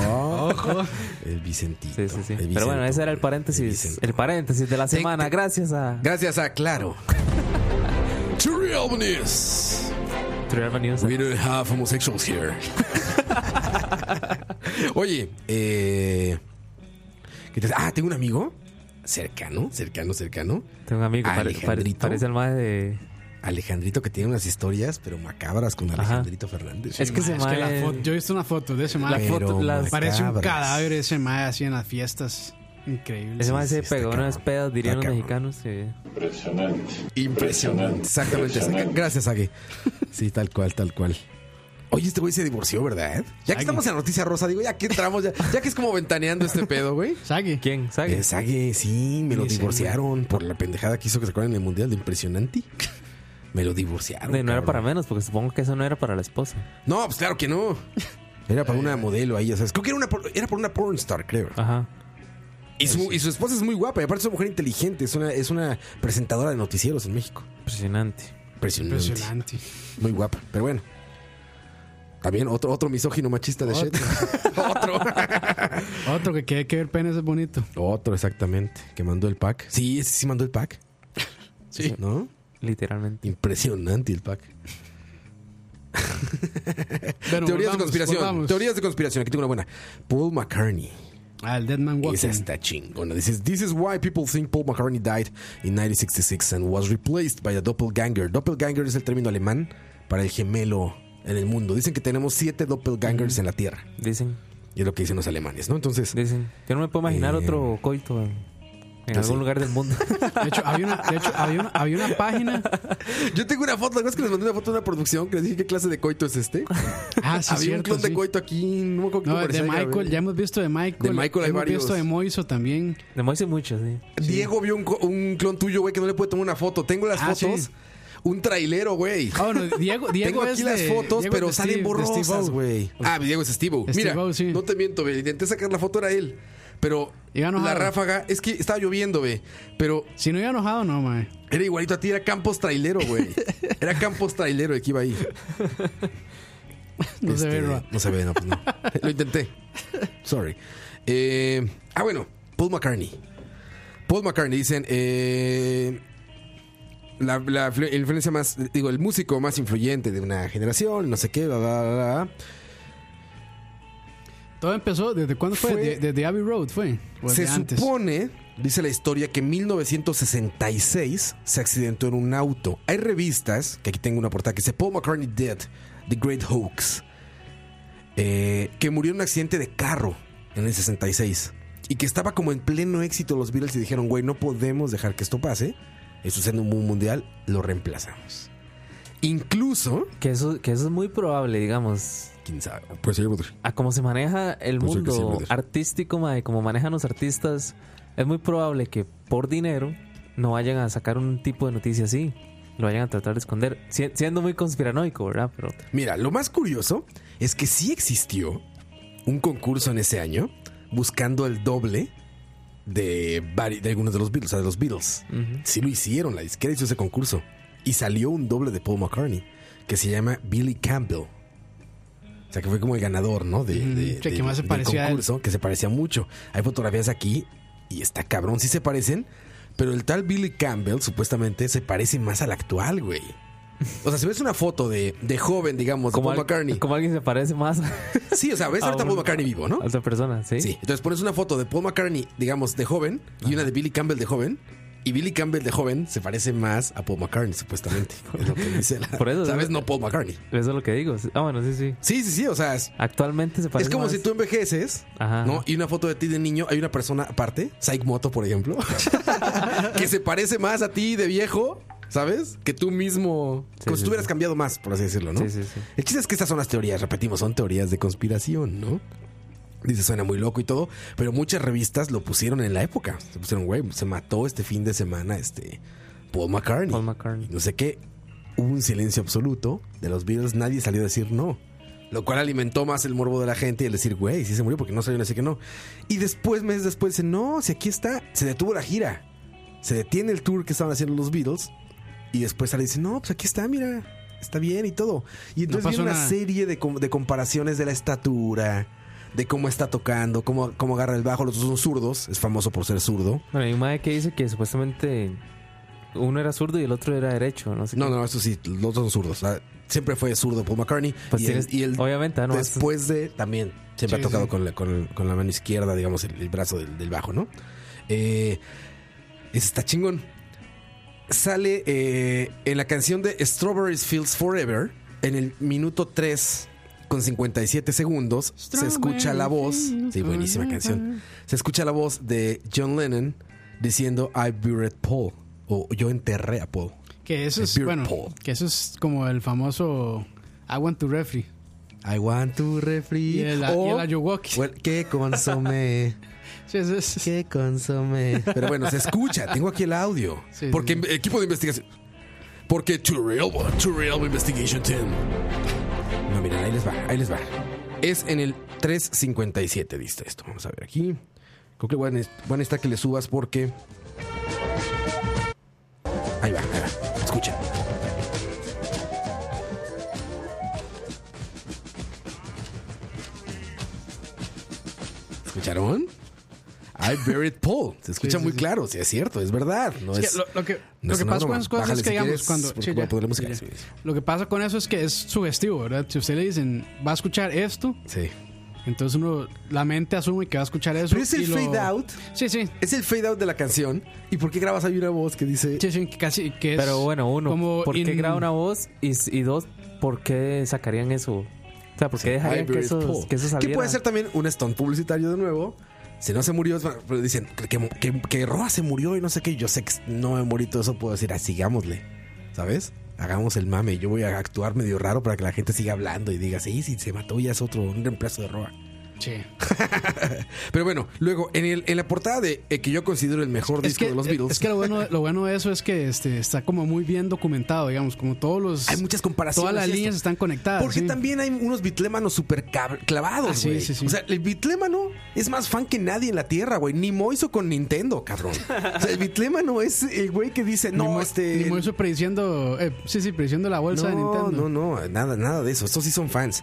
Ojo.
El Vicentito.
Sí, sí, sí.
El
Pero bueno,
Vicentón,
ese era el
el
paréntesis.
Vicentón.
El, paréntesis de la
Te-
semana.
te-
Gracias a
Gracias a Claro. To real news.
Trivial News.
We don't have homosexuals here. Oye, eh, ¿qué te- ah, tengo un amigo cercano, cercano, cercano.
Tengo un amigo, pare-
Alejandrito.
pare- parece el más de...
Alejandrito que tiene unas historias, pero macabras con Alejandrito Fernández.
Sí, mae, es que la foto- yo he visto una foto de ese mae.
La foto- las-
parece un
macabras.
cadáver ese mae así en las fiestas. Increíble.
Ese más
Sí,
se
sí, está
pegó
cabrón.
unas pedas, dirían los
Está
mexicanos. eh, sí.
Impresionante. Impresionante. Exactamente. Sague. Gracias, Sague. Sí, tal cual, tal cual. Oye, este güey se divorció, ¿verdad? Ya que estamos en la noticia rosa, digo, ya que entramos, ya, ya que es como ventaneando este pedo, güey.
Sague.
¿Quién? Sague.
Eh, Sague, sí, me lo
Sí, sí,
divorciaron por la pendejada que hizo que se acuerdan en el mundial de impresionante. Me lo divorciaron.
No, no era
cabrón.
para menos, porque supongo que eso no era para la esposa.
No, pues claro que no. Era para una modelo ahí, ya sabes. Creo que era, una, por- era por una pornstar, creo.
Ajá.
Y su, y su esposa es muy guapa, y aparte es una mujer inteligente, es una, es una presentadora de noticieros en México.
Impresionante.
Impresionante.
Impresionante.
Muy guapa, pero bueno. También otro, otro misógino machista de shit.
Otro que quiere que ver penes es bonito.
Otro, exactamente. Que mandó el pack. Sí, ese sí mandó el pack. Sí. ¿No?
Literalmente.
Impresionante el pack.
Bueno,
Teorías
volvamos,
de conspiración.
volvamos.
Teorías de conspiración. Aquí tengo una buena. Paul McCartney.
Ah, el Deadman Walking.
Esa está chingona. Dices, this is why people think Paul McCartney died in 1966 and was replaced by a doppelganger. Doppelganger es el término alemán para el gemelo en el mundo. Dicen que tenemos siete doppelgangers en la Tierra.
Dicen.
Y es lo que dicen los alemanes, ¿no? Entonces...
Dicen. Yo no me puedo imaginar
Eh,
otro coito en, en
Ah,
algún
sí.
lugar del mundo.
De hecho, había una, de hecho, había una, había una página.
Yo tengo una foto, la es que les mandé una foto de una producción que les dije qué clase de coito es este.
Ah, sí,
Había un
cierto,
clon de
sí.
coito aquí, no me acuerdo qué
No, de
comercial grabé.
Michael, ya hemos visto de Michael.
De Michael hay
hemos
varios.
visto de Moiso también.
De Moise muchos, sí.
Diego vio un, co- un clon tuyo, güey, que no le puede tomar una foto. Tengo las
Ah,
fotos.
sí.
Un trailero, güey.
Ah, bueno, Diego, Diego
Tengo
es
aquí las
de-
fotos,
Diego
pero
es de
salen
Steve- de Steve
borrosas,
O.
güey. Ah, Diego es Steve.
Steve
Mira, no te miento, güey. Intenté sacar la foto, era él. Pero
Iba enojado.
la ráfaga, es que estaba lloviendo, güey. Pero
Si no iba enojado, no, mae.
era igualito a ti, era Campos trailero, güey. Era Campos trailero el que iba ahí.
No se
Este,
ve, Roa.
No se ve, no, pues no. Lo intenté. Sorry. Eh, ah, bueno, Paul McCartney. Paul McCartney, dicen. eh, la, la influ- influencia más, digo, el músico más influyente de una generación, no sé qué, bla, bla, bla, bla.
Todo empezó, ¿desde cuándo fue?
Fue-
De- Desde Abbey Road fue. ¿O
Se
desde Pues antes?
supone, dice la historia, que en 1966 se accidentó en un auto. Hay revistas, que aquí tengo una portada que dice Paul McCartney Dead, The Great Hoax, eh, que murió en un accidente de carro en el 66 y que estaba como en pleno éxito los Beatles y dijeron, güey, no podemos dejar que esto pase. Esto es en un mundial, lo reemplazamos. Incluso.
Que eso, que eso es muy probable, digamos.
¿Quién sabe? Pues sí, brother.
A cómo se maneja el
Puede ser Pues que sí,
mundo
brother.
artístico, mae, como manejan los artistas, es muy probable que por dinero no vayan a sacar un tipo de noticia así. Lo vayan a tratar de esconder. Si- siendo muy conspiranoico, ¿verdad? Pero
Mira, lo más curioso es que sí existió un concurso en ese año buscando el doble de, vari- de algunos de los Beatles, o sea, de los Beatles. Sí lo hicieron, la disquera hizo ese concurso. Y salió un doble de Paul McCartney, que se llama Billy Campbell. O sea, que fue como el ganador, ¿no? De,
Mm,
de-
sí, que
del-
más se
del
parecía a él.
concurso, que se parecía mucho. Hay fotografías aquí y está cabrón, sí se parecen. Pero el tal Billy Campbell, supuestamente, se parece más al actual, güey. O sea, si ves una foto de, de joven, digamos, de
como,
Paul
al-
McCartney.
como alguien se parece más
Sí, o sea, ves
a
ahorita a Paul
un-
McCartney vivo, ¿no?
a otra persona, ¿sí?
Sí. Entonces pones una foto de Paul McCartney, digamos, de joven, y una de Billy Campbell de joven. Y Billy Campbell de joven se parece más a Paul McCartney, supuestamente. Es lo que dice la-
Por eso-
¿Sabes? No Paul McCartney.
Eso es lo que digo. Ah, bueno, sí, sí.
Sí, sí, sí. O sea, es,
Actualmente se parece
es como
más-
si tú envejeces,
Ajá.
¿no? Y una foto de ti de niño, hay una persona aparte, Saik Moto, por ejemplo, que se parece más a ti de viejo, ¿sabes? Que tú mismo. como si
sí,
tú hubieras cambiado más, por así decirlo, ¿no?
Sí, sí, sí.
El chiste es que estas son las teorías, repetimos, son teorías de conspiración, ¿no? Dice, suena muy loco y todo, pero muchas revistas lo pusieron en la época. Se pusieron, güey, se mató este fin de semana este Paul McCartney.
Paul McCartney.
No sé qué. Hubo un silencio absoluto de los Beatles, nadie salió a decir no. Lo cual alimentó más el morbo de la gente y el decir, güey, sí se murió porque no salieron a decir que no. Y después, meses después, dicen, no, si aquí está, se detuvo la gira. Se detiene el tour que estaban haciendo los Beatles y después sale y dice, no, pues aquí está, mira, está bien y todo. Y entonces
No pasó
viene una
nada.
serie de, com- de comparaciones de la estatura, de cómo está tocando, cómo, cómo agarra el bajo, los dos son zurdos, es famoso por ser zurdo.
Bueno, hay un mae que dice que supuestamente uno era zurdo y el otro era derecho, no sé
No,
qué.
no, eso sí, los dos son zurdos. Ah, Siempre fue zurdo Paul McCartney.
Pues
y,
tienes-
él, y él
obviamente, ah, no, esto-
después de también siempre
Sí,
ha tocado
sí.
con, la, con- con la mano izquierda, digamos, el, el brazo del, del bajo, ¿no? Eh, Ese está chingón. Sale eh, en la canción de Strawberries Fields Forever, en el minuto 3 con 57 segundos, se escucha la voz. Sí, buenísima canción. Se escucha la voz de John Lennon diciendo I buried Paul. O yo enterré a Paul.
Que eso
I
es,
buried
bueno,
Paul.
que eso es como el famoso I want to refri.
I want to refri.
Y el- y el ayuwoki.
o el que consome. Que consome. Pero bueno, se escucha. Tengo aquí el audio.
Sí,
porque em, equipo de investigación. Porque To Real, To Real Investigation Team. No, miren, ahí les va, ahí les va. Es en el 357, dice esto. Vamos a ver aquí. Creo que voy a ne- voy a necesitar que le subas porque. Ahí va, ahí va. Escucha. ¿Escucharon? I buried Paul. Se escucha muy claro, sí, es cierto, es verdad. No
Es
es,
que lo, lo que,
no
lo
es
que
una
pasa con
broma.
esas cosas
Bájale
es que,
si
digamos,
quieres,
cuando.
porque
sí,
voy a
ya,
ponerle
sí,
música.
ya.
Sí, sí.
Lo que pasa con eso es que es sugestivo, ¿verdad? Si usted le dicen, va a escuchar esto.
Sí.
Entonces uno, la mente asume que va a escuchar eso.
Pero es
y
el
lo-
fade out.
Sí, sí.
Es el fade out de la canción. ¿Y por qué grabas ahí una voz que dice.
Sí, sí, que casi que es.
Pero bueno, uno,
como
¿por qué
in-
graba una voz? Y, s- y dos, ¿por qué sacarían eso? O sea, ¿por qué dejarían que
Hybrid
eso,
Paul.
que eso saliera?
puede ser también un stunt publicitario de nuevo. Si no se murió, es- pero dicen que, que, que- que Roa se murió y no sé qué. Yo sé que no me morí, todo eso puedo decir, ah, sigámosle. ¿Sabes? Hagamos el mame. Yo voy a actuar medio raro para que la gente siga hablando y diga, sí, sí, se mató, ya es otro, un reemplazo de Roa.
Sí.
Pero bueno, luego, en, el, en la portada de eh, que yo considero el mejor
Es
disco
que,
de los Beatles.
es que lo bueno, lo bueno de eso es que este, está como muy bien documentado, digamos, como todos los...
Hay muchas comparaciones.
Todas las
y esto.
líneas están conectadas.
Porque
sí.
también hay unos bitlémanos super cab-
Ah,
clavados,
sí,
güey.
sí, sí.
O sea, el bitlémano es más fan que nadie en la tierra, güey. Ni Mo hizo con Nintendo, cabrón. O sea, el bitlémano es el güey que dice, no,
Ni mu-
este.
Ni Moiso prediciendo... eh, sí, sí, prediciendo la bolsa de
no,
Nintendo.
no, no, nada, nada de eso. Estos sí son fans.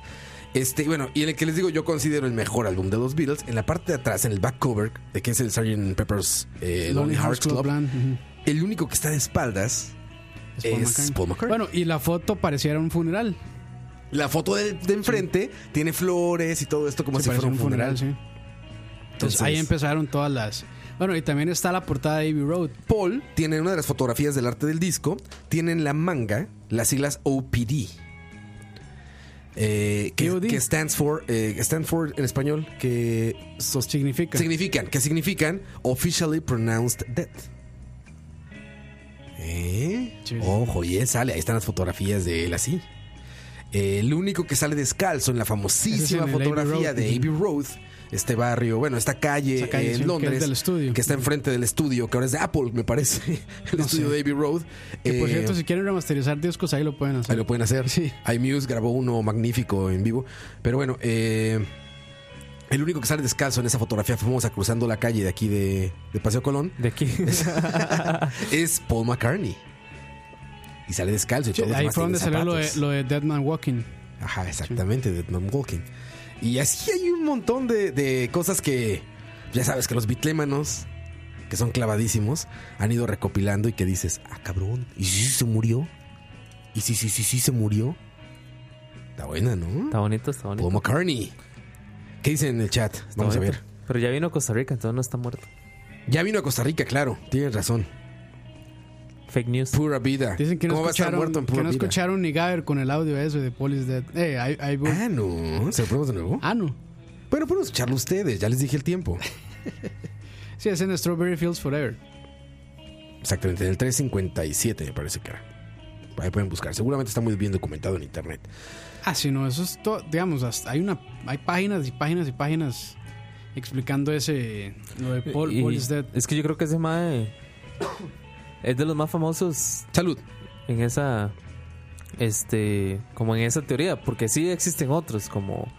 Este, bueno, y en el que les digo, yo considero el mejor álbum de los Beatles. En la parte de atrás, en el back cover, de que es el Sgt. Pepper's eh, Lonely Hearts Club,
Plan,
el único que está de espaldas
ujú,
es,
Paul McCartney.
Paul McCartney.
Bueno, y la foto pareciera un funeral.
La foto del- de, enfrente tiene flores y todo esto como
Sí,
si fuera
parece
un funeral.
sí. Entonces,
Entonces,
ahí empezaron todas las... Bueno, y también está la portada de Abbey Road.
Paul tiene una de las fotografías del arte del disco, tiene en la manga las siglas OPD. eh, que,
AOD.
que stands for, eh, stand for en español, que sos-
Significa.
significan, que significan officially pronounced dead. ¿Eh? Ojo, y él sale, ahí están las fotografías de él así. Eh, El único que sale descalzo en la
Ese es
famosísima
en el
fotografía
Abbey Road.
de Abbey Road, este barrio, bueno, esta calle,
Esa calle, sí,
eh, en
que es
Londres,
del estudio.
que está enfrente del estudio, que ahora es de Apple, me parece, el
No
estudio
sé.
de Abbey Road.
Que por
Eh,
cierto, si quieren remasterizar discos, ahí lo pueden hacer.
Ahí lo pueden hacer. iMuse grabó uno magnífico en vivo. Pero bueno, eh, el único que sale descalzo en esa fotografía famosa cruzando la calle de aquí de, de Paseo Colón
De aquí.
es Paul McCartney. Y sale descalzo. Y
Sí,
todos los
ahí
demás
fue donde
tienen
salió lo de,
zapatos.
lo de Dead Man Walking.
Ajá, exactamente, de Mom Walking. Y así hay un montón de, de cosas que ya sabes que los bitlémanos, que son clavadísimos, han ido recopilando y que dices, ah, cabrón, ¿y si se murió? ¿Y si, si, si, si se murió? Está buena, ¿no?
Está bonito, está bonito.
Paul McCartney. ¿Qué dicen en el chat?
Está
Vamos a
bonito.
ver.
Pero ya vino a Costa Rica, entonces no está muerto.
Ya vino a Costa Rica, claro, tienes razón.
Fake news.
Pura vida.
Dicen que no
¿Cómo va a estar
escucharon,
muerto en
que
pura
no
vida?
escucharon ni Gaber con el audio ese de Police Dead. Eh, ahí, ahí voy.
Ah, no. ¿Se lo ponemos de nuevo?
Ah, no.
Bueno, pueden escucharlo ustedes, ya les dije el tiempo.
Sí, es en Strawberry Fields Forever.
Exactamente, en el 357 me parece que era. Ahí pueden buscar. Seguramente está muy bien documentado en internet.
Ah, sí, no, eso es todo. Digamos, hasta hay, una, hay páginas y páginas y páginas explicando ese. Lo de Paul,
Y-
Paul is Dead.
Es que yo creo que ese mae es de los más famosos.
Salud.
En esa. Este. Como en esa teoría. Porque sí existen otros. Como.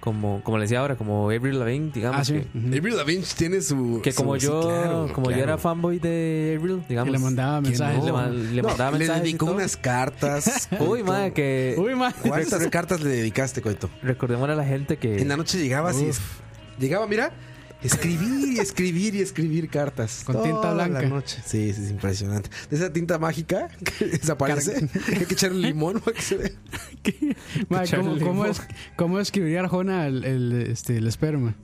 Como, como le decía ahora, como Avril Lavigne, digamos.
Ah, sí.
que,
ujú.
Avril Lavigne tiene su.
que
su-
como
sí,
yo.
claro,
como
claro.
yo era fanboy de Avril, digamos.
Que le mandaba
¿quién
mensajes,
no? Le,
¿no?
ma- le
No,
mandaba mensajes. y
Le dedicó
todo.
unas cartas.
Uy, madre,
eh,
que.
Uy, ma.
¿Cuántas cartas le dedicaste, Coito?
Recordémosle a la gente que.
En la noche llegabas y.
Uf.
Llegaba, mira, escribir y escribir y escribir cartas.
Con tinta
Toda
blanca.
La noche. Sí, sí, es impresionante. De esa tinta mágica que desaparece, hay que echarle limón para que se vea.
Madre, ¿cómo,
Charlie
cómo
Mo.
es, ¿Cómo escribiría Arjona el, el, este, el esperma?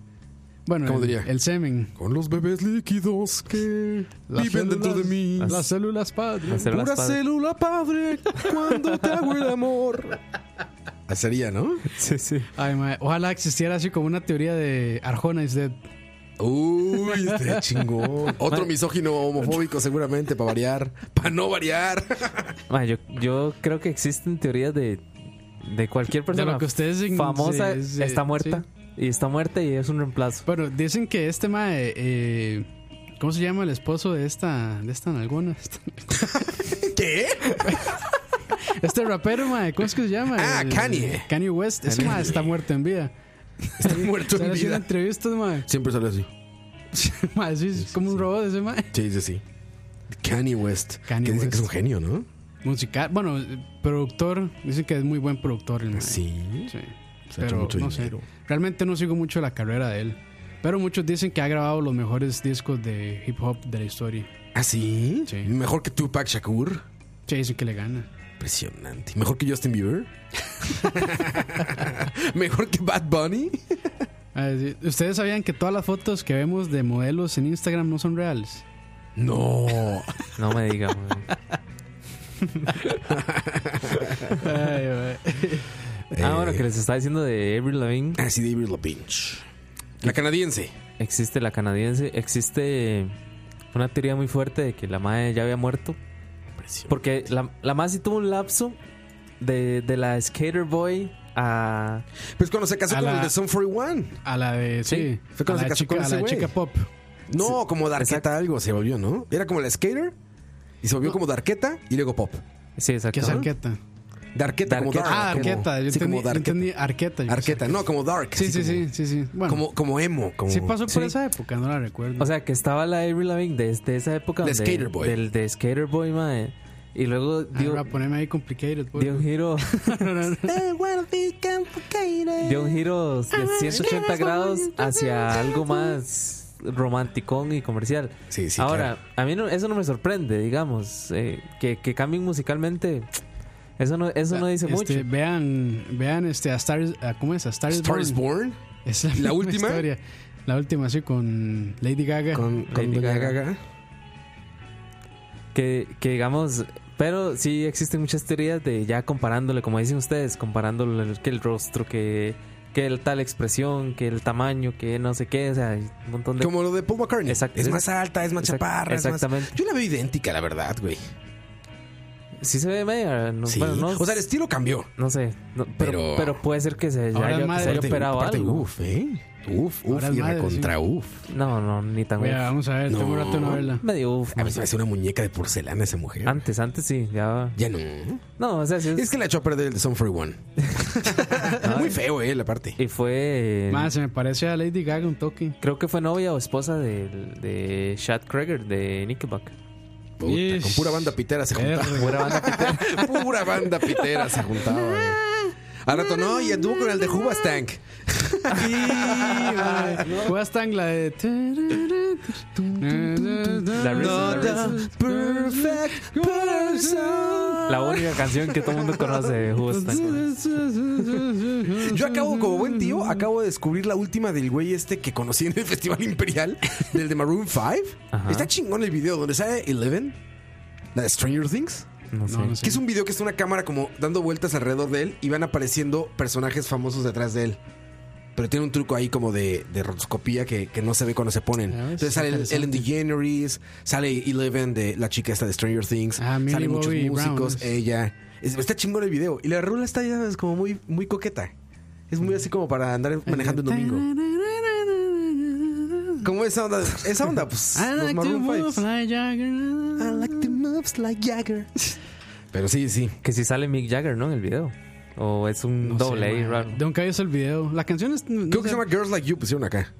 Bueno,
¿Cómo
el,
diría?
el semen.
Con los bebés líquidos que
Las
viven dentro de
células-
mí.
Las células padre.
Las células
Pura
padre.
célula padre, cuando te hago el amor. Ah, Sería, ¿no?
Sí, sí.
Ay, mae, Ojalá existiera así como una teoría de Arjona is dead.
Uy, este chingón. Otro misógino homofóbico, seguramente, para variar. Para no variar.
Ma, yo, yo creo que existen teorías de, de cualquier persona
lo que ustedes en-
famosa
sí, sí,
está muerta. Y está muerta y es un reemplazo.
Bueno, dicen que este mae. eh, ¿Cómo se llama el esposo de esta. de esta nalgona?
¿Qué?
Este rapero, mae. ¿Cómo es que se llama?
Ah,
El-
Kanye.
Kanye West. Ese
Kanye.
mae está muerto en vida.
Está muerto
Está
en
haciendo
vida.
entrevistas, mae.
Siempre sale así.
Mae, sí, es como un robot ese mae.
Sí, sí, sí. Kanye West.
Kanye
que dicen que es un
West.
genio, ¿no?
Musical. Bueno, eh, productor. Dicen que es muy buen productor el mae.
Sí.
Sí.
Se ha hecho
Pero
mucho
no sé.
dinero.
Realmente no sigo mucho la carrera de él. Pero muchos dicen que ha grabado los mejores discos de hip hop de la historia.
¿Ah, sí?
Sí.
Mejor que Tupac Shakur.
Sí, dicen que le gana.
Impresionante. Mejor que Justin Bieber. Mejor que Bad Bunny.
A ver, sí. Ustedes sabían que todas las fotos que vemos de modelos en Instagram no son reales.
No.
No me diga, ma.
Ay,
Ah,
Eh.
bueno, que les estaba diciendo de Avril Lavigne.
Así de Avril Lavigne. La canadiense.
Existe la canadiense. Existe una teoría muy fuerte de que la madre ya había muerto.
Impresionante.
Porque la, la madre sí tuvo un lapso de, de la Skater Boy a.
Pues cuando se casó
A
con
la-
el de Sun 41.
a la de. Sí.
Sí,
fue
a
cuando se
la,
casó
chica,
con
a
ese
la
güey.
chica pop.
No, como Darketa algo se volvió, ¿no? Era como la skater y se volvió como Darketa y luego pop.
Sí, exacto.
Que es Arqueta.
Darketa como Dark.
Darketa.
Ah,
como-
Arqueta. Yo
sí,
entendí,
como
yo
Darketa.
entendí Arqueta. yo pensé
Arqueta,
que-
no, como Dark.
Sí,
así
sí, sí,
como,
sí, sí. Bueno,
Como, como emo. Como,
sí pasó por
sí.
esa época, no la recuerdo.
O sea, que estaba la Avril Lavigne de, de esa época.
De
donde-
Skater Boy.
Del de Skater Boy, mae. Y luego dio,
Ahora poneme ahí complicated. pues. por
dio un giro. Eh,
favor. Ah, No, no, no.
dio un giro de 180 grados hacia algo más romanticón y comercial.
Sí, sí,
Ahora, a mí no- eso no me sorprende, digamos. eh, que, que cambien musicalmente, eso no, eso no dice
Este,
mucho.
Vean, vean este, a Star, is- a- ¿cómo es? A Star is
Star
Born.
is Born
Es
¿La
misma
última?
historia. La última, sí, con Lady Gaga.
con, con
Lady
Doña Gaga.
Gaga. Que, que digamos, pero sí existen muchas teorías de ya comparándole, como dicen ustedes, comparándole que el rostro, que, que el tal expresión, que el tamaño, que no sé qué, o sea, hay un montón de...
Como lo de Paul McCartney.
Exacto.
Es más alta, es más
Exact-
chaparra. es más-
exactamente.
Yo la veo idéntica, la verdad, güey.
Sí se ve media, no,
Sí.
bueno, no,
O sea, el estilo cambió.
no sé, no, pero,
Pero-
pero, puede ser que se
Ahora
haya,
es más
se haya
fuerte,
operado
aparte,
algo.
Uf, ¿eh? Uf, uf,
Ahora es
y
madre,
recontra
sí.
uf.
No, no, ni tan
Mira,
uf.
vamos a ver, tengo
No.
rato de no verla.
Medio uf.
A mí se me hace una muñeca de porcelana esa mujer.
Antes, antes sí, ya...
Ya no.
No, o sea, sí es-
Es que la echó a perder el de Sun 41. Muy feo, eh, la parte.
Y fue... eh,
Más, se me parece a Lady Gaga un toque.
Creo que fue novia o esposa de, de Chad Kroeger de Nickelback.
Puta,
Ish.
con pura banda pitera se
Perro.
juntaba. Pura banda pitera. pura banda pitera se juntaba. eh. Al rato no, y anduvo con el de Hubas Tank.
Sí, madre. Fue hasta en la de.
La Reason, la Reason.
Perfect person.
La única canción que todo el mundo conoce de
Pues
Houston.
Yo acabo, como buen tío, acabo de descubrir la última del güey este que conocí en el Festival Imperial, del de Maroon 5.
Ajá.
Está chingón el video donde sale Eleven, la de Stranger Things.
No sé.
No, no
Que
sé.
es un video que es una cámara como dando vueltas alrededor de él y van apareciendo personajes famosos detrás de él. Pero tiene un truco ahí como de, de rotoscopía que, que no se ve cuando se ponen.
Ah, sí,
Entonces sale el- Ellen
interesante.
DeGeneres, sale Eleven de la chica esta de Stranger Things,
Ah, Millie
salen muchos
Bobby Brown,
músicos,
¿no?
ella. Es- está chingón el video. Y la rola está ya es como muy, muy coqueta. Es muy así como para andar manejando un domingo. Como esa onda, esa onda, pues.
I
los
like to
Maroon
move
fives.
like
I
Jagger.
like to move like Jagger. Pero sí, sí.
Que si sale Mick Jagger, ¿no? En el video. O es un
No sé,
doble ahí
madre.
raro.
Nunca he visto el video. La canción es. no
Creo que
sé
se llama Girls Like You, pusieron acá.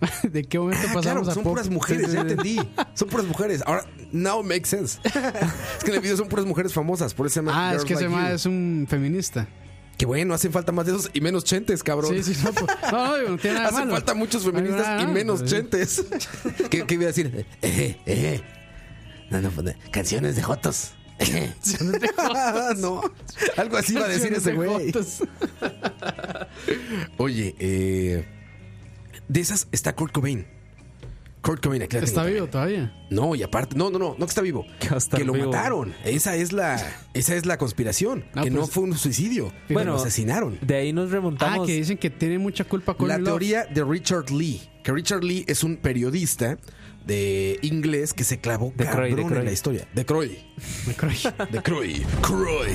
¿De qué momento
Ah, claro,
pasamos a
son
pop?
puras mujeres,
Sí, sí,
ya
sí.
entendí. Son puras mujeres. Ahora, now makes sense. es que en el video son puras mujeres famosas, por eso se llama
Ah, es
Girls
que ese
Like
ma
You.
es un feminista.
Que bueno, hacen falta más de esos y menos chentes, cabrón.
Sí, sí, no, po- no, no, no tiene nada de
Hacen
malo.
falta muchos
No pues, hay
feministas
nada
y
malo,
menos
pero sí.
chentes. ¿Qué, ¿Qué iba a decir? Eh, eh, eh. No, no, pone, canciones de Jotos. no, algo así iba a decir ese güey.
Jotos.
Oye, eh, de esas está Kurt Cobain. Kurt Cobain, aquí la
¿Está
tengo.
vivo todavía? Ah,
No, y aparte, no, no, no, no que está vivo. Que,
estar
lo
vivo.
mataron. Esa es la, esa es la conspiración.
No,
que no
pues-
fue un suicidio. que
Bueno,
lo asesinaron.
De ahí nos remontamos.
Ah, que dicen que tiene mucha culpa Courtney
La
Love.
teoría de Richard Lee, que Richard Lee es un periodista de inglés que se clavó
De Croy, de
cabrón
Croy.
en la historia. De Croy.
De Croy.
De Croy. Croy.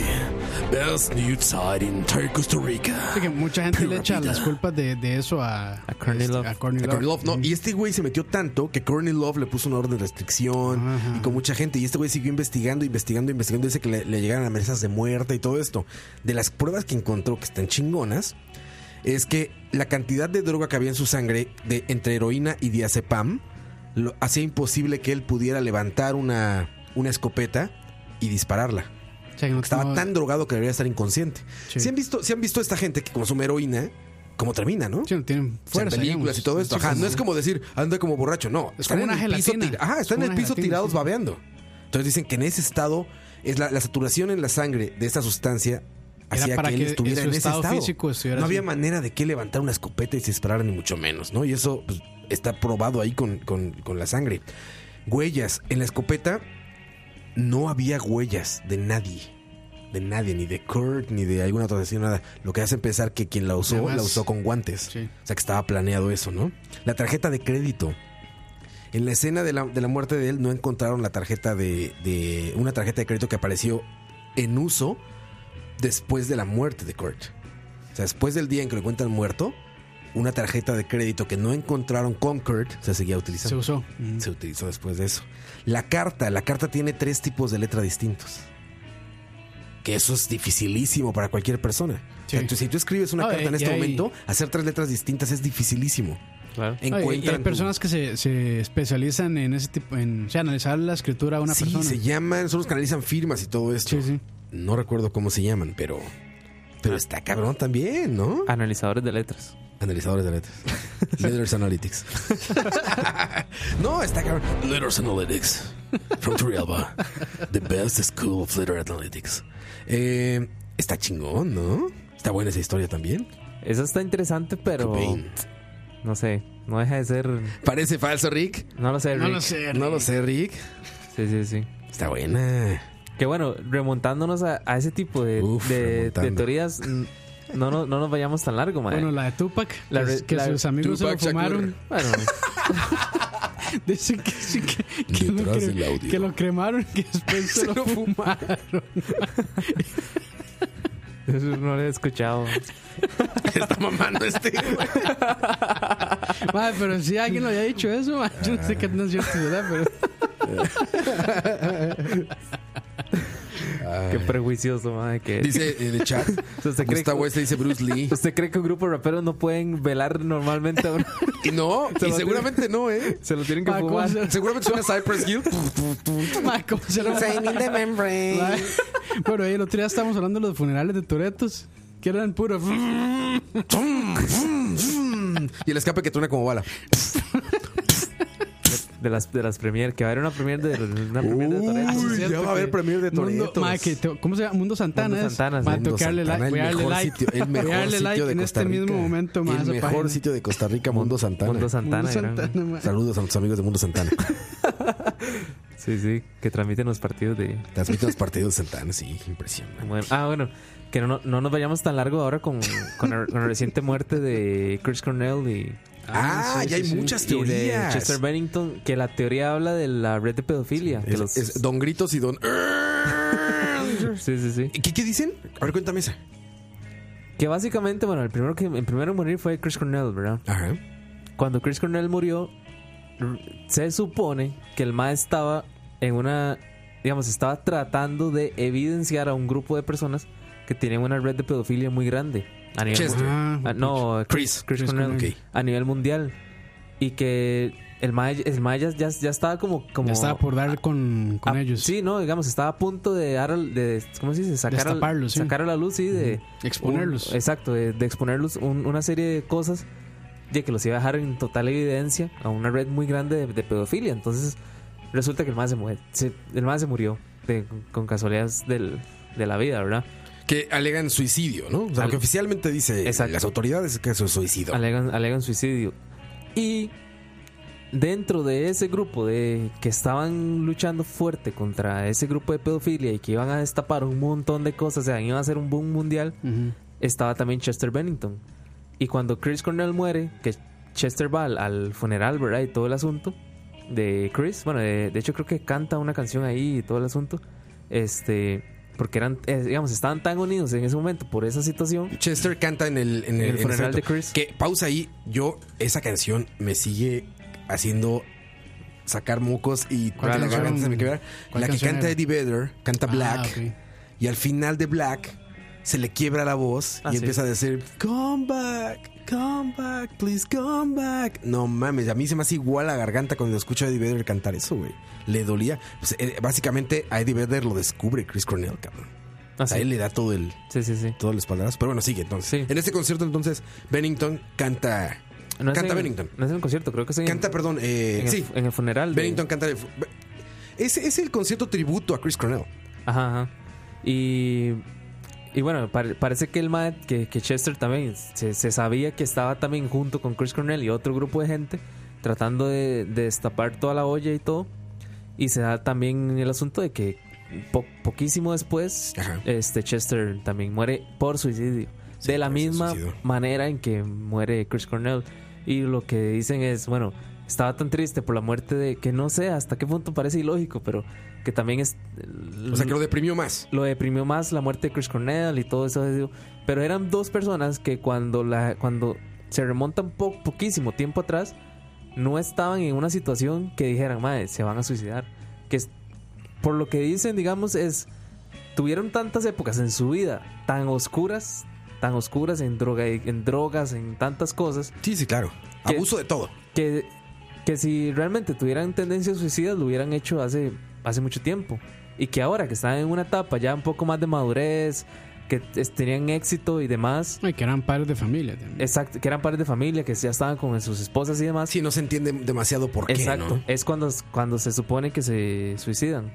Best news site in Costa Rica.
Así que mucha gente le echa
Pura vida.
las culpas de, de eso a, a
Courtney Love.
A Courtney
A Courtney
Love. Mm.
Love, no. Y este güey se metió tanto que Courtney Love le puso una orden de restricción y con mucha gente. Y este güey siguió investigando, investigando, investigando. Dice que le, le llegaron amenazas de muerte y todo esto. De las pruebas que encontró que están chingonas, es que la cantidad de droga que había en su sangre, de, entre heroína y diazepam, lo hacía imposible que él pudiera levantar una, una escopeta y dispararla.
O sea, que no
Estaba
tomaba-
tan drogado que debería estar inconsciente.
Sí.
Si han visto, si han visto esta gente que consume heroína, ¿cómo termina, no?
Sí, no tienen
O sea, en
fuerza.
películas
digamos.
y todo esto.
Sí,
Ajá, no es como decir anda como borracho, no.
Es
Están
como
en
una
el piso
gelatina.
tira- Ajá,
Es
están
como
en
una
el piso
gelatina,
tirados
sí.
babeando. Entonces dicen que en ese estado es la, la saturación en la sangre de esta sustancia hacía
para
que él
que
estuviera
en su
en ese
estado
estado.
físico estuviera
no
así.
había manera de que levantar una escopeta y se disparara ni mucho menos, ¿no? Y eso pues, está probado ahí con, con- con la sangre. Huellas. En la escopeta no había huellas de nadie. De nadie, ni de Kurt, ni de alguna otra así, nada. Lo que hace pensar que quien la usó,
Además-
la usó con guantes.
Sí.
O sea que estaba planeado eso, ¿no? La tarjeta de crédito. En la escena de la, de la muerte de él no encontraron la tarjeta de, de- una tarjeta de crédito que apareció en uso después de la muerte de Kurt. O sea, después del día en que lo encuentran muerto, una tarjeta de crédito que no encontraron con Kurt se seguía utilizando.
Se usó. Mm.
Se utilizó después de eso. La carta, la carta tiene tres tipos de letra distintos. Que eso es dificilísimo para cualquier persona. O sea,
Sí.
tú- si tú escribes una
Ah,
carta en
y
este
hay-
momento, hacer tres letras distintas es dificilísimo.
Claro.
Ay, y
Encuentran
hay
tu-
personas que se, se especializan en ese tipo, en o sea, analizar la escritura de una
sí,
persona.
se llaman, son los que analizan firmas y todo esto.
Sí, sí. Ah.
No recuerdo cómo se llaman, pero pero está cabrón también, ¿no?
Analizadores de letras.
Analizadores de letras. Letters Analytics. no, está cabrón. Letters Analytics. From Turrialba. The best school of letter analytics. Eh, está chingón, ¿no? Está buena esa historia también.
Esa está interesante, pero.
Cobain.
No sé. No deja de ser.
Parece falso, Rick.
No lo sé,
No
Rick.
lo sé.
No lo sé, Rick.
Sí, sí, sí.
Está buena.
Que bueno, remontándonos a, a ese tipo de,
Uf,
de- de
remontando.
teorías, n- no, no, no nos vayamos tan largo, mae.
Bueno, la de Tupac,
La
que-
re-
que
la-
sus amigos
Tupac
se lo
Shakur.
fumaron.
Bueno,
Dicen que, sí, que, que lo
Detrás
cre-
del audio.
que lo cremaron, que después se, lo fumaron.
eso no lo he escuchado.
Está mamando este. güey.
Madre, pero si alguien lo había dicho eso, madre, yo no sé qué tan cierto será, pero
Qué prejuicioso, mae. Que
Dice en el chat.
¿Usted cree,
Gustavo
que,
este dice Bruce Lee.
¿Usted cree que un grupo de raperos no pueden velar normalmente? a un-
Y no,
Se
y
lo
seguramente no, ¿eh?
se lo tienen que
Mae, Ah, ¿cómo
fumar.
se-
Seguramente suena Cypress Hill.
madre, ¿cómo se lo Madre, Bueno, ahí el otro día estábamos hablando de los funerales de Toretos, que eran puro.
y el escape que truena como bala.
De las, de las premier, que va a haber una premier de, una premier de Toreto.
Uy, ya va a haber premier de
Mundo,
Toretos.
mae, que te- ¿Cómo se llama? Mundo Santana.
Mundo
es.
Santana, sí.
Mae,
Mundo
tengo que darle
Santana,
like. Voy a
el
darle
mejor
like.
sitio, el
Voy a
mejor
darle
sitio
like
de
en
Costa
este mismo
Rica.
momento. mae,
El
esa
mejor
página.
sitio de Costa Rica, Mundo Santana.
Mundo Santana.
Mundo
eran-
Santana, mae.
Saludos a nuestros amigos de Mundo Santana.
Sí, sí, que transmiten los partidos de...
Transmiten los partidos de Santana, sí, impresionante.
Bueno, ah, bueno, que no, no nos vayamos tan largo ahora con, con, la, con la reciente muerte de Chris Cornell y,
Ah,
sí,
ya
sí,
hay
sí.
muchas
y de
teorías.
Chester Bennington, que la teoría habla de la red de pedofilia. que
Es-
los-
es don Gritos y Don.
sí, sí, sí.
¿Qué, ¿Qué dicen? A ver, cuéntame esa.
Que básicamente, bueno, el primero que el primero en morir fue Chris Cornell, ¿verdad?
Ajá.
Cuando Chris Cornell murió, r- se supone que el MA estaba en una, digamos, estaba tratando de evidenciar a un grupo de personas que tienen una red de pedofilia muy grande. A nivel
Chester.
Ah,
Ah, no, Chris, Chris,
Chris
Cornell,
Cornell. Ok.
a nivel mundial. Y que el Mae, el mae ya, ya, ya estaba como. como
Ya estaba por dar con, con
a-
ellos.
Sí, no, digamos, estaba a punto de. dar al- de ¿Cómo se dice? Sacar, al-
Destaparlos, sí.
sacar a la luz, sí, de.
Exponerlos.
un- exacto, de, de exponerlos un- una serie de cosas de que los iba a dejar en total evidencia a una red muy grande de, de pedofilia. Entonces, resulta que el Mae se, muere, se- el mae se murió de- con casualidades del- de la vida, ¿verdad?
Que alegan suicidio, ¿no? O sea, lo
Al-
que oficialmente dice
Exacto.
las autoridades es que eso es suicidio.
Alegan, alegan suicidio. Y dentro de ese grupo de que estaban luchando fuerte contra ese grupo de pedofilia y que iban a destapar un montón de cosas, o sea, iban a hacer un boom mundial,
Ujú.
estaba también Chester Bennington. Y cuando Chris Cornell muere, que Chester va al, al funeral, ¿verdad? Y todo el asunto de Chris, bueno, de, de hecho creo que canta una canción ahí y todo el asunto, este, porque eran, eh, digamos, estaban tan unidos en ese momento por esa situación.
Chester canta en el, en
el
en
funeral
ese
de
momento. Que pausa ahí. Yo, esa canción me sigue haciendo sacar mocos y
¿Cuál
la
canción?
garganta se me quebra.
¿Cuál
La que
canción
canta
era?
Eddie Vedder, canta
Ah,
Black.
ok.
Y al final de Black se le quiebra la voz
Ah,
y
sí.
empieza a decir: Come back, come back, please come back. No mames, a mí se me hace igual la garganta cuando escucho a Eddie Vedder cantar eso, güey. Le dolía. Pues, eh, básicamente a Eddie Vedder lo descubre Chris Cornell, cabrón.
Ah,
O sea,
sí.
él le da todo el. Todos los palabras. Pero bueno, sigue entonces. En este concierto, entonces, Bennington canta.
No es
canta
en-
Bennington.
No es en un concierto, creo que es en,
Canta, perdón, eh,
en el-
sí.
en el funeral. de-
Bennington canta. de- Es, es el concierto tributo a Chris Cornell.
Ajá, ajá. Y, y bueno, pare- parece que el Mad, que, que Chester también se, se sabía que estaba también junto con Chris Cornell y otro grupo de gente tratando de, de destapar toda la olla y todo. Y se da también el asunto de que po- poquísimo después, este Chester también muere por suicidio. de la misma manera en que muere Chris Cornell. Y lo que dicen es, bueno, estaba tan triste por la muerte de que no sé hasta qué punto parece ilógico, pero que también es...
O sea, que lo deprimió más.
Lo deprimió más la muerte de Chris Cornell y todo eso. digo, Pero eran dos personas que cuando, la, cuando se remontan po- poquísimo tiempo atrás, no estaban en una situación que dijeran, madre, se van a suicidar. Que es- por lo que dicen, digamos, es, tuvieron tantas épocas en su vida tan oscuras, tan oscuras en, droga, en drogas, en tantas cosas.
Sí, sí, claro. Abuso de todo.
Que, que si realmente tuvieran tendencias suicidas, lo hubieran hecho hace, hace mucho tiempo. Y que ahora que están en una etapa ya un poco más de madurez, que es- tenían éxito y demás.
Ay, que eran padres de familia también.
Exacto, que eran padres de familia, que ya estaban con sus esposas y demás.
Sí, no se entiende demasiado por qué,
Ah. Exacto,
¿no?
es cuando, cuando se supone que se suicidan.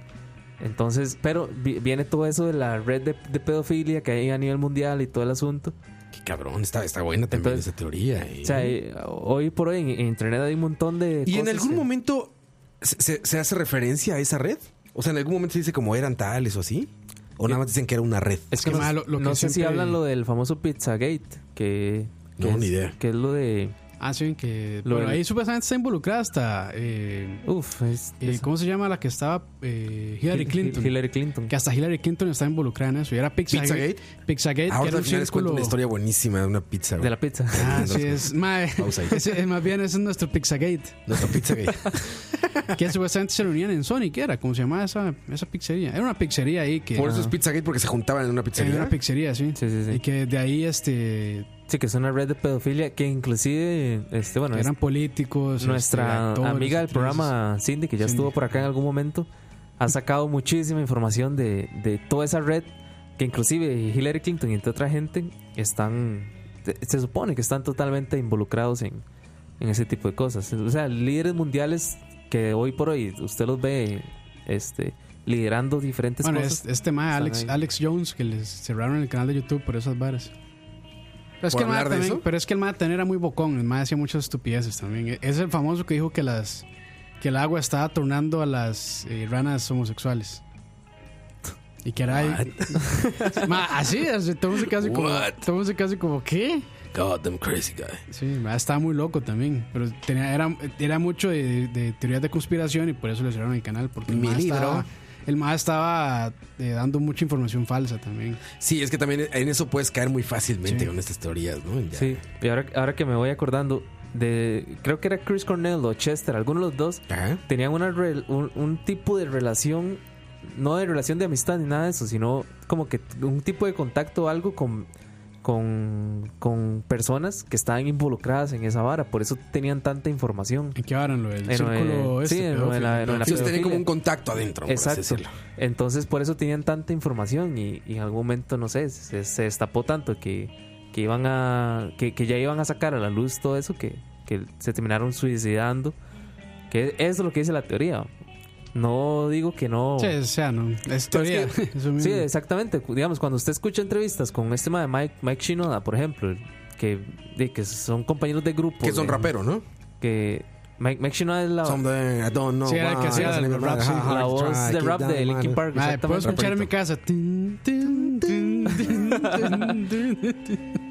Entonces, pero vi- viene todo eso de la red de, de pedofilia que hay a nivel mundial y todo el asunto.
Qué cabrón, está, está buena también esa teoría. ¿eh?
O sea, eh, hoy por hoy en, en internet hay un montón de...
¿Y en
cosas
algún
que-
momento se, se- se hace referencia a esa red? O sea, ¿en algún momento se dice como eran tales o así? ¿O nada más dicen que era una red?
Es que no, no sé si hablan lo del famoso Pizzagate, que... que
No,
es,
ni idea.
Que es lo de...
Ah, sí, que...
Lo
bueno,
del-
ahí supuestamente está involucrada hasta... eh,
Uf, es-
eh,
es-
¿Cómo se llama la que estaba? eh, Hillary
Hil-
Clinton.
Hillary Clinton.
Que hasta Hillary Clinton estaba involucrada en eso. Y era Pizzagate.
¿Pizzagate?
Pizzagate, que
Ahora
era
al
un
final les cuento
círculo...
una historia buenísima de una pizza.
De la pizza.
Ah, sí, es... Mae,
Pausa ahí.
ese- más bien ese es nuestro Pizzagate.
Nuestra pizza gay.
que supuestamente se reunían en Sonic, era como se llamaba esa, esa pizzería. Era una pizzería ahí que.
Por eso es
Ajá.
Pizzagate, porque se juntaban en una pizzería.
En una pizzería, sí. Y que de ahí, este.
Sí, que es una red de pedofilia que inclusive, este, bueno,
eran
es-
políticos.
nuestra
este, actores,
amiga del
actrices.
programa, Cindy, que ya estuvo por acá en algún momento, ha sacado muchísima información de, de toda esa red, que inclusive Hillary Clinton y entre otra gente están, se- se supone que están totalmente involucrados en, en ese tipo de cosas. O sea, líderes mundiales que hoy por hoy usted los ve este, liderando diferentes
Bueno,
cosas.
es- este mae,
están
Alex,
ahí.
Alex Jones, que les cerraron el canal de YouTube por esas varas. Pero es,
¿Por
que el mae
hablar de
también-
eso?
pero es que el mae también era muy bocón, el mae hacía muchas estupideces también. E- Es el famoso que dijo que las que el agua estaba tornando a las eh, ranas homosexuales. Y que era Ma, así, así, todo se casi como
What?
todo se casi como ¿qué?
God, I'm crazy guy.
Sí, ma, estaba muy loco también, pero tenía era, era mucho de, de teorías de conspiración y por eso le cerraron el canal porque el
Mi
ma
libro.
estaba- el ma estaba eh, dando mucha información falsa también.
Sí, es que también en eso puedes caer muy fácilmente con estas teorías, ¿no? Ya.
Sí, y ahora, ahora que me voy acordando de, creo que era Chris Cornell o Chester, alguno de los dos, tenían una rel- un, un tipo de relación, no de relación de amistad ni nada de eso, sino como que un tipo de contacto o algo con, con, con personas que estaban involucradas en esa vara, por eso tenían tanta información.
¿En qué vara? En lo del
En lo de-
círculo este
sí, en lo de la- en lo de la
Entonces tenían
pedofilia.
como un contacto adentro, por así
Exacto.
decirlo.
Entonces por eso tenían tanta información y, y en algún momento, no sé, se, se destapó tanto que, que iban a que, que ya iban a sacar a la luz todo eso que, que se terminaron suicidando. Que es lo que dice la teoría. No digo que no.
Sí, o sea, no, es teoría. eso mismo.
Sí, exactamente. Cu- Digamos, cuando usted escucha entrevistas con este tema de Mike, Mike Shinoda, por ejemplo, que, de, que son compañeros de grupo.
Que son
de-
rapero, ¿no?
que Mike, Mike Shinoda es la,
Someday, I don't know
Sí, era el que
why,
hacía
I
el
never
rap,
had
sí.
a heart
La voz
attack,
de rap
it
de
don't
Linkin
matter.
Park, Madre, puedo exactamente. escuchar en mi casa. Tin, tin, tin, tin, tin, tin.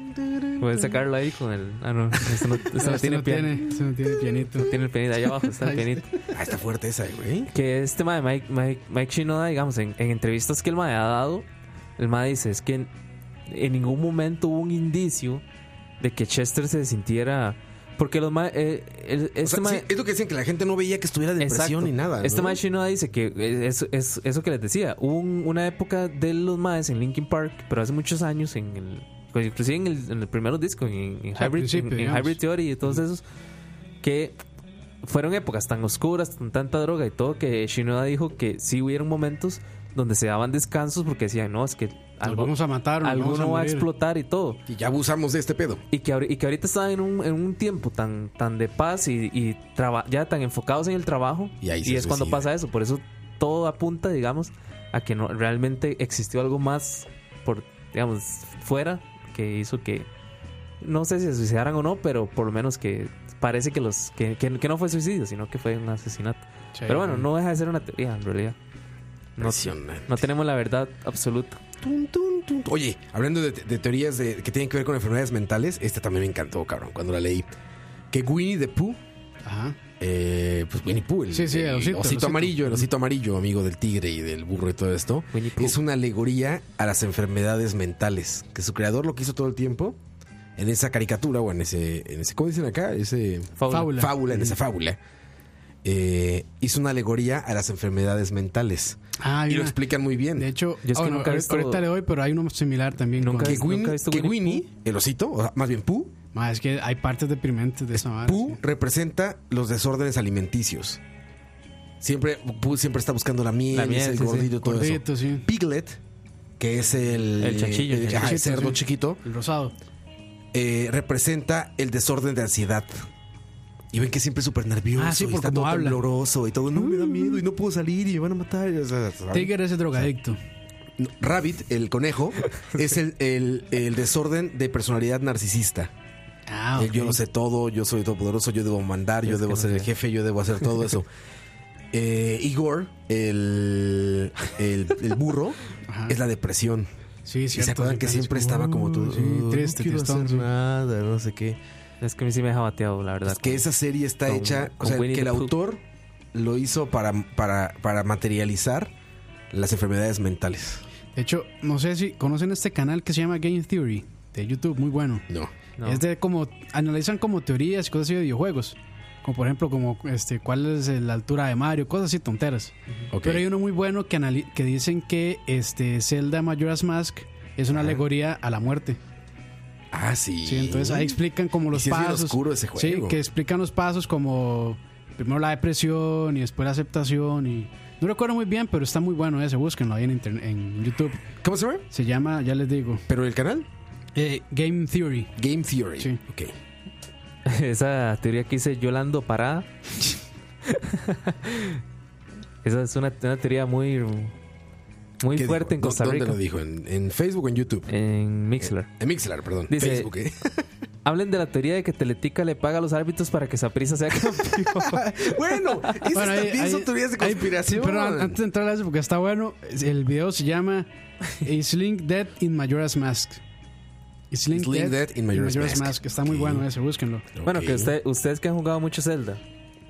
Puedes sacarlo ahí con el. Ah, no. Eso no, eso no
Este
tiene
no
piano.
tiene, este no tiene pianito.
Tiene el pianito. Allá abajo está el
Ahí
pianito.
Ah, está fuerte esa, güey.
Que este tema de Mike, Mike, Mike Shinoda, digamos, en, en entrevistas que el MAE ha dado, el MAE dice: es que en, en ningún momento hubo un indicio de que Chester se sintiera. Porque los mae- eh, el- este
O sea,
mae-
sí, es lo que decían, que la gente no veía que estuviera depresión
Exacto.
ni nada.
Este
¿no?
mae Shinoda dice que es, es- eso que les decía. Hubo un- una época de los maes en Linkin Park, pero hace muchos años, en el, pues, inclusive en el, en el primer disco, en, en
Al
Hybrid,
principio,
en- en
digamos.
Hybrid Theory y todos esos, que fueron épocas tan oscuras, con tanta droga y todo, que Shinoda dijo que sí hubieron momentos donde se daban descansos porque decían, no, es que algo,
vamos a matar, nos
alguno
vamos a
va a
morir".
explotar y todo.
Y ya abusamos de este pedo.
Y que, ahori- y que ahorita están en un, en un tiempo tan, tan de paz y, y traba- ya tan enfocados en el trabajo.
Y ahí se
es cuando
suicida.
pasa eso. Por eso todo apunta, digamos, a que no, realmente existió algo más por, digamos, fuera que hizo que. No sé si se suicidaran o no, pero por lo menos que parece que los que, que- que no fue suicidio, sino que fue un asesinato.
Sí.
Pero bueno, no deja de ser una teoría en realidad. No,
Impresionante.
no tenemos la verdad absoluta.
Oye, hablando de, de teorías de- que tienen que ver con enfermedades mentales, esta también me encantó, cabrón, cuando la leí. Que Winnie the Pooh,
Ajá.
eh, pues Winnie Pooh, el,
Sí, sí, el
el
osito, el osito.
amarillo, el osito amarillo, amigo del tigre y del burro y todo esto, es una alegoría a las enfermedades mentales. Que su creador lo que hizo todo el tiempo en esa caricatura o en ese, en ese ¿cómo dicen acá? Ese
Fábula.
Fábula.
en esa fábula. eh, hizo una alegoría a las enfermedades mentales.
Ah, hay
y lo
una-
explican muy bien.
De hecho,
Yo es que
ah, bueno,
nunca he
ahori-
visto-
ahorita le doy, pero hay uno similar también.
Nunca
con-
que
he visto-
Winnie,
he visto
que
Winnie
Winnie, el osito, o sea, más bien Pooh,
Ma, es que hay partes deprimentes de esa vara.
Pooh representa los desórdenes alimenticios. Siempre, Pooh siempre está buscando la miel,
La miel,
es el
sí, sí.
gordito, y todo
Gordito, sí.
eso. Piglet, que es el,
El chanchillo,
el,
el
ajá, el
chanchito,
cerdo
sí.
chiquito,
El rosado.
eh, representa el desorden de ansiedad. Y ven que siempre es súper nervioso
Ah, sí,
y
por
está
cómo
todo
habla.
tembloroso y todo. No me da miedo y no puedo salir y me van a matar. o sea, ¿sabes?
Tiger es el drogadicto.
No, Rabbit, el conejo, es el, el- el desorden de personalidad narcisista.
Ah,
El Eh, yo
ok.
lo sé todo, yo soy todopoderoso, yo debo mandar, yo
Es que
debo
no
ser el
sé.
jefe, yo debo hacer todo eso. Eh, Igor, el, el, el burro,
Ajá.
es la depresión.
Sí,
¿Y se
cierto,
acuerdan
sí,
que
parece
siempre
como,
estaba como tú?
sí,
"Oh,
triste,
no quiero
tristón,
hacer
sí".
nada, no sé qué.
Es que a mí sí me deja bateado, la verdad.
Es que esa serie está
Con-
hecha, o
con
sea,
Winnie
que el
the Pooh.
autor lo hizo para, para, para materializar las enfermedades mentales.
De hecho, no sé si conocen este canal que se llama Game Theory de YouTube, muy bueno.
No.
No.
Es de como analizan como teorías y cosas así de videojuegos. Como por ejemplo, como este cuál es la altura de Mario, cosas así tonteras.
Ok.
Pero hay uno muy bueno que, anali- que dicen que este Zelda Majora's Mask es una alegoría a la muerte.
Ah, sí.
Sí, entonces ahí explican como los
sí es bien
pasos.
oscuro ese juego.
Sí, que explican los pasos como primero la depresión y después la aceptación y no recuerdo muy bien, pero está muy bueno ese, búsquenlo ahí en internet, en YouTube.
¿Cómo se llama?
Se llama, ya les digo,
¿Pero el canal?
eh, Game Theory.
Game Theory.
Sí.
Ok.
Esa teoría que hice Yolando Parada. Esa es una, una teoría muy muy
¿Qué dijo?
fuerte en Costa
¿Dó-
Rica.
¿Dónde lo dijo? Eh. ¿En, en Facebook o en YouTube?
En Mixler.
En Mixlar, perdón.
Dice-
Facebook, ¿eh?
Hablen de la teoría de que Teletica le paga a los árbitros para que Saprissa sea campeón.
bueno, esas
Bueno, ahí-
también son
ahí-
teorías de
ahí-
conspiración.
pero an- antes de entrar a eso, porque está bueno, el video se llama Is Link Dead in Majora's Mask. Is Link,
Is Link Dead in Majora's Mask.
Está muy
Ok.
bueno ese, búsquenlo.
bueno,
Ok.
que
Ah.
usted, ustedes que han jugado mucho Zelda.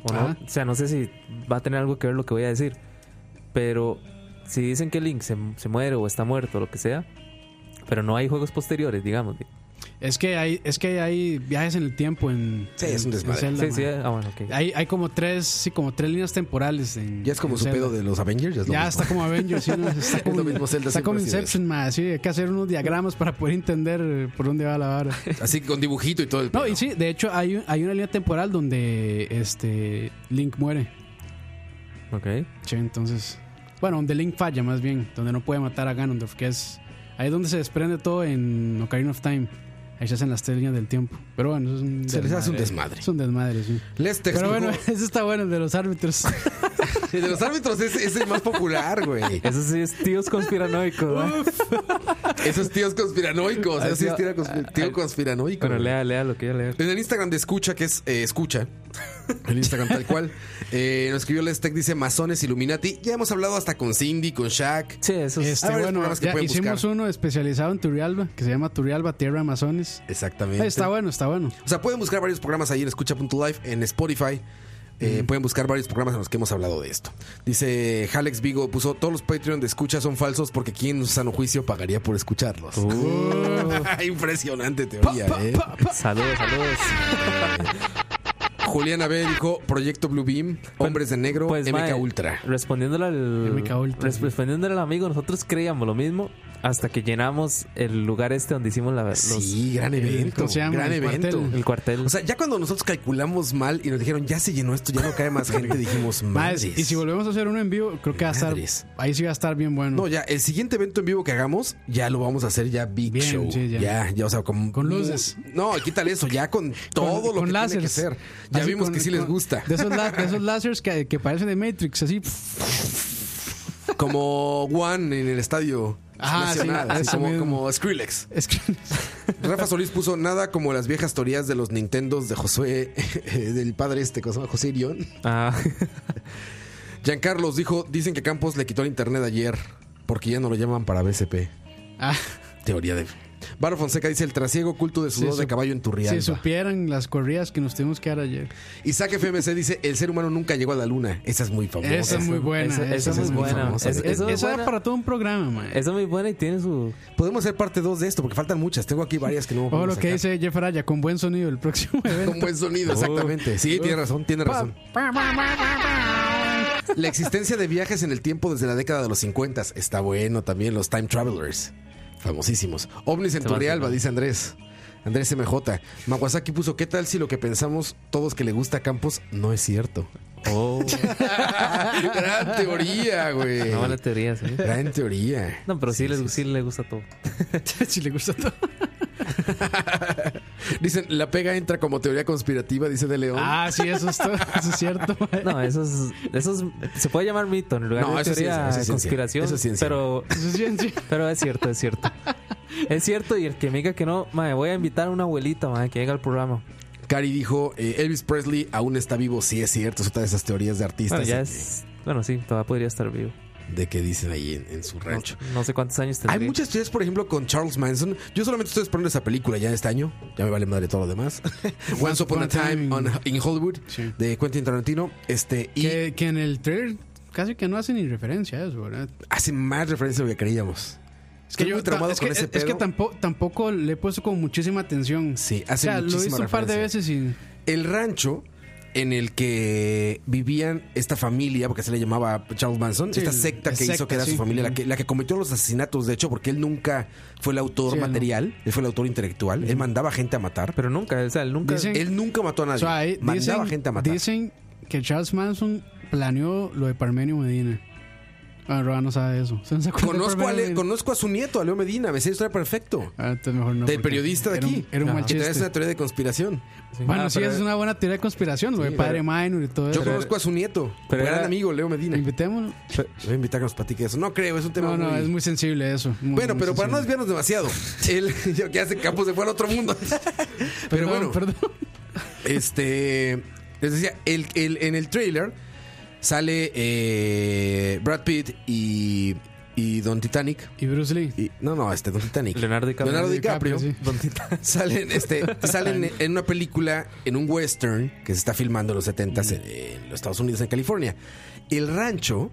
¿o no?
Ajá.
O sea, no sé si va a tener algo que ver lo que voy a decir. Pero si dicen que Link se, se muere o está muerto o lo que sea. Pero no hay juegos posteriores, digamos.
Es que hay, es que hay viajes en el tiempo en,
Sí, es un
en- en
desmadre.
Zelda,
Sí, sí,
man.
ah, bueno, ok.
Hay, hay como tres, sí, como tres líneas temporales en.
Ya es como
en
su
Zelda.
pedo de los Avengers. Ya, es lo
Ya
mismo.
está como Avengers, sí, no, está como,
lo mismo, Zelda
está como
siempre ha sido
Inception, ma, sí, hay que hacer unos diagramas para poder entender eh, por dónde va la vara.
Así con dibujito y todo el
No,
pedo.
y sí, de hecho hay, un- hay una línea temporal donde este Link muere.
Ok.
Che, entonces. Bueno, donde Link falla más bien, donde no puede matar a Ganondorf, que es. Ahí es donde se desprende todo en Ocarina of Time. Ahí se hacen las tres líneas del tiempo. Pero bueno, eso es un
Se les hace un desmadre.
Es un desmadre, sí.
Les te
Pero
explico.
bueno, eso está bueno, el de los árbitros.
El de los árbitros es, es el más popular, güey.
Eso sí es tíos conspiranoicos. ¿verdad?
Esos tíos conspiranoicos.
Ay,
Ese es
tío-
Ah, tío, conspi- tío conspiranoico.
Bueno,
güey.
lea, lea lo que yo lea.
En el Instagram de Escucha, que es eh, Escucha, El Instagram tal cual. Eh, nos escribió Les Tech, dice Masones Illuminati. Ya hemos hablado hasta con Cindy, con Shaq.
Sí, eso
Este, bueno, ya hicimos uno especializado en Turrialba, que se llama Turrialba Tierra Amazones.
Exactamente.
Está bueno, está bueno.
O sea, pueden buscar varios programas ahí en escucha.live, en Spotify. Eh, Pueden buscar varios programas en los que hemos hablado de esto. Dice Jalex Vigo, puso todos los Patreon de escucha son falsos porque quien en su sano juicio pagaría por escucharlos.
Uh.
Impresionante teoría, eh.
Saludos, saludos.
Julián Abel dijo Proyecto Blue Beam, Hombres de Negro, MK
Pues, mae,
Ultra.
Respondiéndole al,
MK Ultra.
res- respondiéndole al amigo, nosotros creíamos lo mismo hasta que llenamos el lugar este donde hicimos la. Los,
Sí, gran evento.
¿cómo se llama?
Gran
El cuartel.
evento.
El cuartel.
O sea, ya cuando nosotros calculamos mal y nos dijeron ya se llenó esto, ya no cae más gente, dijimos
Madres,
madres.
y si volvemos a hacer uno en vivo, creo que va a estar.
Madres.
Ahí sí va a estar bien bueno.
No, ya, el siguiente evento en vivo que hagamos, ya lo vamos a hacer ya Big
Bien,
Show.
sí, ya.
ya. ya, o sea, con,
Con luces.
No, quítale eso, ya con todo lo que tiene que
láseres.
hacer. Ya
Así
vimos
con-
que sí les
con-
gusta.
De esos, la- de esos láseres que, que parecen de Matrix, así. pff,
Como Juan en el estadio
Ah,
nacional,
sí,
así
eso
como,
mismo.
como Skrillex.
Es que-
Rafa Solís puso nada como las viejas teorías de los Nintendos de Josué, del padre este, ¿cómo se llama? José Irión.
Ah.
Giancarlos dijo, dicen que Campos le quitó el internet ayer porque ya no lo llaman para BCP.
ah,
Teoría de... Baro Fonseca dice el trasiego oculto de sudor
Sí,
de
sup-
caballo en Turrialba.
si supieran las corridas que nos tuvimos que dar ayer.
Isaac FMC dice el ser humano nunca llegó a la luna. Esa es muy famosa.
Esa es muy buena.
esa- esa es muy buena.
famosa.
Es-
Eso
Eso
es
buena.
para todo un programa, man.
Esa es muy buena y tiene su.
Podemos hacer parte 2 de esto porque faltan muchas. Tengo aquí varias que no.
Ojo
podemos
Oh, lo que
sacar.
dice Jeff Araya, con buen sonido el próximo evento. Oh.
Con buen sonido, exactamente. Sí, tiene razón, tiene razón. La existencia de viajes en el tiempo desde la década de los 50 está bueno también. Los time travelers, famosísimos. Ovnis en
Se va a
Turrialba,
hacer.
dice Andrés. Andrés MJ. Mawasaki puso: ¿Qué tal si lo que pensamos todos que le gusta a Campos no es cierto?
Oh,
Gran teoría, güey.
una buena teoría, sí.
Gran teoría.
No, pero sí, les, sí le gusta todo.
si le gusta todo.
Dicen, la pega entra como teoría conspirativa, dice De León.
Ah, sí, eso es, todo, eso es cierto. man.
No, eso es, eso es- se puede llamar mito en lugar
No,
de
eso es
teoría
ciencia, eso
de
es ciencia,
conspiración,
eso es ciencia.
pero
Eso es ciencia.
pero es cierto, es cierto. Es cierto y el que me diga que no, mae, voy a invitar a una abuelita, mae, que venga al programa.
Cari dijo, eh, Elvis Presley aún está vivo, sí es cierto, es otra de esas teorías de artistas
Bueno, ya es bueno, sí, todavía podría estar vivo.
de que dicen ahí en, en su rancho.
No sé cuántos años tendría.
Hay muchas teorías, por ejemplo, con Charles Manson. Yo solamente estoy esperando esa película ya este año. Ya me vale madre todo lo demás. Once Upon a Time on- in Hollywood
Sí.
de Quentin Tarantino. Este, y
Que, que en el trailer casi que no hace ni referencia a eso, ¿verdad?
hace más referencia de lo que creíamos. Es
yo-
muy traumado
es
con
que,
ese
es que
pedo.
tampoco, tampoco le he puesto con muchísima atención.
Sí,
O
hace
sea, lo he
muchísima
visto un par de
referencia.
veces y.
el rancho en el que vivían esta familia, porque se le llamaba Charles Manson,
Sí,
esta
el-
secta que
secta,
hizo que era
sí.
su familia, la que, la que cometió los asesinatos, de hecho, porque él nunca fue el autor
Sí, él no.
material, él fue el autor intelectual, él mandaba gente a matar,
Pero nunca, o sea, él nunca
Dicen-
él nunca mató a
O
nadie,
sea, ahí
Ah, mandaba
dicen,
gente a matar.
dicen que Charles Manson planeó lo de Parmenio Medina. Bueno, Roa no sabe eso. ¿Se nos acuerda de
Conozco a,
Parmenio
Le-
Medina?
conozco a su nieto, a Leo Medina, me sé la historia perfecto.
Ah, entonces mejor no,
del
porque
periodista de
era un-
aquí.
Era un mal
que trae
chiste.
una teoría de conspiración.
Bueno,
Ah,
sí,
pero-
es una buena teoría de conspiración, lo de Padre Minor y todo
Yo
eso.
conozco a su nieto,
pero
gran
era-
amigo Leo Medina.
Invitémoslo.
Voy a invitar a que nos platique eso. No creo, es un tema
No, no,
muy-
es muy sensible eso. muy,
Bueno,
muy
pero para no
sensible.
desviarnos demasiado, él yo que hace Campos se fue al otro mundo. Pero
Perdón,
bueno,
perdón.
este les decía, el, el- en el trailer sale eh, Brad Pitt y, y Don Titanic.
Y Bruce Lee.
Y, no, no, este Don Titanic.
Leonardo DiCaprio.
Leonardo DiCaprio.
DiCaprio, sí.
Don Tita-
Salen, este, salen en una película, en un western que se está filmando en los 70s en, en los Estados Unidos, en California. El rancho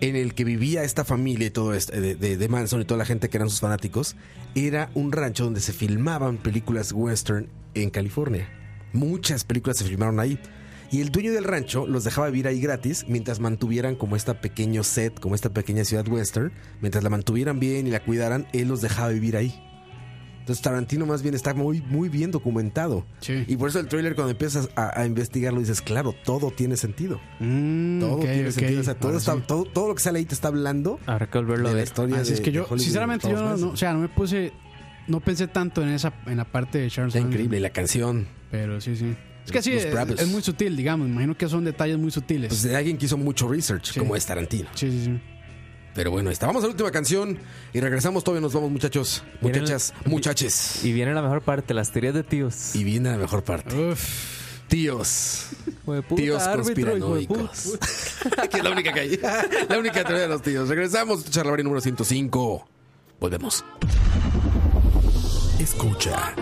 en el que vivía esta familia y todo esto, eh, de, de- de Manson y toda la gente que eran sus fanáticos, era un rancho donde se filmaban películas western en California. Muchas películas se filmaron ahí. Y el dueño del rancho los dejaba vivir ahí gratis mientras mantuvieran como esta pequeño set, como esta pequeña ciudad western, mientras la mantuvieran bien y la cuidaran, él los dejaba vivir ahí. Entonces Tarantino más bien está muy, muy bien documentado.
Sí.
Y por eso el tráiler cuando empiezas a, a investigarlo dices, claro, todo tiene sentido.
Mm,
Todo
ok,
tiene
ok.
sentido. O sea, todo,
Ahora
está-
sí.
todo, todo lo que sale ahí te está hablando
Habrá que volverlo a
de la
ver.
historia.
Así es
de-
que
de
yo,
Hollywood
sinceramente,
de
yo
Charles
no, no-
Manson.
o sea, no me puse, no pensé tanto en esa, en la parte de Charles
está
Manson.
increíble. Y la canción.
Pero sí, sí. Es que
Los-
sí,
los
es,
Bravos.
es muy sutil, digamos. Me imagino que son detalles muy sutiles.
Pues de alguien que hizo mucho research,
Sí.
como es Tarantino.
sí, sí, sí.
Pero bueno, ahí está. Vamos a la última canción y regresamos. Todavía nos vamos, muchachos.
Miren-
Muchachas, muchaches.
Y viene la mejor parte, las teorías de tíos.
Y viene la mejor parte.
Uf.
Tíos. tíos conspiranoicos. que es la única calle. La única teoría de los tíos. Regresamos, charlavaria número 105. Volvemos. Escucha.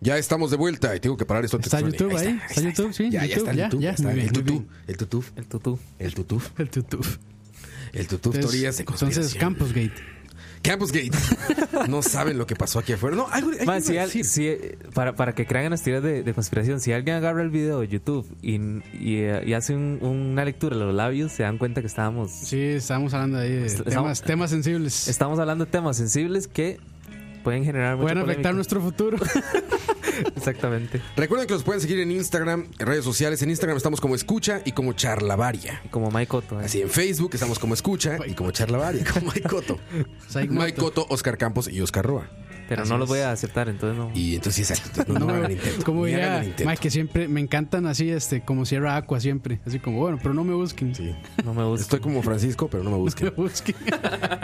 Ya estamos de vuelta y tengo que parar esto.
Está YouTube ahí. Está, ahí está, YouTube, sí.
Ya,
YouTube,
ya está YouTube. Ya, está el tutú.
El tutú.
El tutú. El tutú.
El tutú.
El tutú. Teorías de
conspiración. Entonces, Campusgate.
Campusgate. no saben lo que pasó aquí afuera. No, algo,
Man, si al, si, eh, para, para, que crean en las teorías de, de, conspiración, si alguien agarra el video de YouTube y, y, eh, y hace un, una lectura de los labios, se dan cuenta que estábamos.
Sí, estábamos hablando ahí de estamos, temas, temas sensibles.
Estamos hablando de temas sensibles que pueden generar
pueden afectar nuestro futuro
exactamente
recuerden que nos pueden seguir en Instagram en redes sociales en Instagram estamos como escucha y como charlavaria
y como Maicoto
¿eh? así en Facebook estamos como escucha y como charlavaria como Maicoto Maicoto Oscar Campos y Oscar Roa
pero
así
no es. los voy a aceptar, entonces no.
Y entonces, exacto. Entonces, no, no, hagan
Pues,
intento.
Como
ni
diría,
hagan
intento. Más que siempre me encantan así, este, como Sierra Aqua siempre. Así como, bueno, pero no me busquen. Sí.
No me busquen.
Estoy como Francisco, pero no me busquen.
No me busquen.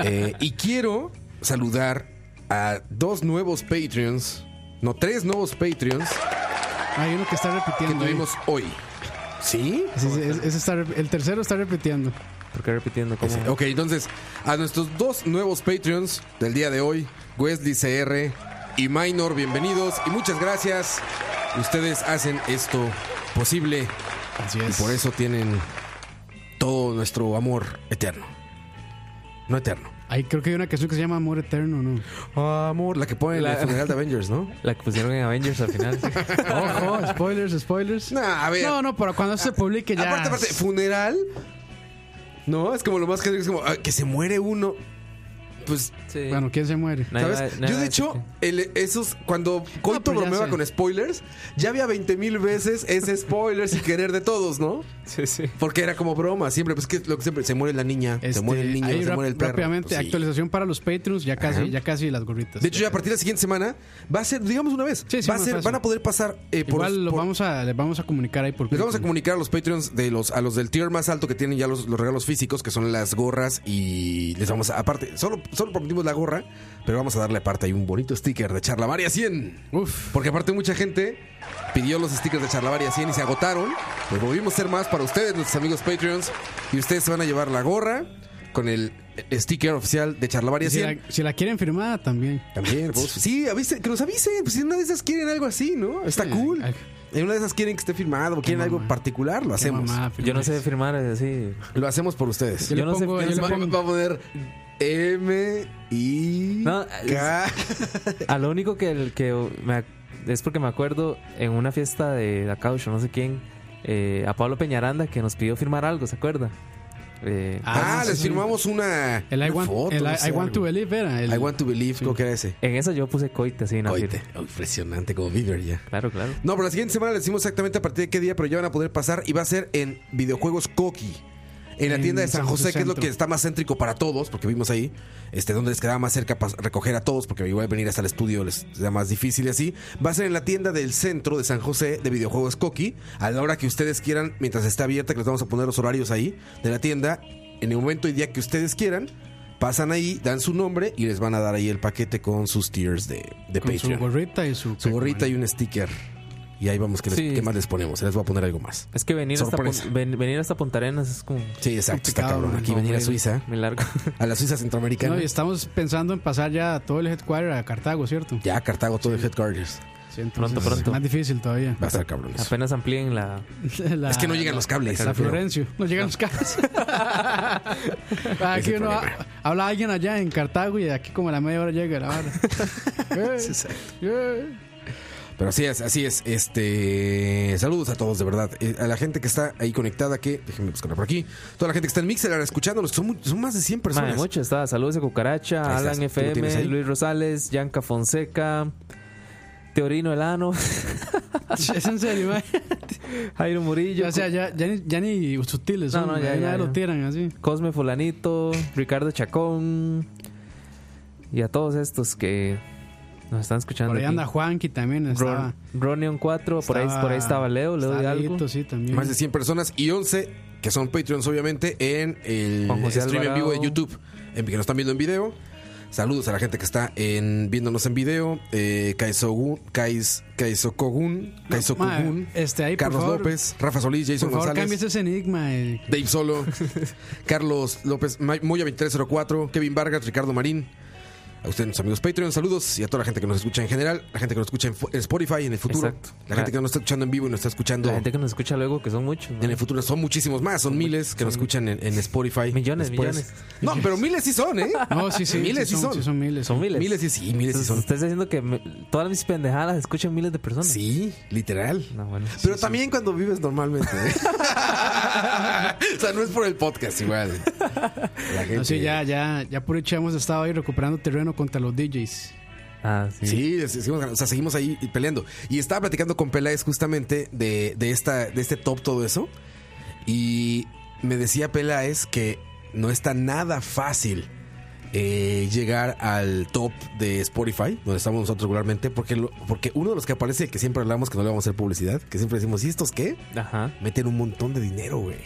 eh, y quiero saludar a dos nuevos Patreons. No, tres nuevos Patreons.
Hay uno que está
Que
repitiendo.
tuvimos hoy. ¿Sí?
Es, es, es, está, el tercero está repitiendo.
¿Por qué repitiendo? ¿Cómo?
Ok, entonces, a nuestros dos nuevos Patreons del día de hoy, Wesley CR y Minor, bienvenidos y muchas gracias. Ustedes hacen esto posible.
Así es.
Y por eso tienen todo nuestro amor eterno. No eterno.
Ahí creo que hay una canción que se llama Amor Eterno, ¿no?
amor, la que ponen en el funeral de Avengers, ¿no?
La que pusieron en Avengers al final.
Ojo, Oh, spoilers, spoilers.
Nah, a ver.
No, no, pero cuando se publique ya.
Aparte, aparte, funeral. No, es como lo más que es como ah, que se muere uno. Pues
Sí.
Bueno, ¿quién se muere?
Nadie va-
¿Sabes? Yo,
nadie va a
de
decir
hecho, el- esos, cuando Coito
pero pues ya
bromeaba
sé.
con spoilers, ya había 20 mil veces ese spoiler sin querer de todos, ¿no?
Sí, sí.
Porque era como broma, siempre, pues que lo que siempre, se muere la niña, se
Este,
muere el niño,
ahí
se
rap-
muere el perro.
Rápidamente,
Pues sí.
actualización para los Patreons, ya casi,
Ajá.
ya casi las gorritas.
De hecho, ya a partir de la siguiente semana va a ser, digamos una vez,
Sí, sí,
va a
más
ser,
fácil.
van a poder pasar eh, por,
Igual lo
por-
vamos a, les vamos a comunicar ahí por
les vamos a
Patreon.
comunicar a los Patreons de los, a los del tier más alto que tienen ya los, los regalos físicos, que son las gorras, y les vamos a, aparte, solo, solo prometimos la gorra, pero vamos a darle aparte ahí un bonito sticker de Charlavaria 100.
Uf.
Porque aparte mucha gente pidió los stickers de Charlavaria 100 y se agotaron. Pues volvimos a ser más para ustedes, nuestros amigos Patreons. Y ustedes se van a llevar la gorra con el sticker oficial de
Y
Charlavaria
Si
100.
la, si la quieren firmada también. pues,
También, vos. Sí, avise- que nos avisen. Pues si una de esas quieren algo así, ¿no? Está cool.
ay.
En una de esas quieren que esté firmado, quieren algo particular, lo hacemos.
Yo no sé firmar así.
Lo hacemos por ustedes.
Yo,
le
no sé.
pongo- yo le
Va-
pongo-
va a poner M I
No,
K.
A Ah, lo único que, el, que me ac- es porque me acuerdo en una fiesta de la Caucho, no sé quién, eh, a Pablo Peñaranda que nos pidió firmar algo, ¿se acuerda? Eh,
Ah,
sí,
les
sí.
firmamos una,
El I
una
want,
foto,
el
no
I-
sé,
I want to
algo.
believe era. el-
I want to believe, creo que era ese.
en esa yo puse coite, así, una
Oíte,
firma.
impresionante como Bieber ya.
Claro, claro.
No, pero la siguiente semana les decimos exactamente a partir de qué día, pero ya van a poder pasar y va a ser en videojuegos Coqui. En la
En
tienda de San
San
José,
José
que es lo
Centro.
que está más céntrico para todos, porque vimos ahí, este, donde les quedaba más cerca para recoger a todos, porque igual venir hasta el estudio les da más difícil y así. Va a ser en la tienda del centro de San José de videojuegos Coqui, a la hora que ustedes quieran, mientras está abierta, que les vamos a poner los horarios ahí de la tienda, en el momento y día que ustedes quieran. Pasan ahí, dan su nombre y les van a dar ahí el paquete con sus tiers de, de
con su
Patreon.
gorrita y su.
Su gorrita y un sticker. Y ahí vamos, ¿qué, les-
Sí.
qué más les ponemos? Les voy a poner algo más.
Es que venir hasta,
Sorpresa.
Pun- ven- venir hasta Punta Arenas es como.
Sí, exacto, está
Complicado,
cabrón.
man.
Aquí venir a
muy-
Suiza,
Muy largo.
a la Suiza centroamericana.
No, y estamos pensando en pasar ya todo el headquarter a Cartago, ¿cierto?
Ya, Cartago, todo el headquarters.
Sí, entonces,
Pronto, pronto.
Más difícil todavía.
Va a estar cabrón eso.
Apenas amplíen la.
La-
Es que no llegan
la-
los cables.
La Florencio, no llegan los cables. aquí
Ese
uno
problema.
ha- habla alguien allá en Cartago y aquí como a la media hora llega la hora. Eh, eh.
Pero así es, así es. Este, saludos a todos, de verdad. Eh, A la gente que está ahí conectada, que déjenme buscarla por aquí. Toda la gente que está en Mixer escuchándonos, que son, mu- son más de 100 personas.
Madre, mucho está. Saludos a Cucaracha,
Ahí estás,
Alan
tú lo tienes
FM,
ahí.
Luis Rosales, Yanka Fonseca, Teorino Elano,
es en serio, man.
Jairo Murillo,
O sea, ya, ya ni, ya ni sutiles.
No,
son,
no,
man.
ya, ya,
lo
ya.
tiran así.
Cosme Fulanito, Ricardo Chacón y a todos estos que nos están escuchando.
Por ahí
aquí.
anda Juanqui también. Estaba,
Ron- Ronion 4, por ahí, por ahí estaba Leo, Leo
estaba
Hidalgo.
Leito, sí, también.
Más de 100 personas y 11 que son Patreons, obviamente, en el
Juan José
stream en
Alvarado.
vivo de YouTube, en, que nos están viendo en video. Saludos a la gente que está en, viéndonos en video. Eh, Kaisogun, Kais, Kaisokogun,
Ma,
Kaisokogun,
este, ahí, por
Carlos
favor,
López, Rafa Solís, Jason
Por favor,
González.
cambies ese enigma. eh.
Dave Solo, Carlos López, Ma- Moya 2304, Kevin Vargas, Ricardo Marín. A ustedes, mis amigos Patreon, saludos y a toda la gente que nos escucha en general, la gente que nos escucha en, fu- en Spotify en el futuro,
Exacto.
la gente que nos está escuchando en vivo y nos está escuchando
La gente que nos escucha luego, que son muchos. ¿no?
en el futuro son muchísimos más, son miles que nos escuchan en, en Spotify.
Millones, millones.
No, pero miles sí son, ¿eh?
No, sí, sí.
Miles sí
sí
son.
Sí son miles.
Son miles.
Miles sí, sí, miles sí
Entonces,
son.
Usted está diciendo que me- todas mis pendejadas las escuchan miles de personas.
Sí, literal.
No, bueno.
Pero también cuando vives normalmente. ¿eh? o sea, no es por el podcast igual. La gente.
No, sí, ya, ya, ya por hecho hemos estado ahí recuperando terreno contra los DJs.
Ah, sí.
Sí, les- seguimos, ganando, o sea, seguimos ahí y peleando. Y estaba platicando con Peláez justamente de, de esta, de este top, todo eso. Y me decía Peláez que no está nada fácil eh, llegar al top de Spotify, donde estamos nosotros regularmente, porque, lo- porque uno de los que aparece, que siempre hablamos que no le vamos a hacer publicidad, que siempre decimos, ¿y estos qué?
Ajá.
Meten un montón de dinero, güey.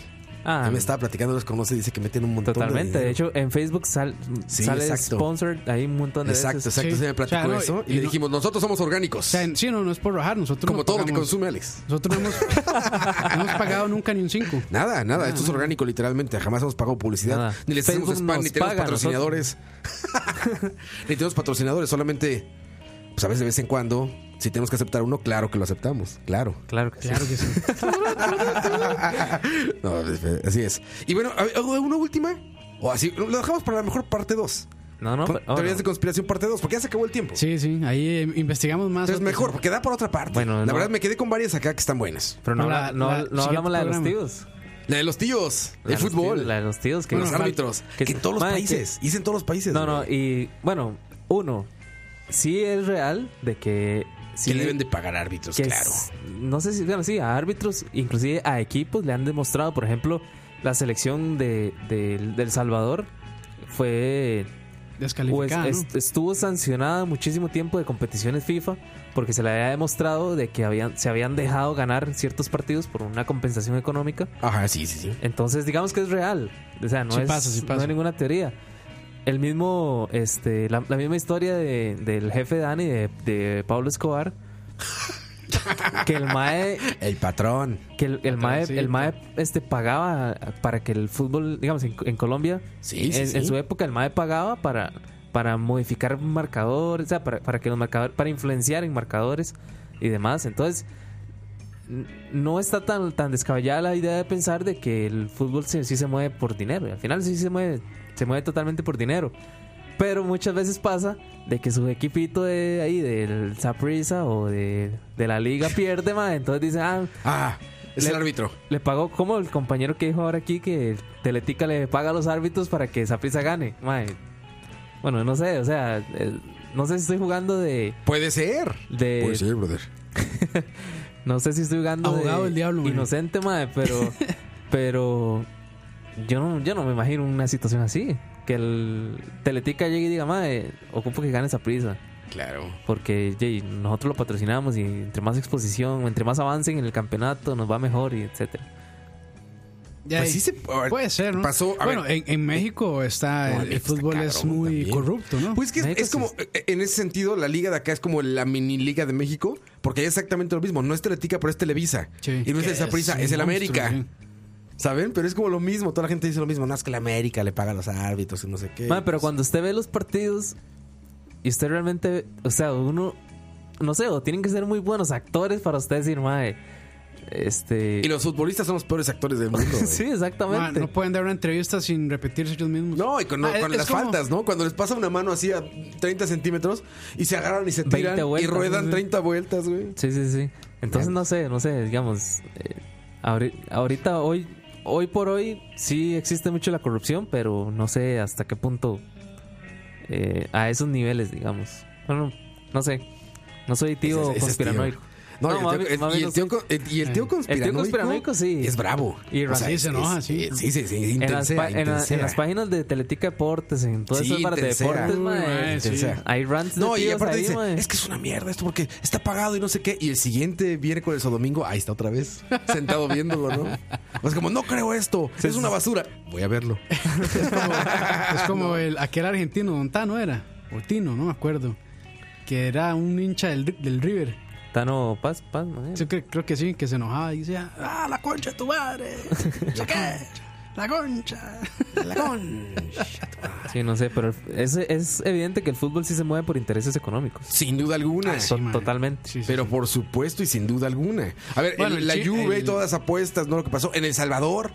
Ah,
Ya me estaba platicando, los conoce, dice que meten un montón
totalmente.
de dinero.
De hecho, en Facebook sal-
Sí,
sale
exacto.
sponsored ahí un montón de
Exacto,
veces.
exacto.
Sí.
Se me platicó
O sea, no,
eso y,
y no-
le dijimos, nosotros somos orgánicos.
O sea, sí, no, no es por bajar. Nosotros
como
no
todo lo que
pagamos-
consume Alex.
Nosotros no hemos, no hemos pagado nunca ni un 5.
Nada, nada, esto es orgánico literalmente, jamás hemos pagado publicidad,
Nada.
ni les hacemos
Facebook
spam,
nos
ni tenemos
paga a
patrocinadores. ni tenemos patrocinadores, solamente pues a veces de vez en cuando si tenemos que aceptar uno, claro que lo aceptamos, claro.
Claro que sí.
Claro que sí.
No, así es. Y bueno, a ver, ¿una última? O así, lo dejamos para la mejor parte 2.
No, no,
Con-
pero- oh,
teorías
no.
de conspiración parte 2, porque ya se acabó el tiempo.
Sí, sí, ahí eh, investigamos más.
Entonces mejor, porque da por otra parte.
Bueno,
la
no.
verdad me quedé con varias acá que están buenas.
Pero no,
La-
habla- no-
la-
no
siguiente
hablamos la de los
programa.
tíos.
La de los tíos,
La de
el
los
fútbol,
tíos, la de los tíos. Que
los
mal-
árbitros, que, en todos los
madre,
países, hice en todos los países.
No, no,
güey.
y bueno, uno, sí es real de que... Sí,
que le deben de pagar árbitros,
que
claro.
es- no sé si, bueno, sí, a árbitros, inclusive a equipos le han demostrado, por ejemplo, la selección de, de- del Salvador fue... Pues
Descalificada. ¿no?
est- estuvo sancionada muchísimo tiempo de competiciones FIFA porque se le había demostrado de que habían, se habían dejado ganar ciertos partidos por una compensación económica.
Ajá, sí, sí, sí.
Entonces, digamos que es real. O sea, no
Sí
es
pasa, sí
no
pasa.
hay ninguna teoría. El mismo, este, la, la misma historia de- del jefe Dani de, de Pablo Escobar. que el MAE,
El patrón.
que el, el MAE,
sí,
el MAE este, pagaba para que el fútbol, digamos, en, en Colombia,
Sí, sí,
en,
sí.
en su época el MAE pagaba para, para modificar marcadores, o sea, para, para que los marcadores, para influenciar en marcadores y demás. Entonces, n- no está tan, tan descabellada la idea de pensar de que el fútbol sí, sí se mueve por dinero. Y al final sí se mueve, se mueve totalmente por dinero. Pero muchas veces pasa de que su equipito de ahí, del Saprissa o de, de la liga pierde, más Entonces dicen, ah,
Ah, es
Le-
el árbitro.
le pagó como el compañero que dijo ahora aquí que Teletica le paga a los árbitros para que Saprissa gane. Mae, Bueno, no sé, o sea, eh, no sé si estoy jugando de...
Puede ser.
Eh,
de
brother.
no sé si estoy jugando
Abogado
de
del diablo, mae.
inocente, madre, pero... pero yo no, yo no me imagino una situación así. Que el Teletica llegue y diga, madre, ocupo que gane Saprissa.
Claro.
Porque yey, nosotros lo patrocinamos y entre más exposición, entre más avancen en el campeonato, nos va mejor y etcétera.
Ya
Pues
ahí.
sí se- a ver,
puede ser, ¿no?
pasó- a
bueno,
ver.
en, en México está
No,
Ah, el, el
está
fútbol es
cabrón
muy
también.
corrupto, ¿no?
Pues es que es,
México
es como, eh, en ese sentido, la liga de acá es como la mini liga de México, porque es exactamente lo mismo. No es Teletica, pero es Televisa.
Sí.
Y no es el
Que
Saprissa,
es
es,
un
el
monstruo,
América.
sí.
¿Saben? Pero es como lo mismo. Toda la gente dice lo mismo. No es que la América le paga a los árbitros y no sé qué.
Mae, pero cuando usted ve los partidos y usted realmente, ve- o sea, uno, no sé, o tienen que ser muy buenos actores para usted decir, mae, este...
Y los futbolistas son los peores actores del mundo. güey.
sí,
Ma,
exactamente.
no pueden dar una entrevista sin repetirse ellos mismos.
No, y con,
Ah, es-
con
es
las
como-
faltas, ¿no? Cuando les pasa una mano así a 30 centímetros y se agarran y se
20
tiran y
vueltas,
ruedan
sí.
30 vueltas, güey.
Sí, sí, sí. Entonces, no sé, no sé, digamos, eh, ahori- ahorita, hoy, hoy por hoy, sí existe mucho la corrupción, pero no sé hasta qué punto eh, a esos niveles, digamos. Bueno, no sé. No soy tío
Ese- ese es
conspiranoico.
No,
No,
y el tío-
mami-
el-
mami
y el
no
tío
sé.
co- el- y el tío conspiranoico.
conspiranoico, sí.
Es bravo.
Y
O sea,
Sí,
es-
se enoja,
es-
sí.
es- Sí, sí, sí.
En las,
intensea,
pa- en la- en
intensea.
las páginas de Teletica Deportes, en todas
ah, Sí,
esas barras de
intensea.
deportes,
Uy,
mae,
mae, sí.
Intensea.
hay rants
ah. No,
de
y
tíos
aparte
ahí,
dice,
mae.
es que es una mierda esto porque está pagado y no sé qué. Y el siguiente miércoles o domingo, ahí está otra vez, sentado viéndolo, ¿no? Es como, no creo esto, es una basura. Voy a verlo.
Es como, es como el, aquel argentino, Don Tano era, o Tino, no me acuerdo, que era un hincha del, del River.
Tano, paz, paz, mae.
Yo creo, creo que sí, que se enojaba y decía, ah, la concha de tu madre, no sé qué, la concha.
La concha.
Sí, no sé, pero es, es evidente que el fútbol sí se mueve por intereses económicos.
Sin duda alguna.
Ah, sí,
To-
mae.
totalmente.
Sí, sí,
Pero
sí.
por supuesto y sin duda alguna. A ver,
Bueno,
el-
el
la
chi-
Juve y
el-
todas las apuestas, ¿no? Lo que pasó en El Salvador.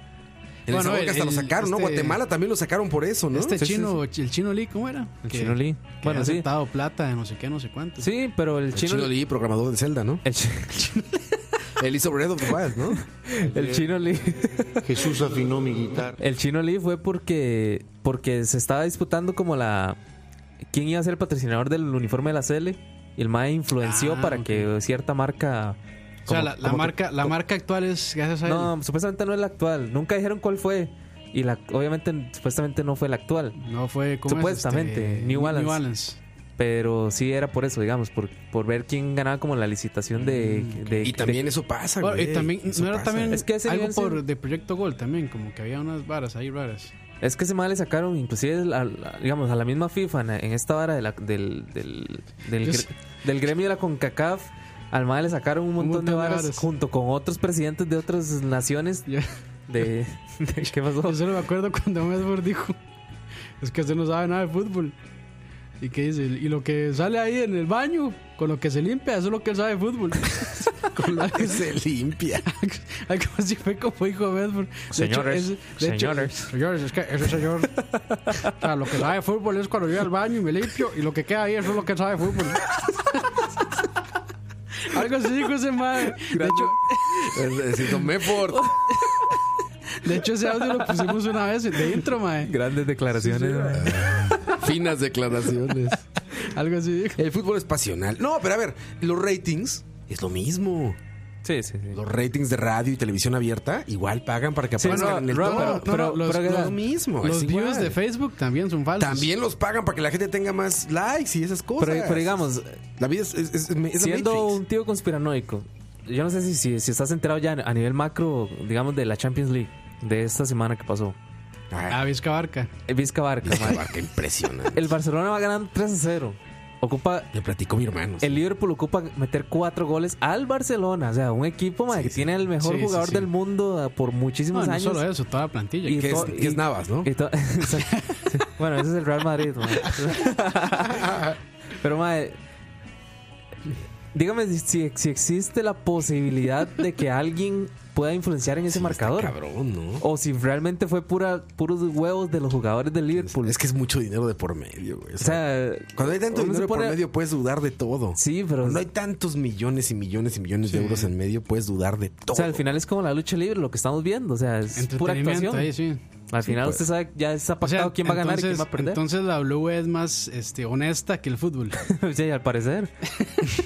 En
Bueno,
El Salvador que
el-
hasta lo
el-
sacaron, ¿no?
este-
Guatemala también lo sacaron por eso, ¿no?
Este
Sí, sí,
chino, el chino Lee, ¿cómo era?
El
Que-
Chino Lee.
que
Bueno,
había
sí.
aceptado plata de no sé qué, no sé cuánto.
Sí, pero el,
El
chino.
Chino Lee, programador de Zelda, ¿no?
el chi-
Él hizo Breath of the Wild, ¿no?
el chino Lee.
Jesús afinó mi guitarra.
El chino Lee fue porque, porque se estaba disputando como la. ¿Quién iba a ser el patrocinador del uniforme de la Cele? Y el MAE influenció
Ah,
para
ok.
que cierta marca.
o sea,
como-
la, la
como que-
marca, la marca actual es gracias a él.
No, supuestamente no es la actual. Nunca dijeron cuál fue. Y la, obviamente, supuestamente no fue la actual.
No fue como este,
Supuestamente, New Balance. Pero sí era por eso, digamos, por, por ver quién ganaba como la licitación de. de-
Y
de-
también eso pasa,
Bueno,
güey.
y también,
Eso
¿no era
pasa.
también
Es que ese
algo
nivel sí-
por, de Proyecto Gol también? Como que había unas varas ahí raras.
es que ese mal le sacaron, inclusive, a, a- digamos, a la misma FIFA en, en esta vara de la- del, del, del,
Yo
gre-
sé.
del gremio de la CONCACAF. Al MAE le sacaron un montón,
montón
de
de
varas
varas.
junto con otros presidentes de otras naciones.
Yo,
De, de- ¿Qué pasó?
yo solo me acuerdo cuando Mesbor dijo: Es que usted no sabe nada de fútbol. ¿Y qué dice? Y lo que sale ahí en el baño, con lo que se limpia, eso es lo que él sabe de fútbol. con la
que se limpia.
Algo así fue como dijo Bedford. De
Señores,
hecho, es- de hecho,
señores.
señores, es que ese señor. o sea, lo que sabe de fútbol es cuando voy al baño y me limpio y lo que queda ahí eso es lo que sabe de fútbol. Algo así dijo ese madre. De hecho,
Necesito Meport.
de hecho, ese audio lo pusimos una vez de intro, mae.
Grandes declaraciones. mae.
Finas declaraciones.
Algo así.
El fútbol es pasional. No, pero a ver, los ratings es lo mismo.
Sí, sí, sí.
Los ratings de radio y televisión abierta igual pagan para que
Sí,
aparezcan
no,
en el
no,
top.
pero- pero-
los-
pero-
lo mismo.
Los
es
views
igual.
de Facebook también son falsos.
También los pagan para que la gente tenga más likes y esas cosas.
Pero, pero digamos,
la vida es, es- es- es la
siendo
Matrix.
un tío conspiranoico, yo no sé si, si, si estás enterado ya a nivel macro, digamos, de la Champions League de esta semana que pasó.
A Ah, Vizca Barca.
Eh, Vizca Barca, mae.
Barca, Ah, impresionante.
El Barcelona va ganando 3 a 0. Ocupa.
Le platicó mi hermano.
El Liverpool ocupa meter 4 goles al Barcelona. O sea, un equipo mae, que tiene el mejor
Sí, sí,
jugador
sí.
del mundo ah, por
No,
muchísimos
no
años.
solo eso, toda la plantilla.
Y
Que es,
to-
que es
y-
Navas, ¿no?
Y to- Exacto. Sí. bueno, ese es el Real Madrid. mae. Pero, madre, dígame si- si, si existe la posibilidad de que alguien pueda influenciar en ese marcador.
Cabrón, ¿no?
O si realmente fue pura, puros huevos de los jugadores del Liverpool.
Es que es mucho dinero de por medio, güey. O
o
sea,
sea,
cuando hay tanto
uno se
dinero de por
pone-
medio, puedes dudar de todo.
Sí, pero.
Cuando hay tantos millones y millones y millones de euros en medio, puedes dudar de todo.
O sea, al final es como la lucha libre, lo que estamos viendo. O sea, es pura
Entretenimiento
actuación.
ahí, sí.
Al final
pues.
usted sabe, ya está
O sea,
pactado quién va a ganar y quién va a perder.
Entonces la Blue es más este, honesta que el fútbol.
sí, al parecer.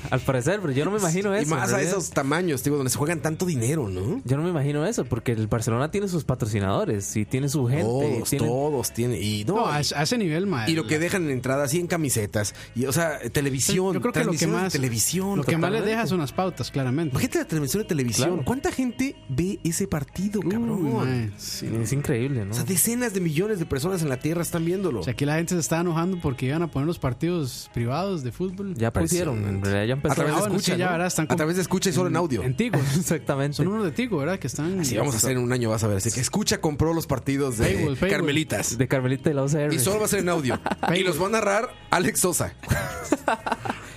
al parecer, pero yo no me imagino eso.
y más
en
a
realidad.
esos tamaños, digo, donde se juegan tanto dinero, ¿no?
Yo no me imagino eso, porque el Barcelona tiene sus patrocinadores y tiene su gente. y
todos,
tiene-
todos tienen. Y no,
No, a,
y-
a ese nivel, mae.
y lo que dejan en entrada así en camisetas. Y, o sea, televisión.
Yo creo que lo que
transmisiones de
más-
televisión.
Lo que más le
totalmente.
deja son las pautas, claramente.
Imagínate la transmisión de televisión.
Claro.
¿Cuánta gente ve ese partido, cabrón?
Uy, mae, sí.
Es increíble, ¿no?
O sea, decenas de millones de personas en la Tierra están viéndolo.
O sea, aquí la gente se está enojando porque iban a poner los partidos privados de fútbol. Pues,
ya pusieron, en
impresionante.
realidad ya
pues, a través
empezaron.
Ah,
de
bueno,
escucha,
sí, ya
¿no?
verás, están
A
como-
través de escucha y solo en audio.
En Tigos.
Exactamente.
Son unos de Tigo, ¿verdad? Que están.
Así Ah, vamos a hacer en un año, vas a ver. Así que escucha, compró los partidos de
Paywall, paywall.
Carmelitas.
De Carmelita y la UCR.
Y solo va a ser en audio. y los va a narrar Alex Sosa.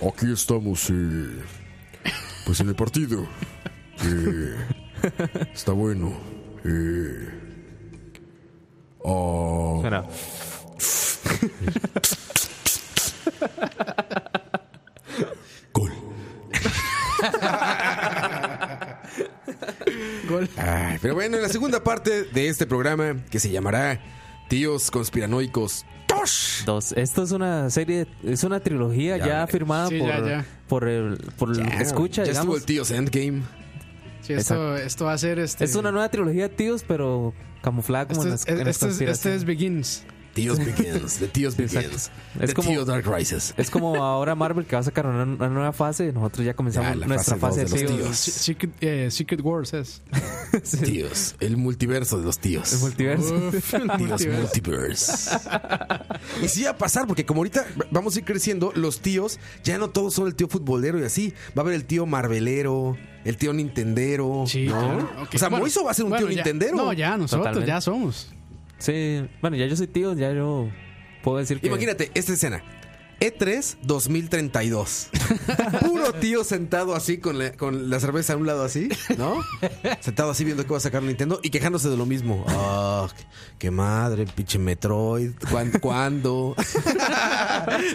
Aquí estamos, eh, pues en el partido. Eh, está bueno. Eh, ah,
Bueno,
gol.
Gol.
Ay, pero bueno, en la segunda parte de este programa, que se llamará Tíos Conspiranoicos. ¡Tosh!
dos. Esto es una serie, es una trilogía
Ya,
ya,
hombre.
firmada
Sí,
por,
ya, ya.
por el, por el escucha,
ya estuvo
digamos.
el Tíos Endgame.
Sí, esto, esto va a ser. Este,
Es una nueva trilogía, tíos, pero camuflada como
Esto
en
es,
las, en las
este es- este
conspiraciones.
es Begins.
Tíos Begins. The Tíos Begins.
Es
the
como-
Tíos Dark Rises.
Es como ahora Marvel que va a sacar una, una nueva fase. Nosotros ya comenzamos
Ya, la
nuestra
fase dos
fase,
de los
de
tíos.
tíos.
Se- Secret, eh, Secret Wars es.
Sí.
Tíos. El multiverso de los tíos.
El multiverso.
Uh.
Uf, el
Tíos
multiverso.
Multiverse. y sí va a pasar, porque como ahorita vamos a ir creciendo, los tíos, ya no todos son el tío futbolero y así. Va a haber el tío marvelero, el tío nintendero.
Sí,
¿no?
claro. Ok,
O sea,
bueno,
Moiso va a ser un
bueno,
tío
ya-
nintendero.
No, ya nosotros
Totalmente.
ya somos.
Sí, bueno, ya yo soy tío, ya yo puedo decir que.
Imagínate esta escena. E E3 2032. Puro tío sentado así con la, con la cerveza a un lado así, ¿no? Sentado así viendo qué va a sacar Nintendo y quejándose de lo mismo. Ah, qué- qué madre, pinche Metroid. ¿Cuán- ¿Cuándo?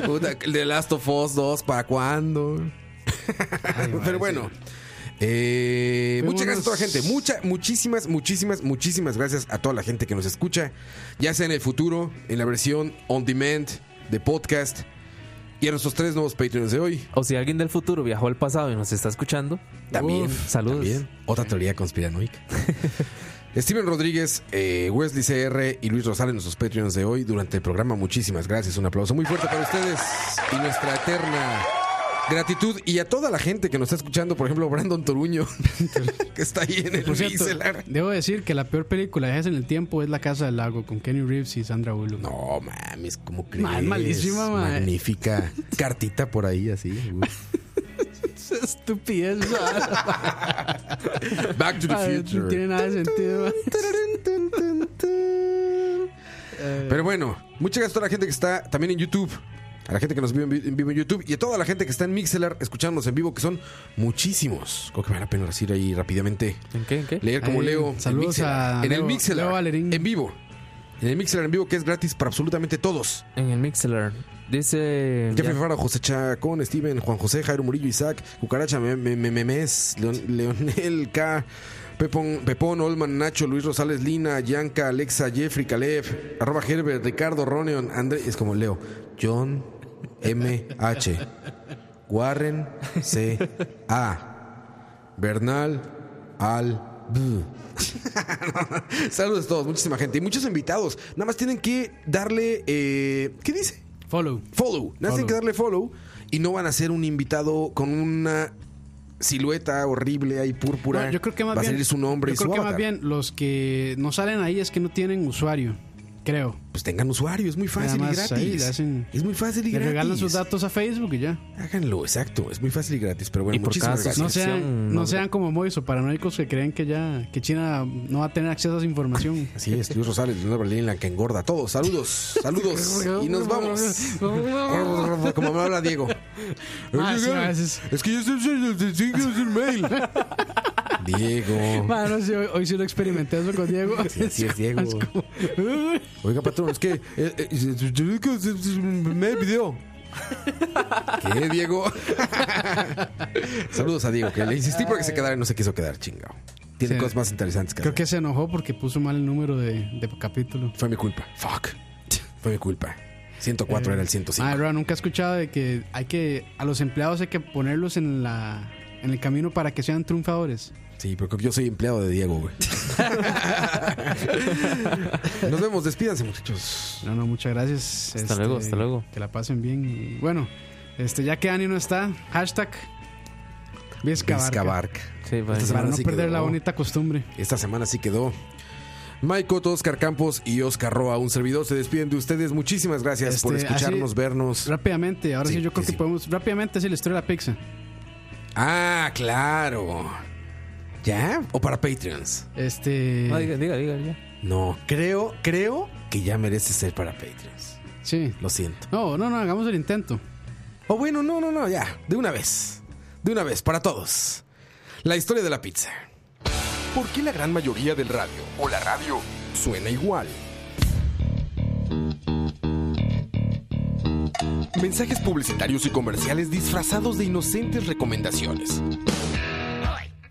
Puta, el de Last of Us 2, ¿para cuándo? Pero bueno. Eh,
Fuimos-
muchas gracias a toda la gente. Mucha, muchísimas, muchísimas, muchísimas gracias a toda la gente que nos escucha. Ya sea en el futuro, en la versión on demand de podcast. Y a nuestros tres nuevos Patreons de hoy.
O si alguien del futuro viajó al pasado y nos está escuchando,
También.
Uf, saludos.
también. Otra teoría conspiranoica. Steven Rodríguez, eh, Wesley CR y Luis Rosales, nuestros Patreons de hoy, durante el programa. Muchísimas gracias. Un aplauso muy fuerte para ustedes y nuestra eterna gratitud. Y a toda la gente que nos está escuchando, por ejemplo, Brandon Toruño, que está ahí en el
Por cierto,
Bicelar.
debo decir que la peor película de Viajes en el Tiempo es La Casa del Lago con Kenny Reeves y Sandra Bullock.
No mames, ¿cómo crees?
Ma, es malísima, ma.
Magnífica cartita por ahí, así. Uf.
Esa estupidez. ¿verdad?
Back to the
Madre, No tiene
future.
nada de sentido.
Pero bueno, muchas gracias a toda la gente que está también en YouTube. a la gente que nos vive en vi- en vivo en YouTube y a toda la gente que está en Mixelar escuchándonos en vivo, que son muchísimos. Creo que me da pena decir ahí rápidamente.
¿En qué? ¿En qué?
Leer como
Ahí,
leo. en
saludos
Mixelar.
a
En el
Leo-
Mixelar.
Leo
en vivo. En el Mixelar en vivo que es gratis para absolutamente todos.
En el Mixler. Dice.
Jeffrey
ya-
Faro, José Chacón, Steven, Juan José, Jairo Murillo, Isaac, Cucaracha, Me- Me- Me- Memes, Leon- Leonel K, Pepón, Pepón, Olman, Nacho, Luis Rosales, Lina, Yanka, Alexa, Jeffrey, Caleb, arroba Herbert, Ricardo, Roneon, André, es como Leo, John, M, H, Warren, C, A, Bernal, Al, B. Saludos a todos, muchísima gente y muchos invitados. Nada más tienen que darle, eh, ¿qué dice?
Follow.
Follow. Nada más tienen
Follow.
que darle follow y no van a ser un invitado con una silueta horrible ahí púrpura.
No, yo creo que más
Va
bien.
a salir su nombre
yo
y
creo
su
que
avatar.
más bien los que no salen ahí es que no tienen usuario. Creo.
Pues tengan usuario, es muy fácil y gratis. es muy fácil y
Le regalan
gratis.
sus datos a Facebook y ya.
Háganlo, exacto. Es muy fácil y gratis, pero bueno,
Y por
muchísimas
cada
gracias.
No sean, no sean como Mois o paranoicos que creen que ya que China no va a tener acceso a esa información.
Así es, Luis Rosales, Leonardo Berlín, la que engorda. a Todos, saludos, saludos. y nos vamos.
pues,
Como me habla Diego.
Ah, sí, a veces.
Es que yo soy el mail. Diego.
Mano, Ah, sí, hoy, hoy sí lo experimenté eso con Diego.
Sí, así es, Diego.
como-
Oiga, patrón, es que. eh, eh, me video. ¿Qué, Diego? Saludos a Diego, que le insistí para que se quedara y no se quiso quedar, chingado. Tiene
Sí.
cosas más interesantes que
Creo
hacer.
que se enojó porque puso mal el número de, de capítulo.
Fue mi culpa. Fuck. Fue mi culpa. 104 era el 105.
Ah, nunca he escuchado de que hay que a los empleados hay que ponerlos en la en el camino para que sean triunfadores.
Sí, pero creo que yo soy empleado de Diego, güey. Nos vemos, despídanse, muchachos.
No, no, muchas gracias. Este,
Hasta luego, hasta luego.
Que la pasen bien. Y bueno, este ya que Ani no está, hashtag Vizcabarca.
Vizcabarca.
Sí,
Esta
para-
semana
Para no
sí
perder
quedó.
la bonita costumbre.
Esta semana sí quedó. Mike Cotto, Oscar Campos y Oscar Roa, un servidor, se despiden de ustedes. Muchísimas gracias por
Este,
escucharnos,
así-
vernos.
Rápidamente, ahora sí, yo creo que podemos rápidamente hacer la historia de la pizza.
Ah, claro. ¿Ya? ¿O para Patreons?
Este
No, diga, diga, diga. diga.
No, creo, creo que ya merece ser para Patreons.
Sí.
Lo siento.
No, no, no, hagamos el intento.
O bueno, no, no, no, ya. De una vez. De una vez, para todos. La historia de la pizza. ¿Por qué la gran mayoría del radio o la radio suena igual? Mensajes publicitarios y comerciales disfrazados de inocentes recomendaciones.